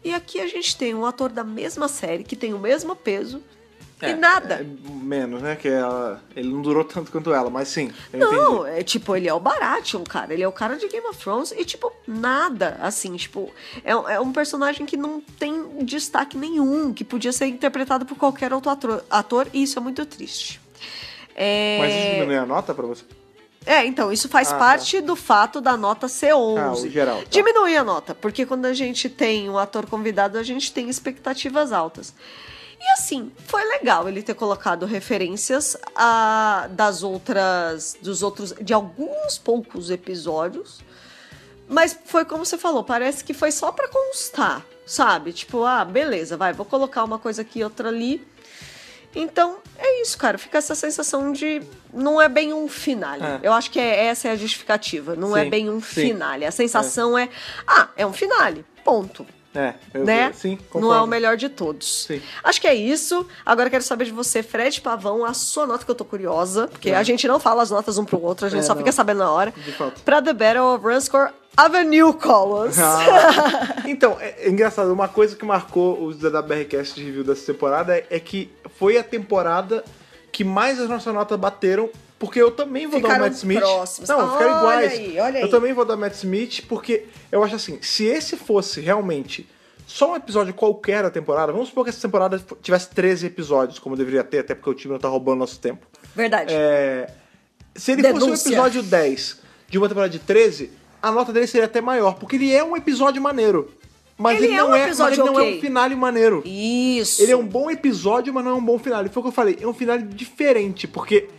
B: E aqui a gente tem um ator da mesma série, que tem o mesmo peso. e nada.
A: É, menos, né? Que ela, ele não durou tanto quanto ela, mas sim. Eu entendi.
B: Não, é tipo, ele é o Baratheon, cara. Ele é o cara de Game of Thrones e, tipo, nada. Assim, tipo, é, um- é um personagem que não tem destaque nenhum, que podia ser interpretado por qualquer outro ator, ator, e isso é muito triste. É,
A: Mas isso diminui a nota pra você?
B: é, então, isso faz
A: Ah, tá.
B: parte do fato da nota ser 11.
A: Ah, o geral, tá.
B: Diminui a nota, porque quando a gente tem um ator convidado, a gente tem expectativas altas. E assim, foi legal ele ter colocado referências a, das outras. dos outros. de alguns poucos episódios. Mas foi como você falou, parece que foi só pra constar, sabe? Tipo, ah, beleza, vai, vou colocar uma coisa aqui, outra ali. Então, é isso, cara. Fica essa sensação de não é bem um finale.
A: É.
B: Eu acho que é- essa é a justificativa. Não é
A: Sim,
B: bem
A: sim.
B: um finale. A sensação é. ah, é um finale. Ponto.
A: É, eu
B: né?
A: Sim,
B: não é o
A: concordo.
B: melhor de todos.
A: Sim.
B: Acho que é isso. Agora eu quero saber de você, Fred Pavão, a sua nota que eu tô curiosa, porque a gente não fala as notas um pro outro, a gente
A: É,
B: só
A: não.
B: fica sabendo na hora.
A: De fato.
B: Pra The Battle of Runscore Avenue Columns.
A: Ah. então, é, é engraçado, uma coisa que marcou os da BRCast de review dessa temporada é, é que foi a temporada que mais as nossas notas bateram, porque eu também vou dar
B: Ficaram
A: o Matt Smith.
B: próximos.
A: Não, ficaram
B: Olha
A: iguais.
B: aí, olha aí.
A: Eu também vou dar Matt Smith, porque eu acho assim, se esse fosse realmente só um episódio qualquer da temporada, vamos supor que essa temporada tivesse 13 episódios, como deveria ter, até porque o time não tá roubando nosso tempo.
B: Verdade.
A: É, se ele fosse um
B: Denúncia.
A: episódio 10 de uma temporada de 13, a nota dele seria até maior, porque ele é um episódio maneiro. Mas ele,
B: Ele é
A: não
B: um
A: é, mas
B: episódio
A: ele não é
B: ok.
A: um finale maneiro.
B: Isso.
A: Ele é um bom episódio, mas não é um bom final. E foi o que eu falei, é um final diferente, porque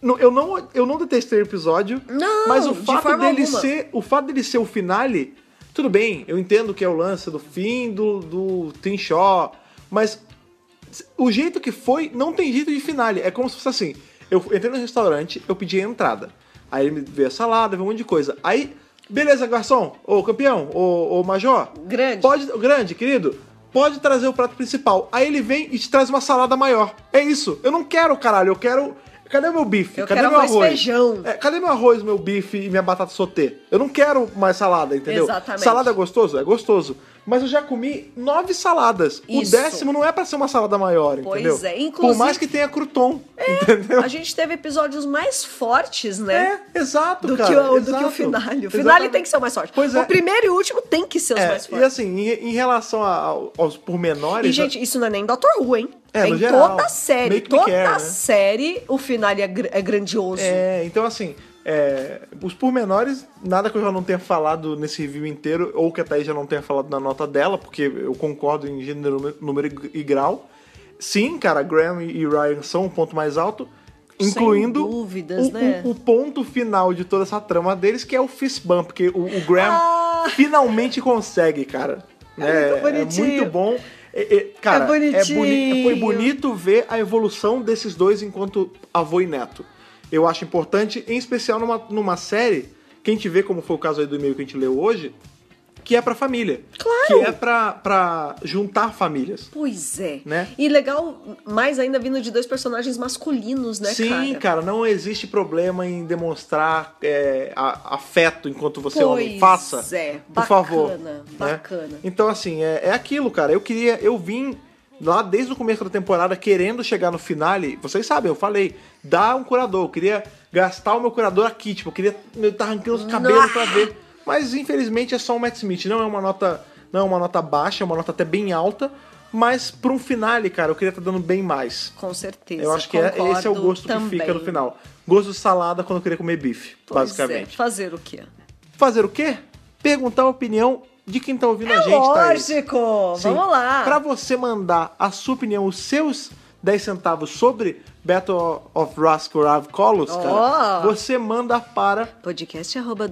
A: não- eu não, eu não detestei o episódio,
B: Não,
A: mas o
B: de
A: fato
B: forma
A: dele
B: alguma.
A: ser, o fato dele ser o finale, tudo bem, eu entendo que é o lance do fim do do Trinchó, mas o jeito que foi não tem jeito de finale, é como se fosse assim, eu entrei no restaurante, eu pedi a entrada. Aí ele me veio a salada, veio um monte de coisa. Aí, beleza, garçom, ô campeão, ô, ô major,
B: Grande.
A: Pode, grande, querido. Pode trazer o prato principal. Aí ele vem e te traz uma salada maior. É isso. Eu não quero, caralho. Eu quero. Cadê meu bife?
B: Eu
A: cadê
B: quero
A: meu
B: arroz e
A: arroz?
B: feijão.
A: É, cadê meu arroz, meu bife e minha batata sauté? Eu não quero mais salada, entendeu?
B: Exatamente.
A: Salada é gostoso? É gostoso. Mas eu já comi nove saladas.
B: Isso.
A: O décimo não é pra ser uma salada maior,
B: Pois
A: entendeu?
B: é,
A: Por
B: inclusive- É,
A: mais que tenha crouton, entendeu?
B: A gente teve episódios mais fortes, né?
A: É, exato,
B: do,
A: cara.
B: que o, do
A: exato.
B: que o finale. O finale
A: Exatamente.
B: tem que ser o mais forte.
A: Pois é.
B: O primeiro e o último tem que ser os
A: É,
B: mais
A: e
B: fortes.
A: assim, em, em relação a- ao- aos pormenores...
B: E, gente, isso não é nem Doctor Who, hein?
A: né? É,
B: Tem
A: no geral.
B: toda a série.
A: Make me
B: Toda
A: care, né?
B: série, o finale é, gr- é grandioso.
A: É, então assim, é, os pormenores, nada que eu já não tenha falado nesse review inteiro, ou que a Thaís já não tenha falado na nota dela, porque eu concordo em gênero, número e grau. Sim, cara, Graham e Ryan são o ponto mais alto,
B: Sem
A: incluindo
B: dúvidas,
A: o,
B: né?
A: o- o ponto final de toda essa trama deles, que é o fist bump, porque o, o Graham
B: Ah!
A: finalmente consegue, cara.
B: É muito bonitinho.
A: muito bom. É, é, cara, é boni-
B: bonitinho.
A: foi bonito ver a evolução desses dois enquanto avô e neto. Eu acho importante, em especial numa, numa série, que a gente vê como foi o caso aí do e-mail que a gente leu hoje, que é pra família.
B: Claro.
A: Que é pra, pra juntar famílias.
B: Pois é.
A: Né?
B: E legal, mais ainda vindo de dois personagens masculinos, né,
A: Sim,
B: cara?
A: cara? não existe problema em demonstrar é, a- afeto enquanto você é homem.
B: Pois
A: Faça.
B: é,
A: por
B: bacana,
A: favor. né?
B: bacana.
A: Então, assim, é, é aquilo, cara. Eu queria. Eu vim lá desde o começo da temporada querendo chegar no finale. Vocês sabem, eu falei, dá um curador. Eu queria gastar o meu curador aqui. Tipo, eu queria. Eu tava arrancando os cabelos pra ver. Mas infelizmente é só o Matt Smith. Não é uma nota. Não é uma nota baixa, é uma nota até bem alta. Mas pra um finale, cara, eu queria estar dando bem mais.
B: Com certeza.
A: Eu acho que é-
B: concordo
A: esse é o gosto que
B: também.
A: fica no final. Gosto de salada quando eu queria comer bife,
B: Pois É.
A: basicamente.
B: Fazer o quê?
A: Fazer o quê? Perguntar a opinião de quem tá ouvindo a gente, Thaís.
B: É Lógico!
A: Sim.
B: Vamos lá!
A: Pra você mandar a sua opinião, os seus 10 centavos sobre Battle of Rascal Rav Colos, cara,
B: Ó.
A: você manda para
B: podcast arroba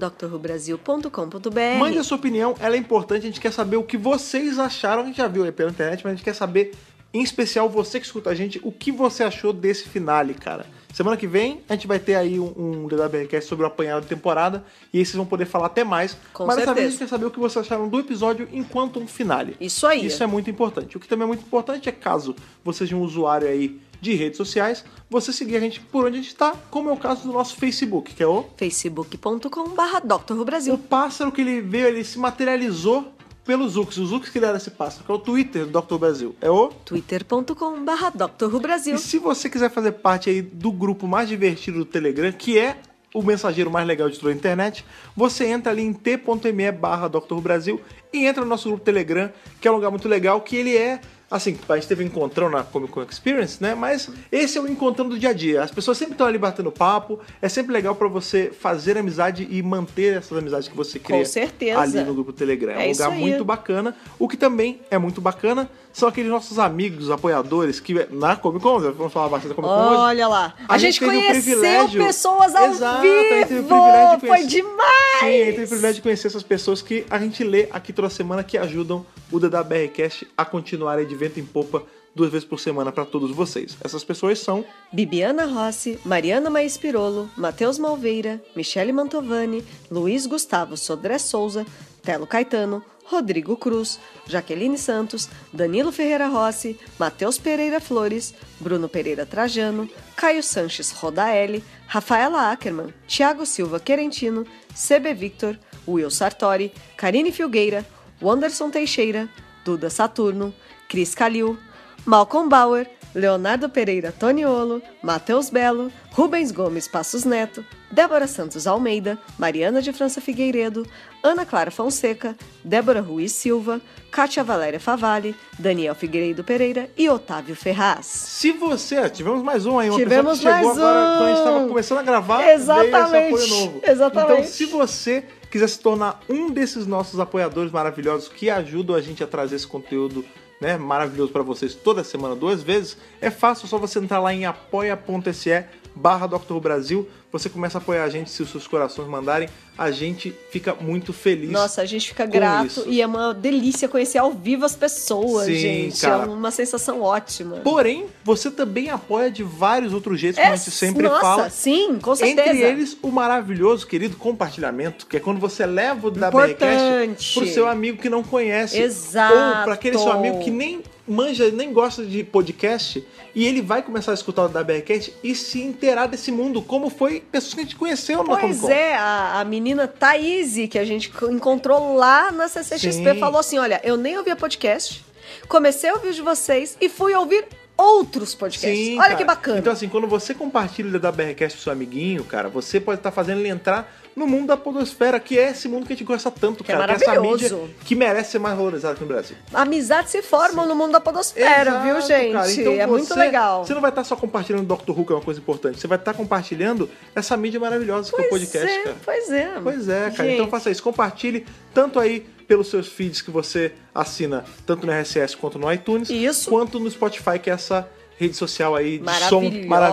B: drrubrasil.com.br
A: Mande a sua opinião, ela é importante. A gente quer saber o que vocês acharam. A gente já viu aí pela internet, mas a gente quer saber, em especial você que escuta a gente, o que você achou desse finale, cara. Semana que vem a gente vai ter aí um, um DWRcast sobre o apanhado da temporada e aí vocês vão poder falar até mais.
B: Com
A: mas dessa vez a
B: certeza.
A: gente quer saber o que vocês acharam do episódio enquanto um finale.
B: Isso aí.
A: Isso é muito importante. O que também é muito importante é caso você seja um usuário aí de redes sociais, você seguir a gente por onde a gente tá, como é o caso do nosso Facebook, que é o
B: facebook.com barra
A: o
B: drrubrasil
A: Um pássaro que ele veio, ele se materializou pelos Zooks. O Zooks que era esse pássaro, que é o Twitter do Dr. Brasil. É o.
B: twitter.com barra drrubrasil
A: E se você quiser fazer parte aí do grupo mais divertido do Telegram, que é o mensageiro mais legal de toda a internet, você entra ali em t.me barra Dr. Brasil e entra no nosso grupo Telegram, que é um lugar muito legal, que ele é. Assim, a gente teve um encontrão na Comic Con Experience, né? Mas esse é o encontrão do dia a dia. As pessoas sempre estão ali batendo papo. É sempre legal pra você fazer amizade e manter essas amizades que você cria
B: certeza.
A: ali no grupo Telegram. É um
B: É isso
A: lugar
B: aí.
A: muito bacana. O que também é muito bacana são aqueles nossos amigos, apoiadores, que na Comic Con, vamos falar bastante da Comic Con hoje.
B: Olha lá, a, gente,
A: teve o
B: conheceu
A: privilégio-
B: pessoas ao
A: Exato, a gente teve o
B: vivo,
A: privilégio de
B: foi
A: conhecer-
B: demais!
A: Sim, eu tenho o privilégio de conhecer essas pessoas que a gente lê aqui toda semana que ajudam o DWRcast a continuar aí de vento em popa duas vezes por semana pra todos vocês. Essas pessoas são
B: Bibiana Rossi, Mariana Maes Pirolo, Matheus Malveira, Michele Mantovani, Luiz Gustavo Sodré Souza, Telo Caetano, Rodrigo Cruz, Jaqueline Santos, Danilo Ferreira Rossi, Matheus Pereira Flores, Bruno Pereira Trajano, Caio Sanches Rodaelli, Rafaela Ackerman, Thiago Silva Querentino, CB Victor, Will Sartori, Karine Filgueira, Wanderson Teixeira, Duda Saturno, Cris Calil, Malcolm Bauer, Leonardo Pereira Toniolo, Matheus Belo, Rubens Gomes Passos Neto, Débora Santos Almeida, Mariana de França Figueiredo, Ana Clara Fonseca, Débora Ruiz Silva, Kátia Valéria Favalli, Daniel Figueiredo Pereira e Otávio Ferraz.
A: Se você. Tivemos mais um aí, uma
B: Tivemos
A: pessoa que chegou
B: mais
A: agora
B: um.
A: quando a gente estava começando a gravar. Veio
B: Exatamente,
A: esse apoio novo.
B: exatamente.
A: Então, se você quiser se tornar um desses nossos apoiadores maravilhosos que ajudam a gente a trazer esse conteúdo né, maravilhoso para vocês toda semana, duas vezes, é fácil, é só você entrar lá em apoia.se barra Dr. Brasil, você começa a apoiar a gente se os seus corações mandarem, a gente fica muito feliz.
B: Nossa, a gente fica
A: com
B: grato
A: isso.
B: e é uma delícia conhecer ao vivo as pessoas,
A: Sim,
B: gente.
A: cara.
B: É uma sensação ótima. É,
A: Porém, você também apoia de vários outros jeitos, como a gente sempre
B: Nossa,
A: fala.
B: sim, com certeza.
A: Entre eles, o maravilhoso, querido compartilhamento, que é quando você leva o da
B: Importante.
A: BRCast pro seu amigo que não conhece.
B: Exato.
A: Ou para aquele seu amigo que nem manja, nem gosta de podcast, e ele vai começar a escutar o da BRCast e se inteirar desse mundo, como foi pessoas que a gente conheceu na Comic
B: Pois
A: Con.
B: é, a, a menina Thaís, que a gente co- encontrou lá na CCXP,
A: Sim.
B: falou assim: olha, eu nem ouvia podcast, comecei a ouvir os de vocês e fui ouvir outros podcasts.
A: Sim,
B: olha
A: cara.
B: que bacana.
A: Então, assim, quando você compartilha da BRCast pro seu amiguinho, cara, você pode estar fazendo ele entrar no mundo da podosfera, que é esse mundo que a gente gosta tanto,
B: Que é
A: cara. que é essa
B: maravilhoso.
A: mídia que merece ser mais valorizada aqui no Brasil.
B: Amizades se formam no mundo da podosfera,
A: Exato,
B: viu, gente?
A: cara. Então
B: é
A: você-
B: muito legal.
A: Você não vai estar só compartilhando o Dr. Who, que é uma coisa importante. Você vai estar compartilhando essa mídia maravilhosa que é o podcast,
B: é,
A: cara.
B: Pois é.
A: Pois é, cara.
B: Gente,
A: Então faça isso. Compartilhe tanto aí pelos seus feeds que você assina, tanto no RSS quanto no iTunes,
B: Isso.
A: quanto no Spotify, que é essa rede social aí de
B: Maravilhosa.
A: som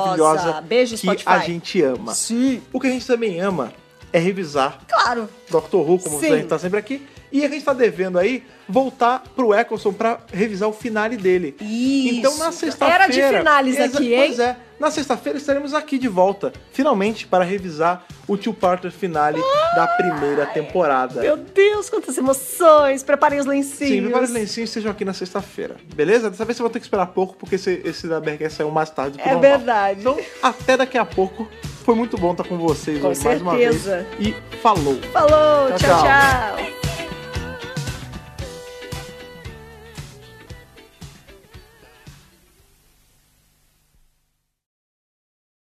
A: maravilhosa
B: Beijo,
A: que
B: Spotify.
A: a gente ama.
B: Sim,
A: O que a gente também ama é revisar
B: claro.
A: Dr. Who, como
B: Sim.
A: a gente tá sempre aqui. E a gente tá devendo aí voltar pro Eccleston pra revisar o finale dele.
B: Isso.
A: Então na sexta-feira.
B: Era de finales
A: Exa-
B: aqui, hein?
A: Pois é. Na sexta-feira estaremos aqui de volta, finalmente, para revisar o two-parter finale da primeira temporada.
B: Meu Deus, quantas emoções. Preparem os lencinhos.
A: Sim, vários lencinhos estejam aqui na sexta-feira, beleza? Dessa vez eu vou ter que esperar pouco, porque esse, esse da BRQ saiu um mais tarde do que o
B: É
A: normal.
B: verdade.
A: Então, até daqui a pouco. Foi muito bom estar com vocês
B: Com
A: hoje mais uma vez.
B: certeza.
A: E falou!
B: Falou,
A: Tchau,
B: tchau. tchau.